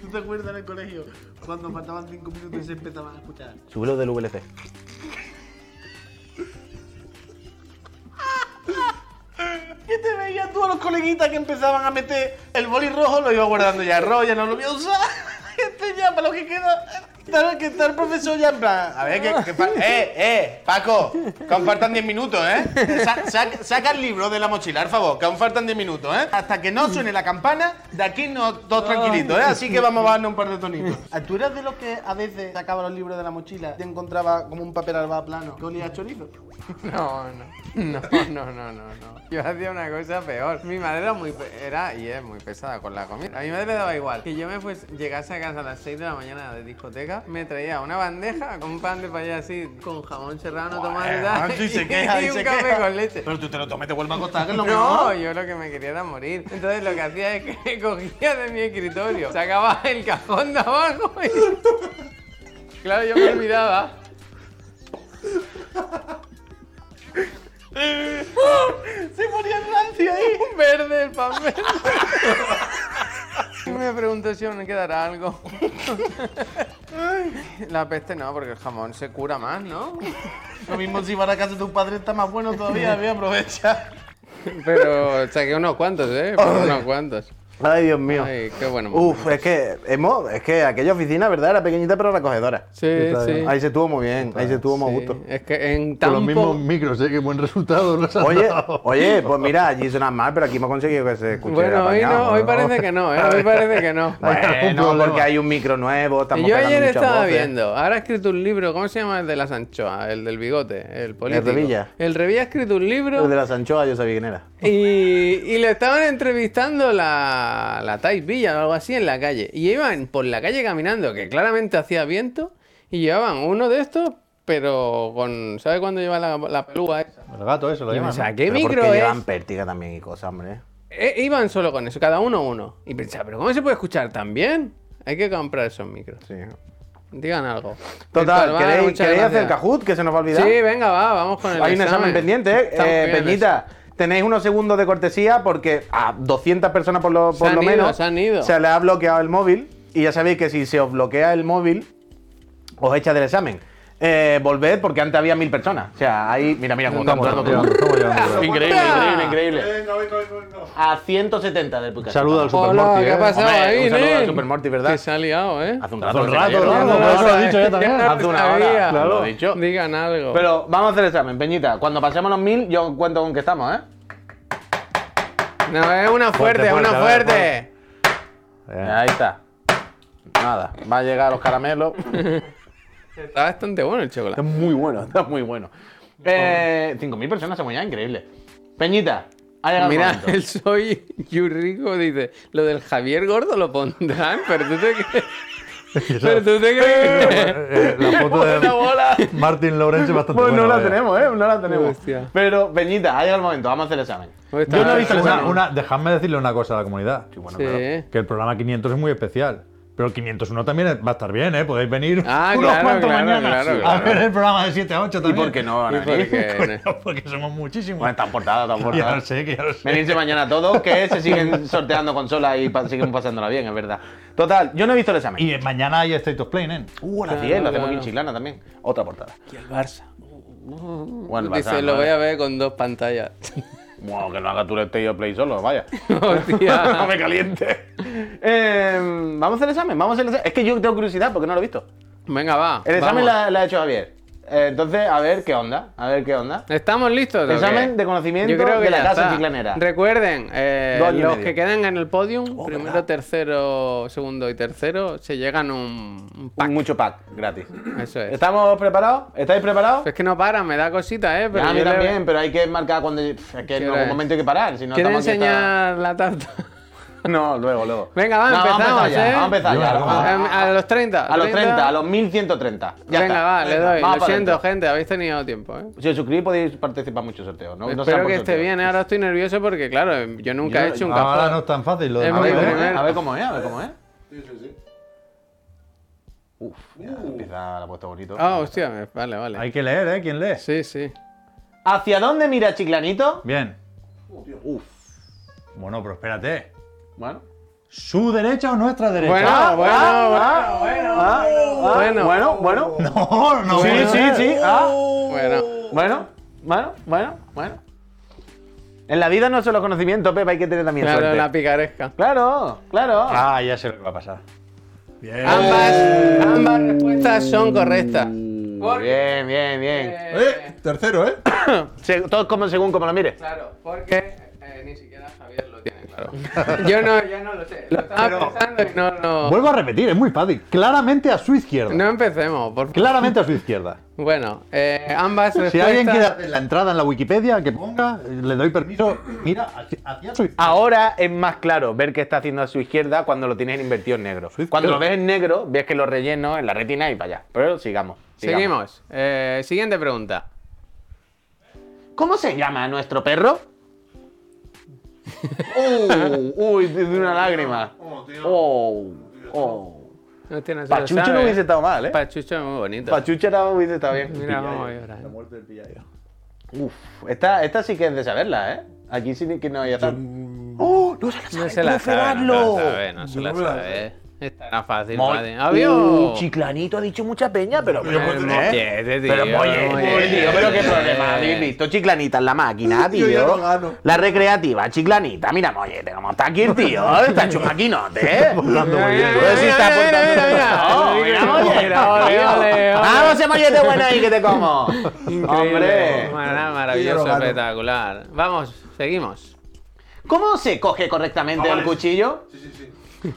H: ¿Tú te acuerdas en el colegio? Cuando faltaban 5 minutos y se empezaban a escuchar.
F: Súbelo del VLC.
I: ¿Qué te veías tú a los coleguitas que empezaban a meter el boli rojo? Lo iba guardando ya rojo, ya no lo voy a usar. (laughs) Este ya, para lo que queda. Tal que está el profesor ya en plan. A ver, que. que pa- eh, eh, Paco, que aún faltan 10 minutos, ¿eh? Sa- sa- saca el libro de la mochila, por favor, que aún faltan 10 minutos, ¿eh? Hasta que no suene la campana, de aquí no todos tranquilitos, ¿eh? Así que vamos a bajarnos un par de tonitos.
D: Ah, ¿Tú eras de los que a veces sacaba los libros de la mochila y te encontraba como un papel alba plano que olía a chorizo?
B: (laughs) No, no. No, (laughs) no, no, no, no. Yo hacía una cosa peor. Mi madre era muy pe- era y es muy pesada con la comida. A mi madre le daba igual que yo me pues llegase a casa a las 6 de la mañana de discoteca, me traía una bandeja con pan de paya así, con jamón serrano, tomate y tal,
I: sí se
B: (laughs) y-
I: queja,
B: y
I: sí
B: un
I: se
B: café
I: queja.
B: con leche.
I: Pero tú te lo tomes, te vuelves a acostar, que es lo
B: No,
I: mismo.
B: yo lo que me quería era morir. Entonces lo que hacía es que cogía de mi escritorio, sacaba el cajón de abajo y... Claro, yo me olvidaba.
I: Se moría el rancio ahí.
B: Un verde, el pan verde. Y me pregunto si aún me quedará algo. La peste no, porque el jamón se cura más, ¿no?
I: Lo mismo si para casa de tus padres está más bueno todavía, voy a aprovechar.
B: Pero saqué unos cuantos, ¿eh? Pero unos cuantos.
F: Ay, Dios mío.
B: Ay, qué bueno.
F: Uf, es que hemos, es que aquella oficina, ¿verdad? Era pequeñita pero recogedora.
B: Sí, sí.
F: Ahí se estuvo muy bien, ahí se estuvo muy a
B: Sí,
F: gusto.
B: Es que en
C: Con
B: tan
C: los mismos micros, ¿eh? Qué buen resultado nos has
F: Oye,
C: dado.
F: oye, pues mira, allí suena mal, pero aquí hemos conseguido que se escuche.
B: Bueno, hoy
F: apañado,
B: no, hoy parece que no, ¿eh? Hoy parece que no.
F: Bueno, porque hay un micro nuevo, estamos
B: yo ayer
F: pegando muchas
B: estaba
F: voces.
B: viendo, ahora ha escrito un libro, ¿cómo se llama el de las anchoas? El del bigote, el político.
F: Revilla.
B: El Revilla ha escrito un libro.
F: El de las anchoas, yo sabía quién era.
B: Y, y le estaban entrevistando la, la Thais Villa o algo así en la calle. Y iban por la calle caminando, que claramente hacía viento, y llevaban uno de estos, pero con. ¿Sabe cuándo lleva la, la pelúa esa?
C: El gato ese lo
B: Yo
C: llaman.
B: pensaba,
C: ¿no?
B: ¿qué
F: Pero
B: micro
F: porque
B: es?
F: llevan pértiga también y cosas, hombre.
B: E- iban solo con eso, cada uno uno. Y pensaba, ¿pero cómo se puede escuchar tan bien? Hay que comprar esos micros.
F: Sí.
B: Digan algo.
F: Total,
B: vale,
F: ¿queréis,
B: muchas
F: queréis hacer
B: gracias.
F: el Kahoot? Que se nos va a olvidar.
B: Sí, venga, va, vamos con el
F: Hay un examen pendiente, ¿eh?
B: Estamos
F: Eh,
B: bien,
F: Peñita, tenéis unos segundos de cortesía porque a 200 personas por lo,
B: Se
F: por
B: han
F: lo
B: ido,
F: menos
B: se han ido.
F: se les ha bloqueado el móvil y ya sabéis que si se os bloquea el móvil, os echa del examen. Eh, volved porque antes había mil personas. O sea, ahí, mira, mira, cómo
C: Estamos
F: estamos
C: llevando, estamos (laughs) llevando.
F: Increíble, increíble, increíble.
H: Venga, venga, venga, venga.
F: A 170 del Pikachu.
C: Saluda al Super
B: Hola,
C: Morty,
B: ¿qué ha
C: ¿eh? (laughs)
B: pasado
F: Hombre,
B: ahí,
F: un saludo
B: eh?
F: al Super Morty, ¿verdad?
B: Que se ha liado, ¿eh?
F: Hace un
C: Hace
F: rato,
C: un rato,
F: ¿no?
C: ¿no?
B: no,
C: Por eso
B: no,
C: lo he dicho yo también.
B: no
F: Hace una
B: sabía.
F: hora,
C: Claro.
F: lo he dicho.
B: Digan algo.
F: Pero vamos a hacer el examen, Peñita. Cuando pasemos los mil, yo cuento con que estamos, ¿eh?
B: No, es una
C: Fuerte,
B: fuerte,
C: fuerte,
B: una
C: a ver,
B: fuerte.
F: Ahí está. Nada, va a llegar los caramelos.
B: Está bastante bueno el chocolate.
F: Está muy bueno, está muy bueno. Eh, 5.000 personas se ya, increíble. Peñita, ha llegado el
B: Mira,
F: momento.
B: el soy Yurrico dice, lo del Javier Gordo lo pondrán, pero tú te crees Pero tú te crees que... (laughs)
C: Eh, la foto de Martin Lawrence es bastante
F: Pues no
C: buena,
F: la
C: ¿verdad?
F: tenemos, ¿eh? No la tenemos.
B: Hostia.
F: Pero, Peñita, ha llegado el momento. Vamos a hacer el examen.
B: ¿Dónde Pues está?
F: Yo no he visto el
C: Una,
F: examen.
C: una- dejadme decirle una cosa a la comunidad.
B: Sí. claro.
C: Que el programa 500 es muy especial. Pero el 501 también es- va a estar bien, ¿eh? Podéis venir
B: Ah,
C: unos
B: claro,
C: cuantos
B: claro,
C: mañanas
B: claro,
C: a
B: claro.
C: ver el programa de 7 a 8
F: ¿Y
C: también.
F: por qué no? van a venir?
C: (laughs)
B: Porque-
C: Coño, porque somos muchísimos.
F: Bueno, está en portada, está en
C: ya
F: portada.
C: lo sé, que ya lo sé.
F: Venirse mañana todos, que se siguen sorteando consolas y pa- siguen pasándola bien, es verdad. Total, yo no he visto el examen.
C: Y eh, mañana hay State of Play, ¿eh?
F: Uh, a las
B: Claro,
F: 10, lo hacemos aquí en
B: claro.
F: Chiclana también. Otra portada.
B: Y el Barça.
F: Bueno, el
B: Dice,
F: Barça,
B: lo
F: ¿no?
B: voy a ver con dos pantallas. (laughs)
F: Bueno, que no haga tú el State of Play solo, vaya.
B: (laughs)
F: no
B: Hostia.
F: me caliente. Eh, vamos a hacer el examen, vamos a hacer el examen. Es que yo tengo curiosidad porque no lo he visto.
B: Venga, va.
F: El examen
B: vamos.
F: la, la ha hecho Javier. Eh, entonces, a ver qué onda, a ver qué onda.
B: ¿Estamos listos? o qué?
F: Examen de conocimiento
B: Yo creo que
F: de la
B: ya
F: casa
B: está.
F: chiclanera.
B: Recuerden, eh,
F: Dos años y
B: los
F: medio.
B: que quedan en el podium, primero, tercero, segundo y tercero, se llegan un, un (coughs) pack.
F: Mucho pack, gratis.
B: Eso es.
F: ¿Estamos preparados? ¿Estáis preparados?
B: Es que no para, me da cosita, ¿eh? Pero
F: Ah, a mí
B: yo le-
F: también, pero hay que marcar cuando. pff, Es que en
B: Quiero
F: algún
B: ver.
F: momento hay que parar. Si no,
B: ¿Quieren
F: estamos aquí hasta-
B: enseñar la tarta?
F: No, luego, luego.
B: Venga, va,
F: No,
B: empezamos,
F: Vamos a empezar
B: ¿eh?
F: ya. Vamos a empezar ya.
C: Venga,
F: vamos a-
B: Em, a los 30.
F: A los 30, a los 1130. Ya
B: (laughs) Venga,
F: está.
B: va, le doy.
F: vamos
B: Lo
F: para
B: siento,
F: adentro.
B: gente, habéis tenido tiempo, ¿eh?
F: Si os suscribís podéis participar en muchos sorteos. No, no sean
B: Espero
F: por
B: que esté
F: sorteo.
B: bien, ¿eh? ahora estoy nervioso porque, claro, yo nunca
F: Yo-
B: he hecho un cajón.
C: Ahora no es tan fácil lo de
B: Es
F: A
B: muy
F: ver,
C: Marvel, ¿eh?
F: cómo es,
B: primer-
F: a ver cómo es, a ver cómo es.
H: Sí, sí, sí.
F: Uf, ya empieza la puesta bonito.
B: Ah, hostia, me- vale, vale.
C: Hay que leer, ¿eh? ¿Quién lee?
B: Sí, sí.
F: Ah, ¿Hacia dónde mira Chiclanito?
C: Bien.
F: Uf.
C: Bueno, pero espérate.
F: Bueno.
C: ¿Su derecha o nuestra derecha?
B: Bueno, bueno,
F: ah, ah, ah,
B: bueno.
F: bueno, bueno.
C: No, no.
F: Sí, sí, sí. ah.
B: bueno.
F: Bueno, bueno, bueno, bueno. En la vida no solo conocimiento, Pepe, hay que tener también
B: Claro,
F: suerte.
B: la picaresca.
F: Claro, claro.
C: Ah, ya sé lo que va a pasar.
D: Bien.
F: Ah.
B: Ambas, ambas respuestas son correctas.
F: Bien, bien, Mm, bien.
D: Eh, tercero, ¿eh?
F: Se- todo como según como lo mires.
B: Claro, porque eh, ni siquiera Javier lo tiene
F: (laughs)
B: claro. yo, no, yo no lo sé. Lo estaba pensando y no, no.
C: Vuelvo a repetir, es muy fácil. Claramente a su izquierda.
B: Oh. No empecemos, por favor.
C: Claramente a su izquierda.
B: Bueno, eh, ambas respuestas.
C: Si alguien quiere hacer la entrada en la Wikipedia, que ponga, le doy permiso. Mira, hacia- hacia su izquierda.
F: Ahora es más claro ver qué está haciendo a su izquierda cuando lo tienes invertido en negro. Cuando lo ves en negro, ves que lo relleno en la retina y para allá. Pero sigamos. sigamos.
B: Seguimos. Eh, siguiente pregunta.
F: ¿Cómo se llama nuestro perro? Uh, uy, de una lágrima. Oh, oh.
B: No tiene se lo
F: Pachucho no
B: sabe.
F: hubiese estado mal, ¿eh?
B: Pachucho es muy bonito.
F: Pachucho no hubiese estado bien.
B: Mira cómo llora.
C: Ah,
F: Uf, esta, esta sí que es de saberla, ¿eh? Aquí sí que no hay tan.
B: No se la sabe, no se la sabe, no se la sabe. Esta era fácil, padre.
F: Uh,
B: ¡Adiós!
F: Chiclanito ha dicho mucha peña, pero.
D: Pero
B: El
D: bueno, ¿eh?
B: mollete, tío,
F: Pero oye,
B: el
F: oye, tío, pero qué
B: mollete.
F: problema habéis visto chiclanita en la máquina, tío.
D: (laughs) Yo ya no gano.
F: La recreativa, chiclanita, mira, mollete, cómo está aquí el
D: (laughs)
F: tío, está chupaquinote, eh.
C: Hablando muy bien.
F: Pero si está
B: Mira, mira,
F: apuntando-
B: mira,
F: No,
B: mira.
F: mira, mollete,
B: Mira, ole,
F: tío.
B: ole, ole.
F: Vamos, ese mollete bueno ahí que
B: (laughs)
F: te como. Hombre.
B: Mara- Maravilloso,
D: Yo lo gano.
B: espectacular. Vamos, seguimos.
F: ¿Cómo se coge correctamente el cuchillo?
H: Sí, sí, sí.
F: (laughs)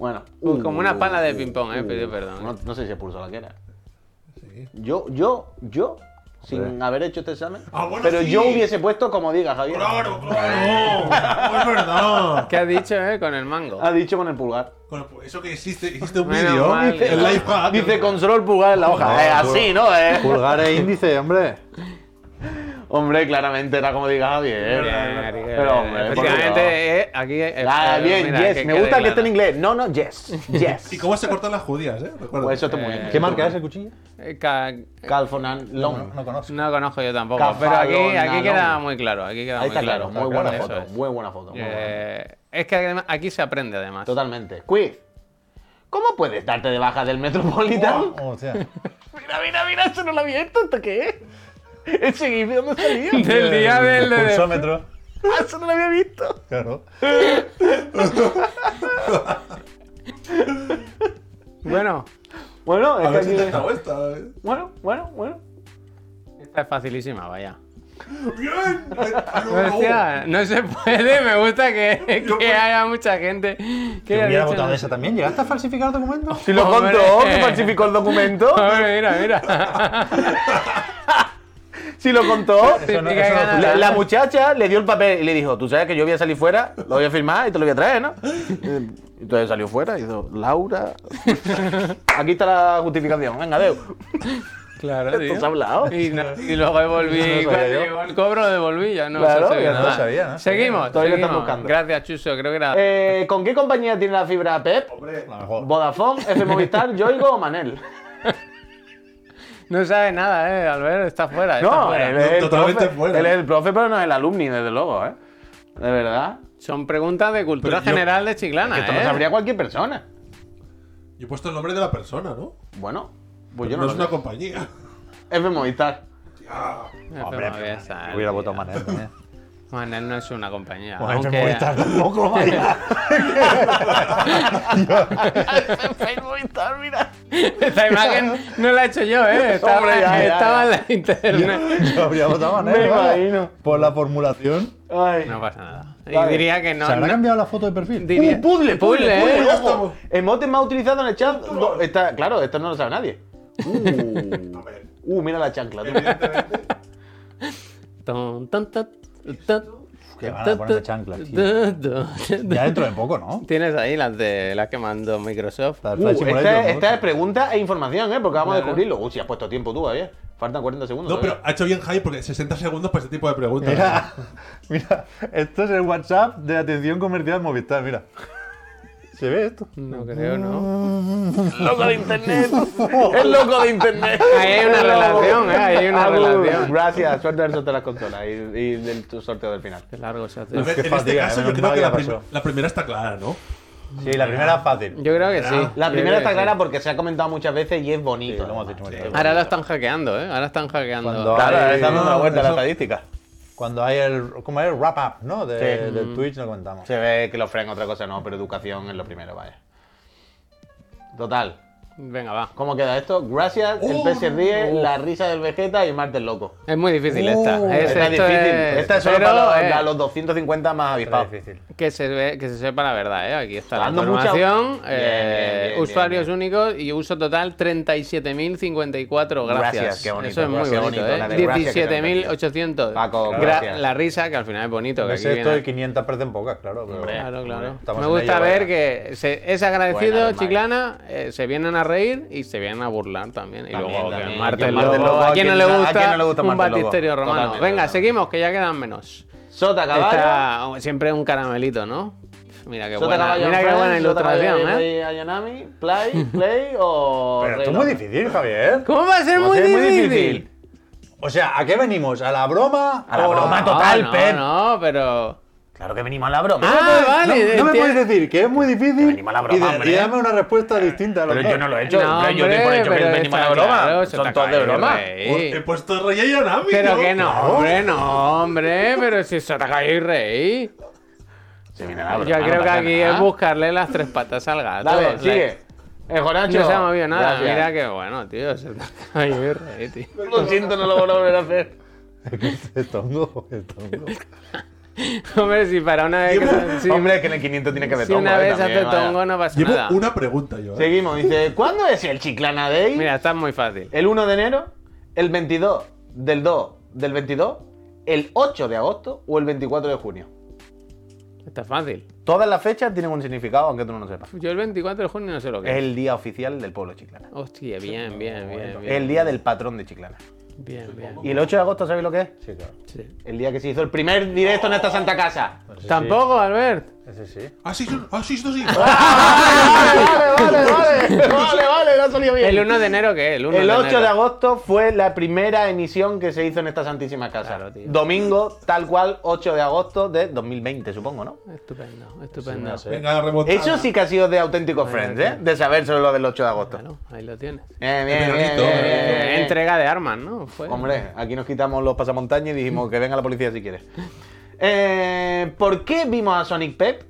F: Bueno, Uh,
B: Uy, como una pala de ping-pong, eh, pido perdón.
F: No, no sé si pulso la que era. Yo, yo, yo, sin haber hecho este examen,
D: Ah, bueno,
F: pero
D: sí.
F: yo hubiese puesto como diga Javier.
D: Claro, claro. Es verdad.
B: ¿Qué has dicho, eh? Con el mango.
F: Ha dicho con el pulgar.
D: Bueno, pues eso que hiciste, hiciste un
B: Menos
D: vídeo,
F: (laughs)
B: mal que
D: el
B: no.
D: live hack.
F: Dice control el pulgar en la hoja.
C: No,
F: Eh,
C: tú-
F: así, ¿no? Eh.
C: Pulgar e índice, hombre.
F: Hombre, claramente era como diga Javier. Pero, hombre, por
B: Efectivamente,
F: Dios.
B: eh, aquí. eh,
F: Ah,
B: eh,
F: bien,
B: mira,
F: yes.
B: que quede
F: Me gusta que este
B: claro.
F: esté en inglés. No, no, yes. Yes.
D: Y cómo se cortan las judías, ¿eh? Recuerda.
F: Pues eso está muy bien.
C: ¿Qué marca es el cuchillo?
B: Eh, ca-
F: Calfonan Long.
C: No conozco.
B: No conozco yo tampoco,
F: Cafalón,
B: pero aquí, aquí
F: nalón.
B: queda muy claro. Aquí queda
F: Ahí
B: muy
F: está claro. Muy buena
B: Eso
F: foto.
B: es.
F: Muy buena foto. muy buena.
B: Eh, es que además- aquí se aprende además.
F: Totalmente. Quiz. ¿Cómo puedes darte de baja del Metropolitan?
C: O sea,
F: (laughs) Mira, mira, mira, eso no lo había visto. ¿Esto qué es? Ese GIF, ¿de dónde (laughs) salió?
B: Del día del.
C: el
B: de-
C: pulsómetro.
F: Ah, eso no lo había visto.
C: Claro.
B: Bueno,
F: Bueno,
D: A
F: es que
D: ver si te
F: aquí...
D: has dado esta. ¿eh?
F: Bueno, bueno, bueno.
B: esta es facilísima, vaya.
D: ¡Bien! Eh, ah, no, no.
B: Hostia, no se puede, me gusta que, que haya mucha gente que
C: Que
B: haya
C: hubiera
B: dicho,
C: votado
B: no
C: esa también. ¿Llegaste a falsificar
B: (laughs)
C: documentos?
F: Si lo
B: Hombre.
F: eh. (laughs)
B: "Oh,
F: contó, que falsificó el documento.
B: Hombre, mira, mira.
F: si lo contó.
B: (laughs)
F: eh,
B: Eso no-
F: la-
B: eso no-
F: la, muchacha le dio el papel y le dijo, tú sabes que yo voy a salir fuera, lo voy a firmar y te lo voy a traer, (laughs) ¿no? Y Entonces salió fuera y dijo, Laura. (laughs) Aquí está la justificación, venga, Deu.
B: Claro,
F: Esto se ha hablado.
B: Y, no- y luego devolví.
C: Eso no lo
B: cuando
C: sabía yo.
B: llegó el cobro, lo devolví. Ya no
F: Claro,
B: se sabía
F: ya
C: no
B: nada.
C: sabía, ¿no?
B: Seguimos.
F: Todavía lo están
B: seguimos.
F: buscando.
B: Gracias, Chuso. Creo que era.
F: Eh, ¿Con qué compañía tiene la fibra Pep? Vodafone, F Movistar, Yoigo o Manel.
B: No sabe nada, ¿eh? Albert está fuera. Está
F: No,
B: fuera.
F: él es, el
D: Totalmente
F: profe,
D: fuera.
F: él es el profe, pero no es el alumni, desde luego, ¿eh? De verdad.
B: Son preguntas de cultura
D: Pero yo-
B: general de Chiclana.
F: Que esto lo
B: ¿eh?
F: sabría cualquier persona.
D: Yo he puesto el nombre de la persona, ¿no?
F: Bueno, pues
D: Pero
F: yo
D: no,
F: no,
D: es
F: lo
D: una
F: sé.
D: compañía.
F: F Movistar.
B: Eso
C: Hombre,
B: no voy a saber.
C: hubiera votado Manel también.
B: Manel no es una compañía.
C: Bueno,
B: aunque-
C: Movistar tampoco,
B: (laughs)
C: vaya.
F: F Movistar, mira.
B: Esta imagen no la he hecho yo, ¿eh? Estaba,
F: Hombre, ya, ya, ya.
B: estaba en la
C: (laughs)
B: internet.
C: Yo habría votado a Manel,
F: Me
C: vaya.
F: imagino.
C: Por la formulación.
F: Ay.
B: No pasa nada. Y
F: Vale.
B: diría que no.
C: ¿Se habrá
B: no-
C: cambiado la foto de perfil?
B: diría-
F: Un puzzle, puzzle,
B: Puzzle,
F: puzzle,
B: ¿eh?
F: ojo. Emote más utilizado en el chat. No, está, claro, esto no lo sabe (laughs) nadie. Uh, Uh, mira la chancla. tú.
B: Ton, ton, ton, ton.
C: Que van a ponerme chanclas, tío.
B: Ton, ton, ton.
C: Ya dentro de poco,
B: (laughs)
C: ¿no?
B: Tienes ahí las de las que mandó Microsoft.
C: La
F: Uh,
C: Flight Simulator,
F: esta, es-
C: ¿no?
F: esta es pregunta e información, ¿eh? Porque vamos a descubrirlo. Uh, si has puesto tiempo tú, Javier. Faltan 40 segundos. ¿eh?
D: No, pero
F: todavía.
D: ha hecho bien Javi porque 60 segundos para este tipo de preguntas.
C: Mira, mira, esto es el WhatsApp de atención comercial Movistar, mira. ¿Se ve esto?
B: No creo, ¿no?
F: ¡Loco de internet! ¡Es loco de internet!
B: Ahí hay una relación, ¿eh? Ahí hay una
F: Ah, uh,
B: relación.
F: Gracias, suerte del sorteo de las consolas y, y del tu sorteo del final.
B: Qué largo se hace.
D: A ver,
C: Qué
D: en este
C: fatiga,
D: caso,
C: eh,
D: yo creo
C: menos
D: que la,
C: mal ya
D: prim-
C: pasó.
D: la primera está clara, ¿no?
C: Sí, la primera es fácil.
B: Yo creo que sí.
F: La
B: Yo
F: primera
B: creo
F: está
B: que
F: clara
B: sí.
F: porque se ha comentado muchas veces y es
C: Sí,
F: bonito.
C: lo hemos dicho muchas veces.
B: Ahora la están hackeando, ¿eh? Ahora están hackeando.
C: Cuando
F: Claro,
C: hay,
F: le dando una vuelta a la
C: eso-
F: estadística.
C: cuando hay el, ¿cómo es? el wrap-up, ¿no? De,
F: Sí.
C: Del Twitch lo comentamos.
F: Se ve que lo frenan otra cosa, no, pero educación es lo primero, vaya. Total.
B: Venga, va.
F: ¿Cómo queda esto? Gracias,
B: Uh.
F: el PS10, la risa del Vegeta y Marte el Loco.
B: Es muy difícil esta. Es,
F: Esta es
B: esto
F: Uh, difícil.
B: es-
F: Esta es solo
B: pero,
F: para los,
B: eh,
F: a los 250 más
C: Está
F: avispados.
C: difícil.
B: Que se, ve- que se sepa la verdad, ¿eh? Aquí está la
F: Dando mucha-
B: información.
F: Bien,
B: eh,
F: bien, bien, bien,
B: usuarios
F: bien.
B: únicos y uso total 37.054. Gracias.
F: Gracias, qué bonito,
B: Eso es muy
F: gracias,
B: bonito,
F: bonito, la
B: ¿eh?
F: de gracias que te han
B: 17.800.
F: Paco,
B: Gra-
F: gracias.
B: La risa, que al final es bonito. Que
C: No
B: aquí
C: sé, esto
B: viene-
C: de 500 parecen pocas, claro. Pero,
B: Claro, claro.
C: estamos
B: Me
C: en
B: gusta
C: ello,
B: ver
F: ¿eh?
C: vaya.
B: que se- es
F: Buena,
B: agradecido,
F: del Mario.
B: Chiclana, eh, se vienen a reír y se vienen a burlar también. Y
F: También,
B: luego que
F: también.
B: Marte
F: Que
B: el
F: Marte el
B: Lobo,
F: Lobo,
B: ¿a quién no le
F: ¿a quién
B: gusta,
F: no le gusta
B: un
F: Marte el Lobo?
B: batisterio romano?
F: Totalmente,
B: Venga,
F: totalmente.
B: seguimos, que ya quedan menos.
F: Sota Caballo.
B: Esta, oh, siempre un caramelito, ¿no? Mira qué
F: Sota
B: buena,
F: Caballo.
B: mira qué
F: Friends,
B: buena
F: Sota Caballo
B: ilustración,
F: Rey-
B: ¿eh?
F: Rey Ayanami,
B: (laughs)
F: Play, Play o.
C: Pero
F: Rey
C: esto es muy
F: Loco.
C: difícil, Javier.
B: ¿Cómo va a ser
F: Va a
B: muy
F: ser muy
B: difícil?
F: difícil.
C: O sea, ¿a qué venimos? ¿A la broma?
F: A la
C: o
F: broma
B: No,
C: total,
B: Oh, no,
C: Pep.
B: no, pero...
F: Claro que venimos a la broma. pues,
B: Ah, vale.
C: No, no me
B: enti-
C: puedes decir que es muy difícil
F: venimos a la broma,
C: y, de- y
F: hombre.
C: dame una respuesta distinta. A lo
F: Pero yo no lo he hecho.
B: No,
F: hombre, yo
B: hombre,
F: doy por hecho que
B: pero
F: venimos a la
B: está
F: broma.
B: claro, se
F: Son
B: te
F: todos de
B: acaba
F: broma.
B: reír.
D: Por- He puesto Rey y Anami.
B: Pero que no, hombre, no, hombre, pero si se te cayó y reí.
F: Se viene la Ah, broma.
B: Yo
F: no
B: creo que
F: pasa
B: aquí
F: nada.
B: es buscarle las tres patas al gato.
F: Dale,
B: O sea,
F: sigue. El Jonacho.
B: No se ha movido nada.
F: Eh, Gracias.
B: Mira que bueno, tío. Se te cayó y reí, tío.
F: Lo siento, no lo voy a volver
B: (laughs)
F: a hacer.
C: Estongo, estongo.
B: (laughs) Hombre, si para una vez que... si-
F: Hombre, es que en el 500 tiene que haber
B: si
F: tongo,
B: una
F: eh,
B: vez
F: también,
B: hace
F: vaya.
B: tongo no pasa
D: Llevo
B: nada.
D: una pregunta yo. ¿eh?
F: Seguimos, dice, ¿cuándo es el Chiclana Day?
B: Mira, está muy fácil.
F: ¿El 1 de enero? ¿El 22 del 2 del 22? ¿El 8 de agosto o el 24 de junio?
B: Está fácil.
F: Todas las fechas tienen un significado, aunque tú no lo sepas.
B: Yo el 24 de junio no sé lo que
F: Es
B: es.
F: el día oficial del pueblo chiclana.
B: Hostia, bien, bien, bien,
F: Es el
B: bien.
F: día del patrón de Chiclana.
B: Bien, bien.
F: ¿Y el 8 de agosto sabéis lo que es?
C: Sí, claro.
B: Sí.
F: El día que se hizo el primer directo en esta santa casa.
B: Tampoco, Albert.
C: Ese sí.
D: Ah, sí, sí, ah, sí, esto sí.
F: Vale, (laughs) vale, vale, vale, vale, no ha salido bien.
B: El 1 de enero, ¿qué? El 1
F: El 8 de
B: enero.
F: agosto fue la primera emisión que se hizo en esta santísima casa.
B: Claro, tío.
F: Domingo, tal cual, 8 de agosto de 2020, supongo, ¿no?
B: Estupendo, estupendo.
D: Venga, remontada.
F: Eso sí que ha sido de auténticos friends, ¿eh? De saber sobre lo del 8 de agosto.
B: Bueno, ahí lo tienes.
F: Bien, bien, bien, bien,
D: Veranito,
F: bien,
B: Eh,
F: bien, bien.
B: entrega de armas, ¿no? Fue.
F: Hombre, aquí nos quitamos los pasamontañas y dijimos que venga la policía si quieres. Eh, ¿Por qué vimos a Sonic Pep?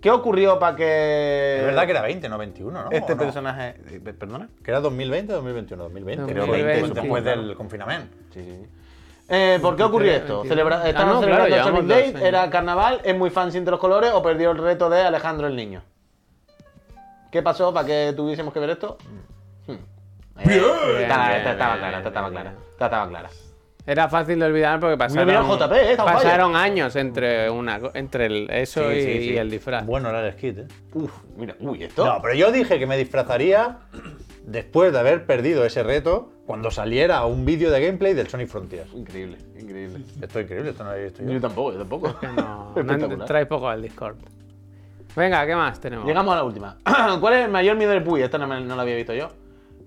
F: ¿Qué ocurrió para que.
B: Eh,
C: Es verdad que era 20, no 21, ¿no?
F: Este
C: ¿O no?
F: personaje. eh, pe- ¿Perdona?
C: Que era 2020 o 2021, 2020.
B: Creo
F: 20,
C: después
B: claro.
C: del confinamiento.
F: Sí, sí. Eh, ¿Por qué ocurrió esto?
B: 22.
F: Celebra
B: Ah,
F: ¿Estaban
B: no,
F: celebrando
B: claro,
F: el Sonic
B: llevamos dos
F: Date?
B: años.
F: ¿Era carnaval? ¿Es muy fan de los colores o perdió el reto de Alejandro el Niño? ¿Qué pasó para que tuviésemos que ver esto? Hmm. Eh,
B: Bien, Mm.
F: Esta,
B: bien,
F: esta estaba
B: bien,
F: clara, esta
B: bien,
F: estaba
B: bien.
F: clara. Esta estaba clara.
B: Era fácil de olvidar porque pasaron,
C: mira, JP, eh, está on fire.
B: pasaron años entre, una, co- entre el- eso
F: Sí,
B: y,
F: sí, sí.
B: y el disfraz.
C: Bueno, era el skit, ¿eh?
F: Uf, mira, uy, esto.
C: No, pero yo dije que me disfrazaría después de haber perdido ese reto cuando saliera un vídeo de gameplay del Sonic Frontiers.
F: Increíble, increíble.
C: Esto es increíble, esto no lo he visto yo.
F: Yo tampoco, yo tampoco. (laughs)
B: No, no
F: Espectacular.
B: traes poco al Discord. Venga, ¿qué más tenemos?
F: Llegamos a la última. (clears throat) ¿Cuál es el mayor miedo del Puy? Esta no, me- no la había visto yo.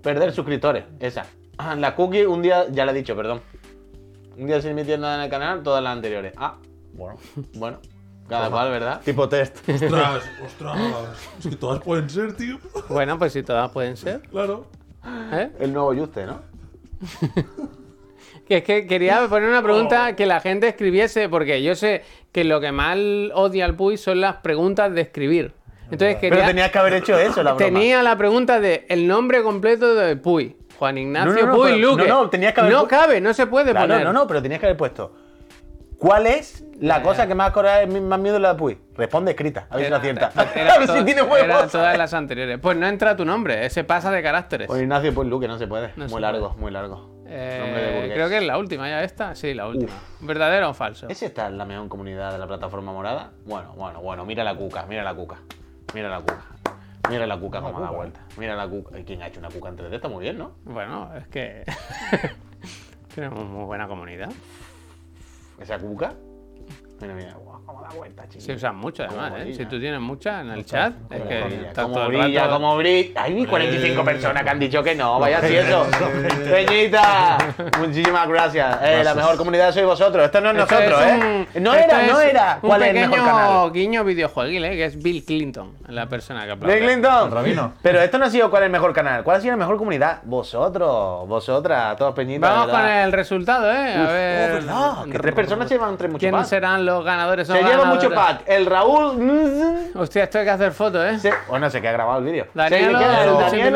F: Perder suscriptores, esa. Ah, La cookie un día, ya la he dicho, perdón. Un día sin emitir nada en el canal, todas las anteriores. Ah,
C: Bueno,
F: bueno, (laughs) cada cual, ¿verdad?
C: tipo
F: (laughs)
C: test.
D: Ostras, ostras. Es que todas pueden ser, tío.
B: Bueno, pues si todas pueden ser.
D: Claro.
B: ¿eh?
F: El nuevo Juste, ¿no?
B: Que es que quería poner una pregunta
F: Oh.
B: que la gente escribiese, porque yo sé que lo que más odia al Puy son las preguntas de escribir. Entonces quería,
F: Pero tenías que haber hecho eso, la broma.
B: tenía la pregunta de el nombre completo de Puy. Juan Ignacio
F: No, no, no,
B: Puy
F: pero-
B: Luque.
F: no, no, tenías que haber
B: No
F: pu-
B: cabe, no se puede
F: Claro,
B: poner.
F: no, no, pero tenías que haber puesto. ¿Cuál es la cosa que más, cora- más miedo le da Puy? Responde escrita, a ver si lo
B: Era-
F: acierta.
C: (laughs)
B: era
F: (laughs) A ver si
B: to-
F: tiene
B: Eran
F: huevos.
B: todas las anteriores. Pues no entra tu nombre, ese pasa de caracteres.
F: Pues Ignacio Puy Luque, no se puede.
B: No
F: muy
B: se
F: largo, muy largo.
B: Eh,
F: Nombre de burgués.
B: creo que es la última, ya esta. Sí, la última. ¿Verdadero o falso?
F: ¿Es esta la mejor comunidad de la plataforma morada? Bueno, bueno, bueno, mira la cuca, mira la cuca. Mira la cuca. Mira la cuca como da vuelta. Mira la cuca. Ay, ¿Quién ha hecho una cuca en 3D? Está muy bien, ¿no?
B: Bueno, es que. (laughs) Tenemos muy buena comunidad.
F: Esa cuca. Mira, mira, guau, cómo da vuelta, chico.
B: Se usan mucho, además,
F: Como
B: ¿eh?
F: brilla.
B: Si tú tienes muchas en el chat, es
F: Como
B: que
F: brilla,
B: estás
F: como
B: todo el
F: brilla,
B: rato-
F: como brilla. Hay 45 personas que han dicho que no, vaya
B: (laughs)
F: si eso. Peñita, muchísimas gracias. Eh, La mejor comunidad sois vosotros. Esto no es
B: Esto
F: nosotros,
B: es
F: ¿eh?
B: un-
F: No
B: esto
F: era, no
B: es
F: era.
B: Un
F: ¿Cuál es el
B: pequeño
F: mejor canal?
B: guiño videojueguil, ¿eh? Que es Bill Clinton, la persona que aplaude.
F: Bill Clinton.
C: Rabino.
F: Pero esto no ha sido cuál es el mejor canal. ¿Cuál ha sido la mejor comunidad? Vosotros, vosotras, todos peñitas.
B: Vamos
F: de
B: con
F: verdad.
B: el resultado, ¿eh? A
F: Uf,
B: ver.
F: oh, verdad, Que tres personas se llevan tres mucho
B: ¿Quiénes
F: pack.
B: serán los ganadores? o
F: Se lleva mucho
B: ganadoras?
F: pack. El Raúl. mm,
B: Hostia, esto hay que hacer fotos, ¿eh?
F: se- o no sé qué ha grabado el vídeo. Se
B: Danielo,
F: queda el
B: el
F: Danielo. Y se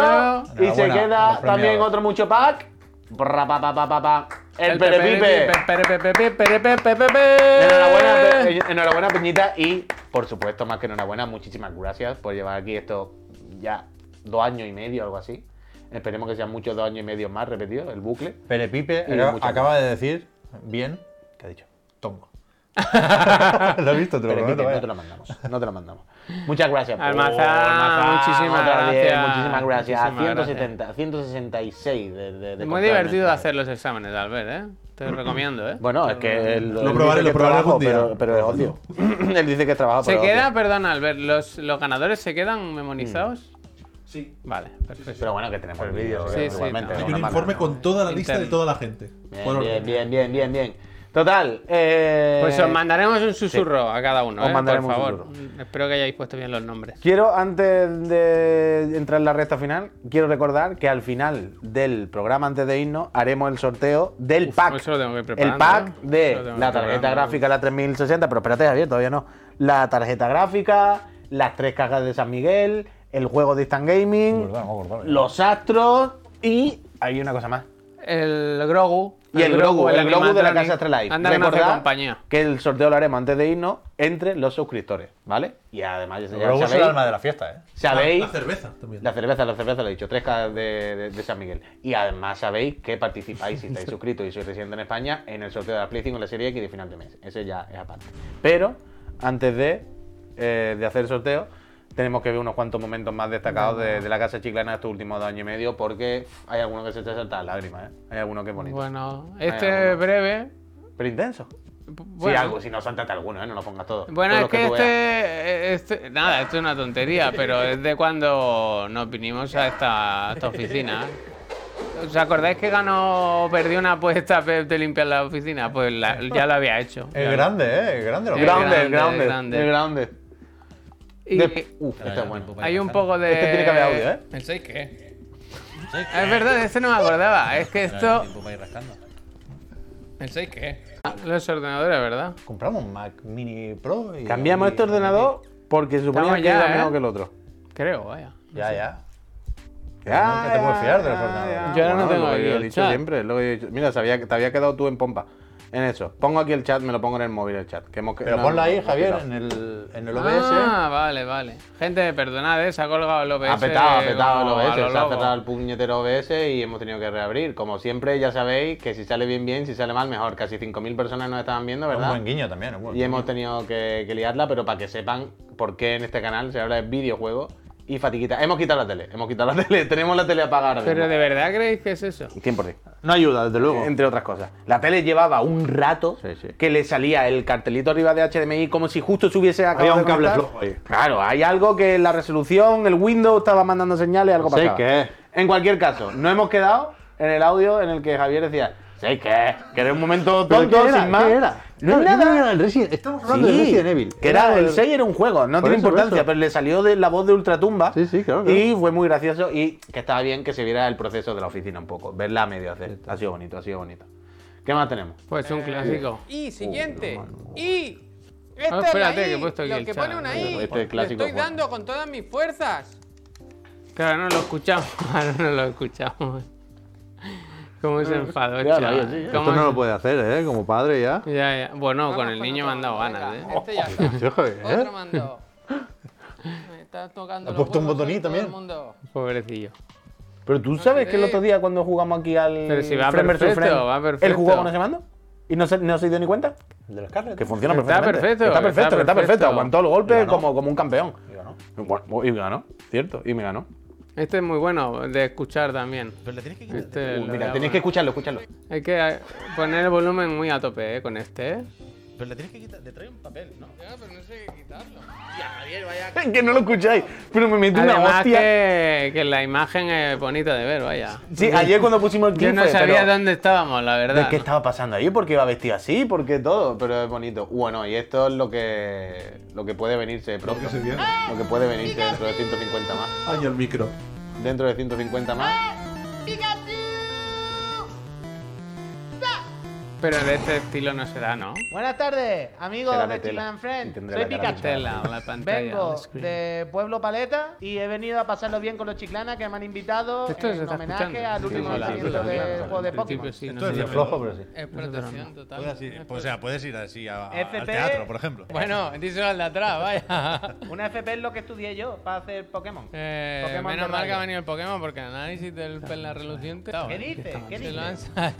C: Enhorabuena,
F: queda
C: los
F: también
C: premiados.
F: otro mucho pack. Brra, pa, pa, pa, pa, pa. El, Perepipe.
B: Perepipe, perepepepe, perepepepepe.
F: Enhorabuena,
B: Eh.
F: Pe- eh, enhorabuena, Peñita. Y, por supuesto, más que enhorabuena, muchísimas gracias por llevar aquí esto ya dos años y medio, algo así. Esperemos que sean muchos dos años y medio más repetidos, el bucle.
C: Perepipe
F: Y
C: era-
F: mucho
C: acaba de decir bien. ¿Qué ha dicho?
F: (laughs)
C: Tongo. (laughs) lo he visto, te lo
F: Pero
C: prometo.
F: Pepe, no
C: vaya.
F: te lo mandamos, no te lo mandamos. Muchas gracias.
B: (laughs)
F: Oh,
B: Almazán,
F: Almazán,
B: muchísimas
F: otra vez,
B: gracias.
F: Muchísimas gracias.
B: Muchísimas
F: 170, 166 de, de, de
B: Muy
F: contar en
B: divertido
F: el-
B: hacer los exámenes, Albert, ¿eh? Te lo recomiendo, ¿eh?
F: Bueno, es que él- él
D: probaré, lo probaré
F: dice que trabajo,
D: algún día.
F: Pero, pero es odio. (coughs) él dice que trabaja
B: Se
F: pero es
B: queda,
F: odio.
B: perdón, Albert, ¿los, los ganadores se quedan memorizados?
A: Mm.
D: Sí.
B: Vale, perfecto.
F: Pero bueno, que tenemos el vídeo.
B: Sí, sí,
F: igualmente,
B: no.
D: Hay
F: no,
D: un
F: no, no,
D: informe
F: no.
D: con toda la lista de
B: Interno.
D: toda la gente. Por
F: Bien,
D: orden.
F: bien, bien, bien, bien, bien. Total,
B: eh.
F: eh,
B: Pues os mandaremos un susurro a cada uno,
F: Os
B: ¿eh?
F: mandaremos
B: por
F: un
B: favor. Espero que hayáis puesto bien los nombres.
A: Quiero, antes de entrar en la recta final, quiero recordar que al final del programa, antes de irnos, haremos el sorteo del pack.
B: eso lo tengo que ir
A: el
B: preparando,
A: pack
B: ¿no?
A: de
B: Eso lo tengo que
A: la
B: ir
A: tarjeta
B: preparando.
A: gráfica, la 3060, pero espérate, Javier, todavía no. La tarjeta gráfica, las tres cajas de San Miguel, el juego de Instant Gaming, los astros y hay una cosa más.
B: El Grogu.
A: Y el, Grogu, el Grogu de la
B: animatronic.
A: casa Astralife.
B: Anda que no hace
A: Recordad
B: compañía.
A: que el sorteo lo haremos antes de irnos entre los suscriptores, ¿vale? Y además, ya, ya
C: Pero luego es el
A: sabéis,
C: alma de la fiesta, ¿eh?
A: sabéis
D: La cerveza también.
A: la cerveza, la cerveza, lo he dicho, tres cajas de, de- de San Miguel. Y además sabéis que participáis, si
C: (laughs)
A: estáis suscritos y sois residentes en España, en el sorteo de la Play 5 y la Serie X de final de mes. Eso ya es aparte. Pero, antes de, eh, de hacer el sorteo, tenemos que ver unos cuantos momentos más destacados de, de la Casa Chiclana estos últimos dos años y medio, porque hay alguno que se te saltan lágrimas, ¿eh? Hay alguno que es bonito.
B: Bueno,
A: Hay
B: este
A: alguno.
B: es breve.
A: Pero intenso.
B: Bueno,
A: si, algo, si no, sáltate alguno, ¿eh? No lo pongas todo.
B: Bueno,
A: Todo
B: es
A: lo
B: que,
A: tú veas.
B: este, este- Nada, esto es una
F: (laughs)
B: tontería, pero es de cuando nos vinimos a esta, a esta oficina. ¿Os acordáis que ganó, perdí una apuesta Pep de limpiar la oficina? Pues la- ya lo había hecho.
C: Es grande, ¿eh? Es grande. Lo
B: Es
C: que-
B: grande,
F: Grounded, grounded,
B: grande.
F: el grounded.
B: Y eh,
F: De- Uf, este es bueno.
B: hay un poco de...
F: Este tiene que haber audio, ¿eh?
J: ¿El 6 qué?
B: Es verdad, este no me acordaba. Es que esto...
J: ¿El 6 qué?
B: Los ordenadores, ¿verdad?
C: Compramos un Mac Mini Pro y.
A: Cambiamos
C: y-
A: este ordenador porque suponía
B: Estamos
A: que
B: ya,
A: era
B: ¿eh?
A: mejor que el otro.
B: Creo, vaya.
C: Ya, ya.
A: Ya,
C: No te puedes
A: ya,
C: fiar de los
A: ya,
C: ordenadores.
B: Yo ahora no
A: Bueno,
B: tengo
A: lo que
B: aquí
A: yo he
B: el
A: dicho
B: chat.
A: siempre, lo que yo he dicho. Mira, sabía que te había quedado tú en pompa.
F: en eso. Pongo aquí el chat, me lo pongo en el móvil el chat. Que hemos,
C: Pero
F: no,
C: ponla ahí,
F: hemos
C: Javier,
F: quitado.
C: en el, en el OBS.
F: eh?
B: Ah, vale, vale. Gente, perdonad, ¿eh? se ha colgado el OBS.
F: Ha petado, ha petado el
B: como eh, a
F: OBS,
B: lo
F: se ha
B: loco.
F: petado el puñetero OBS y hemos tenido que reabrir. Como siempre, ya sabéis que si sale bien, bien, si sale mal, mejor. Casi 5.000 personas nos estaban viendo,
C: Un
F: ¿verdad?
C: buen guiño también. un buen
F: Y hemos
C: guiño.
F: tenido que, que liarla, pero para que sepan por qué en este canal se habla de videojuegos y fatiguita. Hemos quitado la tele, hemos quitado la (laughs) tele, tenemos la tele apagada ahora
B: Pero
F: mismo.
B: de verdad creéis que es eso.
F: 100%.
C: No ayuda, desde luego.
F: Entre otras cosas. La tele llevaba un rato
C: Sí, sí.
F: que le salía el cartelito arriba de HDMI como si justo se hubiese acabado
C: Había un
F: de
C: cable
F: conectar.
C: flojo ahí.
F: Claro, hay algo que la resolución, el Windows estaba mandando señales, algo
C: Sí,
F: pasaba.
C: que es.
F: En cualquier caso, no hemos quedado en el audio en el que Javier decía, sí que es, que era un momento
C: ¿Pero
F: tonto,
C: qué era?
F: sin más.
C: ¿Qué era?
F: No, es nada.
C: el Resident- Estamos hablando
F: Sí,
C: de Resident Evil.
F: Que era, el 6 era un juego, no
C: Por
F: tiene
C: eso, por
F: importancia,
C: eso.
F: pero le salió de la voz de Ultratumba.
C: Sí, sí, claro, claro.
F: Y fue muy gracioso y que estaba bien que se viera el proceso de la oficina un poco, verla a medio hacer. Ha sido bonito, ha sido bonito. ¿Qué más tenemos?
B: Pues un clásico.
K: Eh, Y
F: Oh,
K: siguiente. Y. Esta
B: Ah,
K: es la
B: espérate,
K: I,
B: que he puesto aquí
K: lo
B: el
K: que
B: chat.
K: pone una I.
F: Este es
K: pues, le
F: clásico
K: estoy
F: juego.
K: dando con todas mis fuerzas.
B: Claro, no lo escuchamos. (laughs) Ahora no lo escuchamos. ¿Cómo se enfadó,
F: Ya,
B: chaval?
F: ya, sí, ya.
B: ¿Cómo
C: Esto no
B: se-
C: lo puede hacer, ¿eh? Como padre ya.
B: Ya, ya. Bueno,
K: Vamos
B: con el niño
K: otro.
B: me han dado
K: Venga,
B: ganas, ¿eh?
K: Este ya está.
C: Yo, Javier, ¿eh?
K: Otro mando. Me está tocando.
C: Ha
K: los
C: puesto un
K: huevos a
C: botoní
K: todo
C: también.
K: el mundo.
B: Pobrecillo.
F: Pero tú sabes que el
K: queréis.
F: otro día cuando jugamos aquí al
B: Pero si va
F: Friend versus
B: perfecto,
F: Friend,
B: va
F: él
B: perfecto.
F: jugó con ese mando y no se, no se dio ni cuenta.
C: De los Scarlett.
F: Que funciona
B: Está
F: perfectamente.
B: perfecto,
F: Está
B: está
F: perfecto, que está perfecto.
B: perfecto.
F: Aguantó el
C: Y
F: golpe
C: ganó.
F: como, como un campeón.
C: Y ganó.
F: Bueno, oh, Y ganó, cierto, y me ganó.
B: Este es muy bueno de escuchar también.
J: Pero le tienes que quitar.
B: Este
F: Uy,
B: lo
F: Uh, mira,
B: voy a
F: tenéis que escucharlo, escucharlo.
B: poner. Hay que eh, poner el volumen muy a tope, ¿eh? Con este, ¿eh?
J: Pero le tienes que quitar. Te trae un papel, ¿no?
K: Ya, pero no sé qué quitarlo.
F: que no lo escucháis, pero me metí una
B: Además
F: hostia.
B: que, que la imagen es bonita de ver, vaya.
F: Sí, ayer cuando pusimos el
B: Yo
F: clip
B: no
F: fue,
B: sabía
F: pero,
B: dónde estábamos, la
F: ¿de
B: verdad.
F: qué estaba pasando ahí, por qué iba vestido así, por qué todo, pero es bonito. Bueno, y esto es lo que lo que puede venirse pronto.
H: que se viene.
F: Lo que puede venirse dentro de 150 más.
D: Ay, el micro.
F: Dentro de 150 más.
B: Pero de este estilo no será, ¿no?
J: Buenas tardes, amigos
F: Será de
J: de
F: tela.
J: Chiclan
F: Y
J: Friends.
F: tendrá
J: Soy
F: la cara
J: Pikachu.
B: Tela, la pantalla.
J: Vengo
B: el screen.
J: de Pueblo Paleta y he venido a pasarlo bien con los chiclanas que me han invitado
B: Esto se
J: en
B: está
J: homenaje
B: escuchando.
J: al último
F: sí, sí,
J: lanzamiento
F: sí, sí, sí,
J: del
F: sí,
J: juego de
B: Al principio
J: Pokémon.
B: sí, no
E: Esto es
B: sé.
E: de
C: Es flojo, pero sí.
K: Explotación total.
E: Puedes ir- pues, o sea, puedes ir así a, a-
J: FP.
E: al teatro, por ejemplo.
K: Bueno, díselo al de atrás,
J: (laughs)
K: vaya.
J: Una FP es lo que estudié yo para hacer Pokémon.
B: Eh,
J: Pokémon
B: menos
J: de
B: mal que ha
J: radio.
B: venido el Pokémon porque el análisis del perla reluciente.
J: ¿Qué dices? ¿Qué
B: Se lo han
J: dices?
B: sa-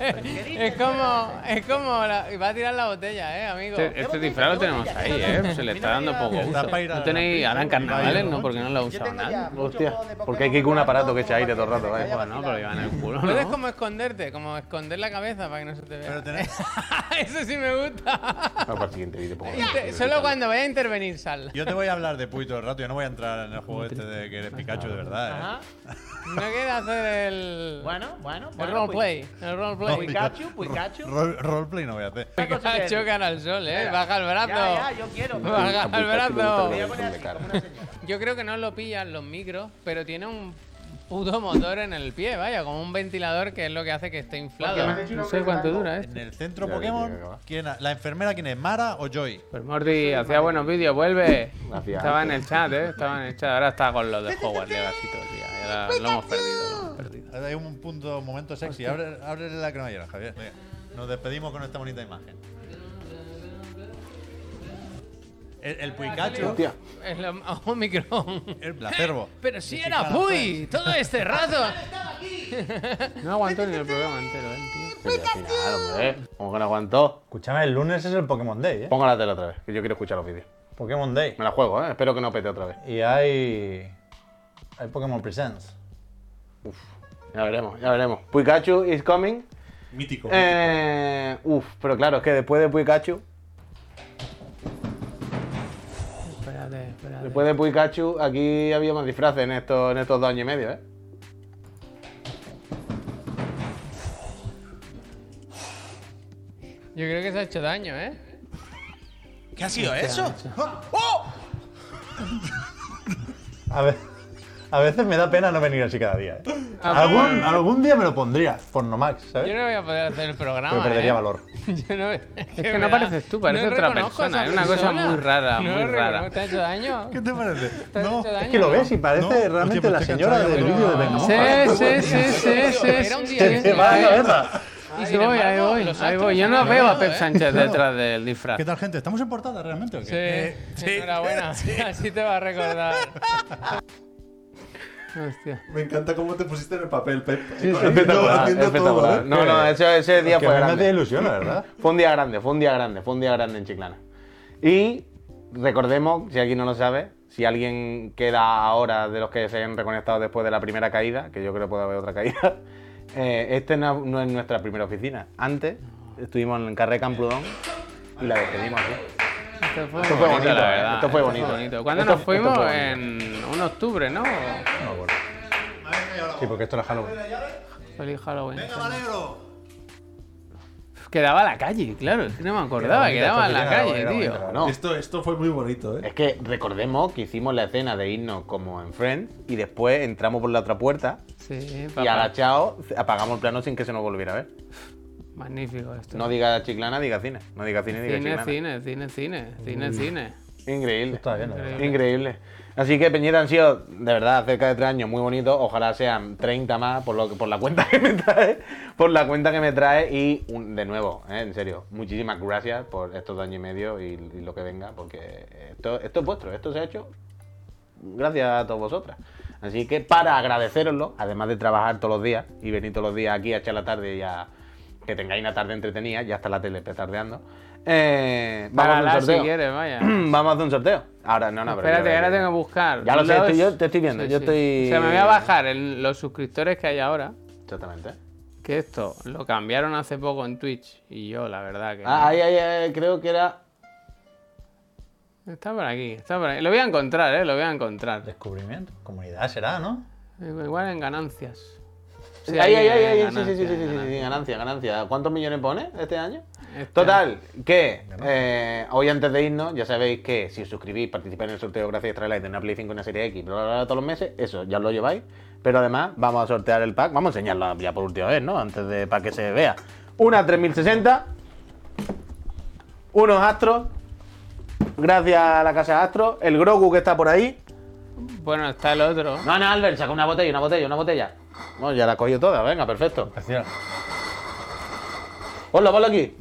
B: es como, es como la- y va a tirar la botella, eh, amigo.
J: ¿Qué
B: Este, este
J: botella?
B: disfraz lo
J: ¿Qué
B: tenemos
J: botella?
B: ahí,
J: ¿Qué
B: (laughs) eh.
J: botella?
B: Se le
J: A mí
B: está
J: no
B: dando
J: me
B: poco
J: digas.
E: Está para ir
B: uso.
E: a
B: No
E: la
B: tenéis
E: fiesta,
B: ahora en
E: para ir a la
B: carnavales, no,
E: noche.
B: porque no lo ha
J: Yo
B: usado
J: tengo ya
B: nadie.
J: muchos
F: Hostia,
J: juegos Ah, de
F: porque hay que ir
J: Pokémon
F: con un aparato
J: blanco
F: que eche
J: como
F: aire todo el
J: para que
F: rato,
J: me
F: vaya.
J: vaya
F: pues,
B: Bueno, pero iba en el culo,
K: Puedes
B: ¿no?
K: como esconderte, como esconder la cabeza para que no se te
E: Pero
K: vea. (laughs)
E: tenés-
K: Eso sí me gusta.
E: (laughs)
F: No, para el siguiente vídeo pues, pongo.
K: Inter- Solo cuando vaya a intervenir, sal.
E: Yo te voy a hablar de Puy todo el rato, yo no voy a entrar en el juego este de que eres Pikachu de verdad. ¿eh?
J: Ajá.
E: (laughs)
K: No queda hacer el.
J: Bueno, bueno, bueno.
K: el
J: pues,
K: roleplay. El roleplay. (laughs)
J: Pikachu,
E: ¿eh?
J: Pikachu.
E: Rol- roleplay no voy a hacer.
J: Pikachu.
B: Chocan al sol, eh. Baja el
J: Ya,
B: brazo.
J: ya,
K: (laughs)
J: yo quiero. pero-
B: Baja
F: A
B: el
F: Pikachu le
B: brazo.
J: Voy a
F: gusta
J: poner
F: el
J: así,
F: cara.
J: como una señal.
K: Yo creo que no lo pillan los micros, pero tiene un puto motor en el pie, vaya, como un ventilador que es lo que hace que esté inflado.
B: No sé cuánto dura esto.
E: En el centro
F: Ya, ya, ya, ya, ya,
E: Pokémon,
F: ya.
E: ¿quién ha- ¿la enfermera quién es? ¿Mara o Joy?
B: Pues Morty hacía buenos vídeos, vuelve.
F: Hacía
B: Estaba en
F: antes.
B: el chat, eh. Estaba en el chat. Ahora está con los de Hogwarts de así todo el día. Ya lo- lo hemos perdido, lo hemos perdido.
E: Hay un punto, un momento sexy. Abre, ábrele la cremallera, Javier. Venga, Nos despedimos con esta bonita imagen. El, el Pikachu,
F: Hostia.
K: Es lo Omicron.
E: el Placerbo.
K: Pero si era Puy, todo este rato.
B: No aguantó ni el programa entero, eh, tío.
F: Sí, al final, hombre. eh. Como que no aguantó.
C: Escúchame, el lunes es el Pokémon Day, ¿eh?
F: Pongo la tele otra vez, que yo quiero escuchar los vídeos.
C: Pokémon Day.
F: Me la juego, ¿eh? Espero que no pete otra vez.
C: Y hay. Hay Pokémon Presents.
F: Ya veremos, ya veremos. Pikachu is coming.
D: Mítico.
F: Eh, uf, pero claro, es que después de Pikachu,
B: Espérate, espérate.
F: después de Pikachu, aquí había más disfraces en estos, en estos dos años y medio, ¿eh?
K: Yo creo que se ha hecho daño, ¿eh?
J: ¿Qué ha sido eso?
C: A ver. (laughs) A veces me da pena no venir así cada día. ¿eh?
B: Ah,
C: Algún, algún día me lo pondría, Pornomax,
K: Yo
C: ¿sabes?
K: no voy a poder hacer el programa.
C: Pero perdería
K: ¿eh?
C: valor.
K: Yo no, es
B: Es que no pareces tú, parece otra persona. Es una cosa muy rara, muy rara.
K: ¿Te ha hecho daño?
E: ¿Qué te
C: (laughs)
E: parece?
K: ¿Te ha hecho daño?
C: Es que lo ves y parece
E: No, hostia,
C: realmente
E: pues
C: la
E: estoy
C: señora
E: cansado,
C: del (laughs)
E: pero-
C: vídeo de
E: No,
C: Venom.
B: Sí, sí, sí, sí, sí,
K: Era un
B: sí.
K: día
C: Se te va la cabeza.
K: Y
B: Ahí
K: sin
B: voy,
K: embargo,
B: ahí voy.
K: los
B: Ahí
K: astros
B: voy. Yo
K: han
B: no veo a
K: cambiado,
B: Pep
K: ¿eh?
B: Sánchez
F: (laughs)
E: Claro.
B: detrás del disfraz.
E: ¿Qué tal, gente? ¿Estamos en portada realmente o qué?
K: Sí,
E: Eh,
K: enhorabuena. (laughs) Así te va a
B: (laughs)
K: recordar. Hostia.
D: Me encanta cómo te pusiste en el papel, Pep.
F: espectacular, espectacular.
D: ¿eh?
F: No, no, ese, ese día
C: Que
F: fue
C: a mí me
F: grande.
C: hacía ilusión, la verdad.
F: (clears throat) Fue un día grande, fue un día grande, fue un día grande en Chiclana. Y recordemos, si alguien no lo sabe, si alguien queda ahora de los que se han reconectado después de la primera caída, que yo creo que puede haber otra caída, (laughs) eh, este no, no es nuestra primera oficina. Antes estuvimos en Carré Campludón y la despedimos aquí.
K: Esto fue,
F: Esto fue
B: Bonito,
F: bonito,
B: la
F: eh,
B: verdad.
F: esto fue bonito.
B: ¿Cuándo
F: Esto-
B: nos
F: esto fue
B: fuimos?
F: bonito.
B: En un octubre, ¿no?
C: Sí, porque esto era Halloween.
B: Feliz Halloween.
E: Venga, me alegro.
B: Quedaba a la calle, claro. Es que no me acordaba.
C: bonita,
B: Quedaba a la
C: esta oficina
B: calle,
C: era bonita,
B: tío.
C: la verdad.
F: No,
D: Esto, esto fue muy bonito, ¿eh?
F: Es que recordemos que hicimos la escena de irnos como en Friends y después entramos por la otra puerta
B: Sí,
F: y
B: papá.
F: agachado apagamos el plano sin que se nos volviera a ver.
B: Magnífico esto.
F: No diga chiclana, diga cine. No diga cine, diga
B: Cine,
F: chiclana.
B: cine, cine, cine, cine,
F: Mm.
B: cine.
F: Increíble.
C: Está bien, la verdad.
F: Increíble. Así que Peñeta han sido, de verdad, cerca de tres años muy bonitos. Ojalá sean 30 más por, lo, que- por la cuenta que me trae. Por la cuenta que me trae. Y un- de nuevo, eh, en serio, muchísimas gracias por estos años y medio y, y lo que venga. Porque esto, esto es vuestro. Esto se ha hecho gracias a todos vosotras. Así que para agradeceroslo, además de trabajar todos los días y venir todos los días aquí a echar la tarde y a que tengáis una tarde entretenida, ya está la tele petardeando. Eh, vamos a
B: Para
F: un
B: si
F: sorteo.
B: quieres, vaya.
F: (clears throat) Vamos a hacer un sorteo. Ahora, no, no, pero.
B: Espérate,
F: yo-
B: ahora tengo que buscar.
F: Ya lo sé,
B: los-
F: estoy- yo te estoy viendo, yo estoy-
B: O sea, me voy a bajar el- los suscriptores que hay ahora.
F: Exactamente.
B: Que esto lo cambiaron hace poco en Twitch. Y yo, la verdad, que.
F: Ah, ahí, ahí, ahí, creo que era.
B: Está por aquí, está por aquí. Lo voy a encontrar, eh, lo voy a encontrar.
C: Descubrimiento. Comunidad será, ¿no?
B: Igual en ganancias. Sí,
F: ahí, ahí,
B: en
F: ahí, ahí, sí, sí,
B: ganancias,
F: sí, sí, sí, sí,
B: en
F: sí, ganancia, ganancia. ¿Cuántos millones pone este año?
B: Este
F: Total, que eh, hoy antes de irnos, ya sabéis que si os suscribís, participáis en el sorteo gracias a Tralight de una Play 5 y una Serie X, bla, bla, bla, todos los meses, eso, ya lo lleváis. Pero además, vamos a sortear el pack, vamos a enseñarlo ya por última vez, ¿no? Antes de para que se vea. Una 3060, unos Astros, gracias a la casa Astro, el Grogu que está por ahí.
B: ganancias. Bueno, está el otro.
F: No, no, Albert, saca una botella, una botella, una botella. No, ya la he cogido toda, venga, perfecto.
C: Hacía-
F: Ponlo, ponlo aquí.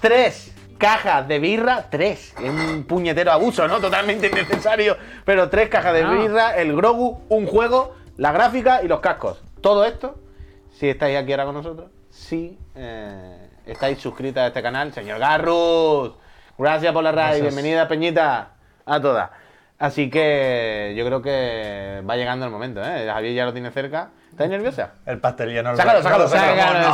F: Tres cajas de birra, tres. Es un puñetero abuso, ¿no? Totalmente innecesario. Pero tres cajas de
B: No.
F: birra, el Grogu, un juego, la gráfica y los cascos. Todo esto, si estáis aquí ahora con nosotros, si eh, estáis suscritas a este canal, señor Garrus. Gracias por la radio y bienvenida, Peñita, a todas. Así que yo creo que va llegando el momento, ¿eh? Javier ya lo tiene cerca. ¿Estás nerviosa?
C: El pastel ya no lo
F: Sácalo, sácalo,
B: Sácalo, sácalo,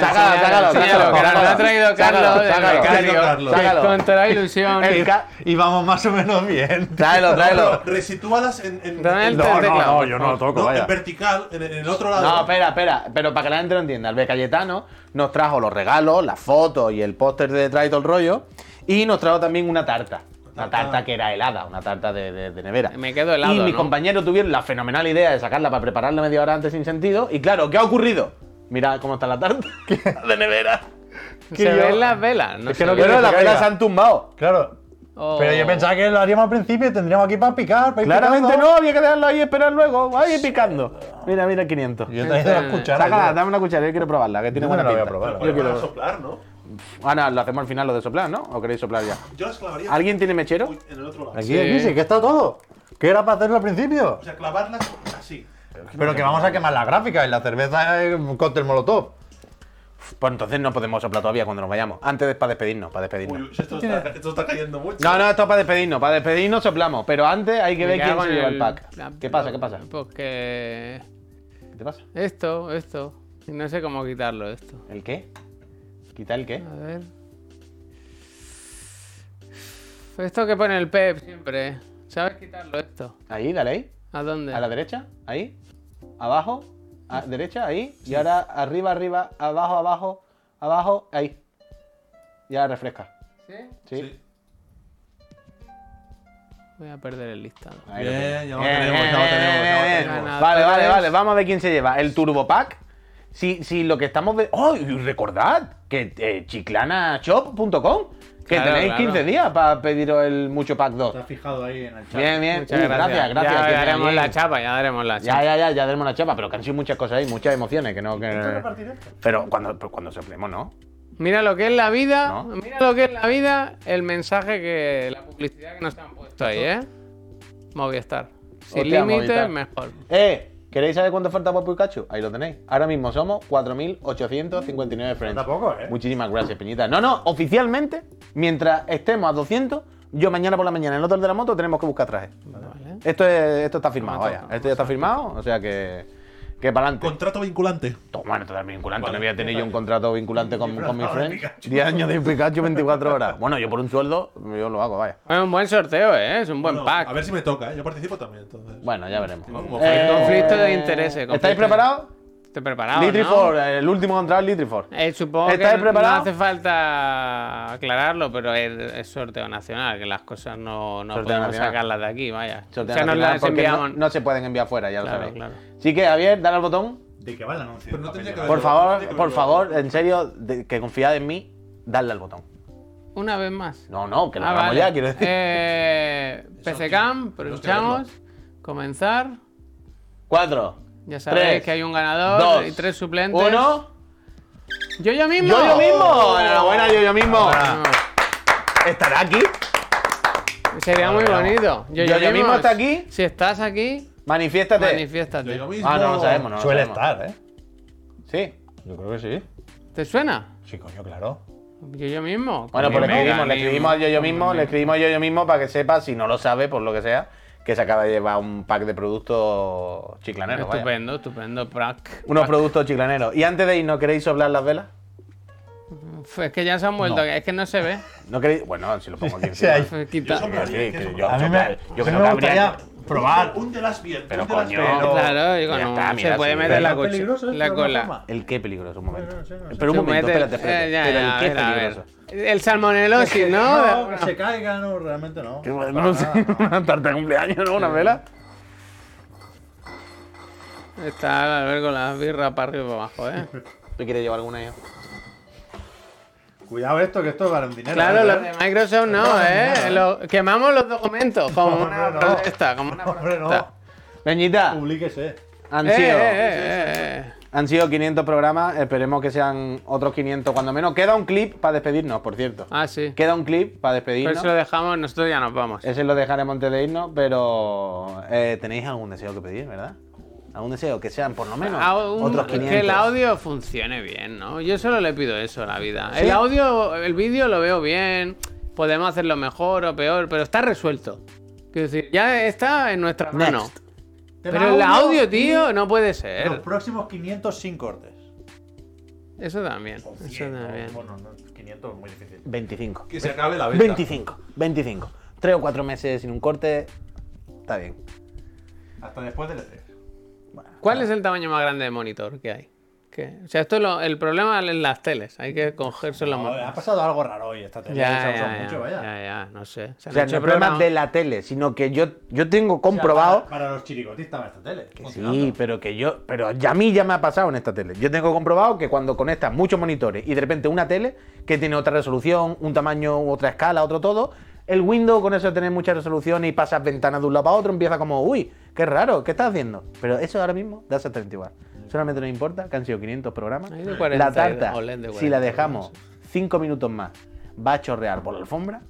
B: enséñalo,
F: sácalo, sácalo.
B: que nos lo ha traído Carlos del
F: sácalo,
B: becario,
D: sácalo,
B: que
F: sácalo.
B: Con toda la ilusión.
F: El ca-
C: Y vamos más o menos bien.
F: Tráelo, tráelo.
D: Resitúalas en, en,
B: Dame el
D: en-
B: No, no, teclado.
C: yo no lo toco,
D: no, en vertical, en, en el otro lado.
F: No, espera, espera. Pero para que la gente lo entienda, el B. Cayetano nos trajo los regalos, las fotos y el póster de detrás y todo el rollo. Y nos trajo también una tarta. Una tarta que era helada, una tarta de, de- de nevera.
B: Me quedo helado,
F: Y mis
B: ¿no?
F: compañeros tuvieron la fenomenal idea de sacarla para prepararla media hora antes sin sentido. Y claro, ¿qué ha ocurrido? Mira cómo está la tarta (laughs) de nevera.
B: Se
F: yo-
B: ven las velas. No
C: Es que
B: se
C: no
B: ven.
C: quiero-
F: Bueno, las
C: que
F: velas
C: caiga.
F: se han tumbado.
C: Claro.
B: Oh.
C: Pero yo pensaba que lo haríamos al principio y tendríamos aquí para picar. para ir
F: Claramente
C: picando.
F: no, había que dejarlo ahí y esperar luego. Ahí picando. Mira, mira, 500.
C: Yo te voy a escuchar.
F: Sácala, dame una cuchara, yo quiero probarla, que tiene
C: Yo
F: buena
C: no la voy a
F: pinta.
C: probar, la
F: Yo
D: Pero
F: quiero-
D: van a soplar, ¿no?
F: Ana, lo hacemos al final lo de soplar, ¿no? ¿O queréis soplar ya?
D: Yo las clavaría
F: ¿Alguien tiene mechero?
D: uy, en el otro lado.
C: Aquí, aquí, sí, que está todo. ¿Qué era para hacerlo al principio?
D: O sea, clavarlas así.
C: Pero que vamos a quemar la gráfica y la cerveza es un cóctel molotov.
F: Pues entonces no podemos soplar todavía cuando nos vayamos. Antes de, para despedirnos, para
D: Uy,
F: despedirnos.
D: uy, esto está, esto está cayendo mucho.
F: No, no, esto es para despedirnos, para despedirnos soplamos. Pero antes hay que
B: Me
F: ver quién
B: cago
F: se
B: en
F: lleva el
B: el-
F: pack.
B: la-
F: ¿Qué pasa? ¿Qué pasa?
B: Porque.
F: ¿Qué te pasa?
B: Esto, esto. Y No sé cómo quitarlo esto.
F: ¿El qué? ¿Quita el qué?
B: A ver. Esto que pone el Pep siempre. ¿Sabes quitarlo esto?
F: Ahí, dale ahí.
B: ¿A dónde?
F: A la derecha, ahí. Abajo, a derecha, ahí. Y ahora arriba, arriba, abajo, abajo, abajo, ahí. Ya refresca.
B: ¿Sí?
F: Sí.
B: Voy a perder el listado.
F: Ahí lo
D: Bien, ya
F: tenemos.
D: lo tenemos, ya lo
F: bien,
D: tenemos, ya lo
F: bien.
B: tenemos.
F: Vale, vale,
B: Ganadores.
F: vale. Vamos a ver quién se lleva. El Turbo Pack. Si, si lo que estamos. ve- ¡Oh! Y recordad que eh, chiclanashop.com. Que
B: Claro,
F: tenéis
B: claro.
F: 15 días para pediros el mucho pack 2.
C: Estás fijado ahí en el chat.
F: Bien, bien.
B: Muchas
F: Uh,
B: gracias.
F: gracias, gracias.
B: Ya
F: que
B: daremos
F: tenéis-
B: la chapa, ya daremos la
F: Ya,
B: chapa.
F: ya, ya, ya daremos la chapa, pero que han sido muchas cosas ahí, muchas emociones que no. Que... Pero cuando, pero cuando soplemos, ¿no?
B: Mira lo que es la vida,
F: ¿No?
B: mira lo que es la vida, el mensaje que la publicidad que nos han puesto ahí, ¿eh? Movistar. Sin
F: Hostia,
B: límites,
F: Movistar.
B: mejor.
F: Eh, ¿queréis saber cuánto falta para Pikachu? Ahí lo tenéis. Ahora mismo somos 4.859 friends.
C: Tampoco, ¿eh?
F: Muchísimas gracias, Peñita. No, no, oficialmente, mientras estemos a 200, yo mañana por la mañana en el hotel de la moto tenemos que buscar traje. Esto, es- esto está firmado, vaya. Esto ya está firmado, o sea que. Que para adelante.
D: Contrato vinculante.
F: Toma, no te das vinculante. no voy a tener yo un contrato vinculante con, con mi friend. 10 años de Pikachu, 24 horas. Bueno, yo por un sueldo, yo lo hago, vaya.
B: Es un buen sorteo, ¿eh? Es un buen
D: Bueno,
B: pack.
D: A ver si me toca, ¿eh? yo participo también. Entonces.
F: Bueno, ya veremos.
D: Como
B: conflicto de intereses, conflicto de-
F: Eh, ¿Estáis preparados?
B: Estoy preparado, ¿no?
F: Litrifor, el último contrato es Litrifor.
B: Eh, supongo
F: ¿Estáis
B: que no-
F: preparados?
B: no hace falta aclararlo, pero es, es sorteo nacional, que las cosas no, no
F: Sorteo
B: podemos
F: nacional.
B: sacarlas de aquí, vaya.
F: Sorteo
B: o sea, nos
F: nacional,
B: las
F: porque no-
B: enviamos.
F: No, se pueden enviar fuera, ya
B: Claro,
F: lo sabéis.
B: claro.
F: Así que, Javier, dale al botón.
C: ¿De qué va el anuncio?
D: Pero no tendría que
F: Por
D: Pero-
F: favor, por favor, en serio, de- que confiad en mí, dadle al botón.
B: Una vez más.
F: No, no, que lo
B: Ah,
F: hagamos
B: vale.
F: ya, quiero decir.
B: Eh, PCCAM, producamos, comenzar.
F: Cuatro.
B: Ya sabéis
F: Tres,
B: que hay un ganador
F: dos,
B: y tres suplentes.
F: Uno.
B: Yo yo mismo.
F: ¡Yo yo mismo! Enhorabuena, yo yo mismo. ¿Estará aquí?
B: Sería muy bonito.
F: Yo yo mismo está aquí.
B: Si estás aquí,
F: Manifiéstate.
B: manifiéstate.
D: Yo mismo.
F: ah, no, no sabemos, no lo
C: Suele estar,
F: sabemos.
C: ¿eh?
F: Sí.
C: Yo creo que sí.
B: ¿Te suena?
C: Sí, coño, claro.
B: Yo yo mismo.
F: Bueno, pues le
B: Venga,
F: escribimos,
B: ánimo.
F: le escribimos al yo yo mismo, le escribimos al yo yo mismo para que sepa, si no lo sabe, por lo que sea, que se acaba de llevar un pack de productos chiclaneros. vaya.
B: Estupendo, estupendo, Prac.
F: Unos productos chiclaneros. Y antes de irnos, ¿queréis soplar las velas?
B: Uf, Es que ya se han vuelto, es que no se ve.
F: ¿No queréis? Bueno, si lo
B: (laughs)
F: pongo aquí
C: Sí,
F: encima.
C: ahí.
B: Uf, Quita.
F: Sí, que yo,
C: A mí me,
F: soplar- yo creo que
C: me
F: habría-
C: gustaría probar.
D: Un de las bien.
F: Pero
D: un de las
F: coño.
D: bien.
F: Pero-
B: claro, digo,
F: Ya
B: no,
F: está, mira,
B: se puede
F: sí.
B: meter
F: Pero
B: la,
F: es
B: coche- la cola.
F: El qué peligroso, un momento.
C: no sé, no sé.
F: Pero un
B: Se
F: momento,
B: mete-
F: espérate, espérate.
B: eh, ya,
F: Pero
B: ya,
F: el qué
B: a ver, a ver.
F: peligroso.
B: El salmonelosis,
F: (laughs)
B: ¿no?
C: que se caiga, no, realmente no.
F: Que bueno, no sé,
B: (laughs)
F: una tarta de cumpleaños, ¿no? Una vela.
B: Está Albert con la birra para arriba y para abajo, ¿eh?
F: (laughs) ¿Tú quieres llevar alguna yo?
C: Cuidado esto, que esto gana un dinero.
B: Claro,
C: ¿eh?
B: los de Microsoft no, ¿eh? Lo- quemamos los documentos como
C: Hombre,
B: una
C: no.
B: protesta, como una
C: Hombre, no.
B: protesta.
F: Peñita,
C: Publíquese.
F: han
B: Eh,
F: sido,
B: eh, eh, eh.
F: han sido 500 programas, esperemos que sean otros 500 cuando menos. Queda un clip para despedirnos, por cierto.
B: Ah, sí.
F: Queda un clip para
B: Por
F: despedirnos.
B: eso lo dejamos, nosotros ya nos vamos.
F: Ese lo dejaremos antes de irnos, pero eh, tenéis algún deseo que pedir, ¿verdad? Algún deseo que sean por lo menos
B: Ah, un-
F: otros
B: que
F: 500.
B: el audio funcione bien, ¿no? Yo solo le pido eso a la vida. El audio, el vídeo lo veo bien, podemos hacerlo mejor o peor, pero está resuelto. Quiero decir, ya está en nuestra
F: Next.
B: mano. Pero el audio, tío, no puede ser.
C: Los próximos 500 sin cortes.
B: Eso también, eso también.
C: Bueno, no, 500 es muy difícil.
F: 25.
D: Que se acabe la venta.
F: 25. 25. 3 o 4 meses sin un corte. Está bien.
C: Hasta después del E3.
B: ¿Cuál es el tamaño más grande de monitor que hay? ¿Qué? O sea, esto es lo- el problema en las teles, hay que cogerse los
C: Joder, ha
B: más.
C: pasado algo raro hoy esta
B: Ya,
C: tele. se ha
B: ya,
C: usado
B: ya,
C: mucho, vaya.
B: ya, ya, no sé. Se
F: O
B: han
F: sea,
B: hecho
F: no es problema
B: programas-
F: de la tele, sino que yo, yo tengo
C: O sea,
F: comprobado.
C: Para, para los chiricotistas esta tele.
F: que
C: funcionando.
F: sí, pero que yo. Pero ya a mí ya me ha pasado en esta tele. Yo tengo comprobado que cuando conectas muchos monitores y de repente una tele que tiene otra resolución, un tamaño, otra escala, otro todo. El Windows con eso de tener mucha resolución y pasas ventanas de un lado para otro, empieza como, uy, qué raro, ¿qué estás haciendo? Pero eso ahora mismo da exactamente igual. Solamente nos importa que han sido 500 programas.
B: Hay de
F: la
B: 40
F: tarta,
B: OLED de
F: si
B: 40,
F: la dejamos 5 minutos más, va a chorrear por la alfombra.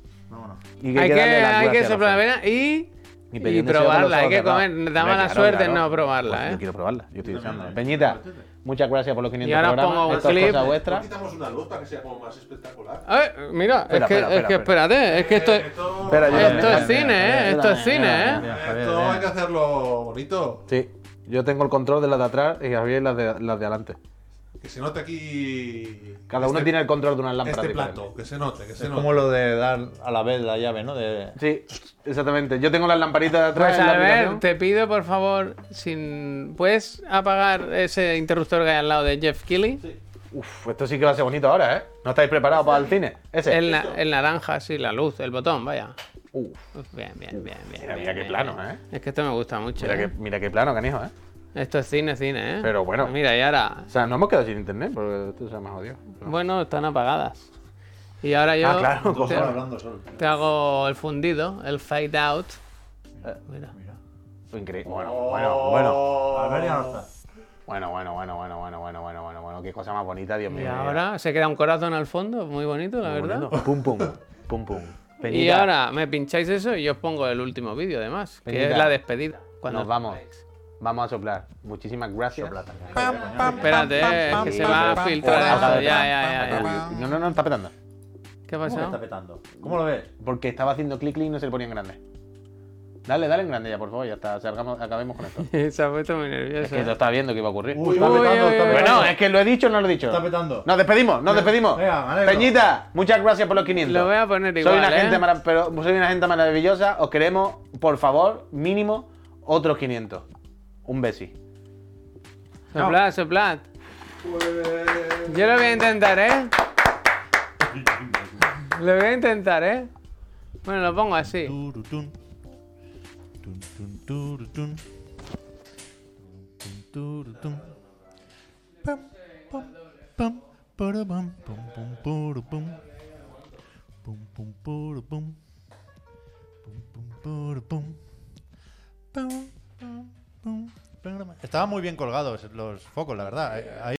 F: Y
B: hay que,
F: darle las
B: hay que
F: gracias a la
B: soplar la
F: alfombra.
B: vena y,
F: Y
B: y
F: pedir un deseo con los
B: probarla. Hay
F: ojos
B: que
F: cerrados.
B: comer. Da
F: Hombre,
B: mala
F: claro,
B: suerte
F: claro.
B: no
F: Pues
B: probarla,
F: Yo
B: ¿eh?
F: quiero probarla, yo estoy deseando. Peñita, muchas gracias por los 500
B: Y ahora
F: programas.
B: pongo un
F: Esto es
B: clip.
F: cosa vuestra.
D: Quitamos una luz para que sea como más espectacular.
B: Eh, mira,
F: Espera,
B: es que,
F: espera,
B: es que
F: espera,
B: espérate, es que esto,
F: Espera, yo
B: esto
F: también.
B: es cine, ¿eh? Esto es cine, ¿eh?
D: Esto hay que hacerlo bonito.
F: Sí, yo tengo el control de las de atrás y Javier las de, las de adelante.
D: Que se note aquí.
F: Cada uno
D: este-
F: tiene el control de unas lámparas
D: Este
F: diferentes.
D: plato, que se note, que se
C: Es
D: note.
C: como lo de dar a la vez la llave, ¿no? De...
F: Sí, exactamente. Yo tengo las lamparitas de atrás.
B: Pues
F: en la
B: a ver,
F: aplicación.
B: te pido por favor, sin puedes apagar ese interruptor que hay al lado de Jeff Keighley,
F: Uf, esto sí que va a ser bonito ahora, ¿eh? ¿No estáis preparados para el cine? Ese.
B: el, na- el naranja, sí, la luz, el botón, vaya.
F: Uf,
B: Uf, Bien, bien, bien, bien.
F: mira,
B: bien,
F: mira qué
B: bien,
F: plano,
B: bien.
F: ¿eh?
B: Es que esto me gusta mucho.
F: Mira
B: ¿eh?
F: qué, mira qué plano, canijo, ¿eh?
B: Esto es cine, cine, ¿eh?
F: Pero bueno.
B: Mira, y ahora
F: O sea, no hemos quedado sin internet, porque esto se me ha jodido.
B: Bueno, están apagadas. Y ahora yo
A: Ah, claro,
C: Dos
A: cojones.
C: horas hablando solo.
B: te hago el fundido, el fade out. Mira.
F: Increíble.
A: Bueno, bueno, bueno.
C: Albert ya no está.
F: Bueno, bueno, bueno, bueno, bueno, bueno, bueno, bueno, bueno. Qué cosa más bonita, Dios mío.
B: Y ahora se queda un corazón al fondo, muy bonito, la verdad.
F: Pum, pum. Pum, pum.
B: Y
F: Peñita,
B: ahora me pincháis eso y yo os pongo el último vídeo, además, que
F: Peñita.
B: es la despedida. Cuando
F: nos vamos. Vamos a soplar. Muchísimas gracias.
B: Espérate, eh, que se va a filtrar eso. Ya, ya, ya, ya.
F: No, no, no, está petando.
B: ¿Qué ha
C: ¿Cómo que está
B: pasado?
C: petando? ¿Cómo lo ves?
F: Porque estaba haciendo clic clic y no se le ponía en grande. Dale, dale en grande ya, por favor, ya está. Salgamos, acabemos con esto.
B: (laughs) Se ha puesto muy
F: Es
B: nervioso.
F: que lo estaba viendo que iba a ocurrir.
C: ¿eh? Uy, está petando,
B: uy,
C: está
B: uy.
C: petando.
F: Bueno, es que lo he dicho o no lo he dicho.
C: Está petando.
F: Nos despedimos, nos despedimos.
C: Venga, me alegro.
F: Peñita, muchas gracias por los 500.
B: Lo voy a poner
F: Soy
B: igual,
F: una,
B: ¿eh?
F: gente mara- pero soy una gente maravillosa. Os queremos, por favor, mínimo otros 500. Un besi.
B: Soplad, soplad. Yo lo voy a intentar, ¿eh? Lo voy a intentar, ¿eh? Bueno, lo pongo así.
E: Turutun. Tun, tun, turutun. Tun, turutun. Pam, pam, pam, parabam, pum, pum, purupum. Pum, pum, purupum. Pum, pum, purupum.
C: eh,
E: Pam, pam, pum, parabam. Estaban muy bien colgados los focos, la verdad. Ahí- ahí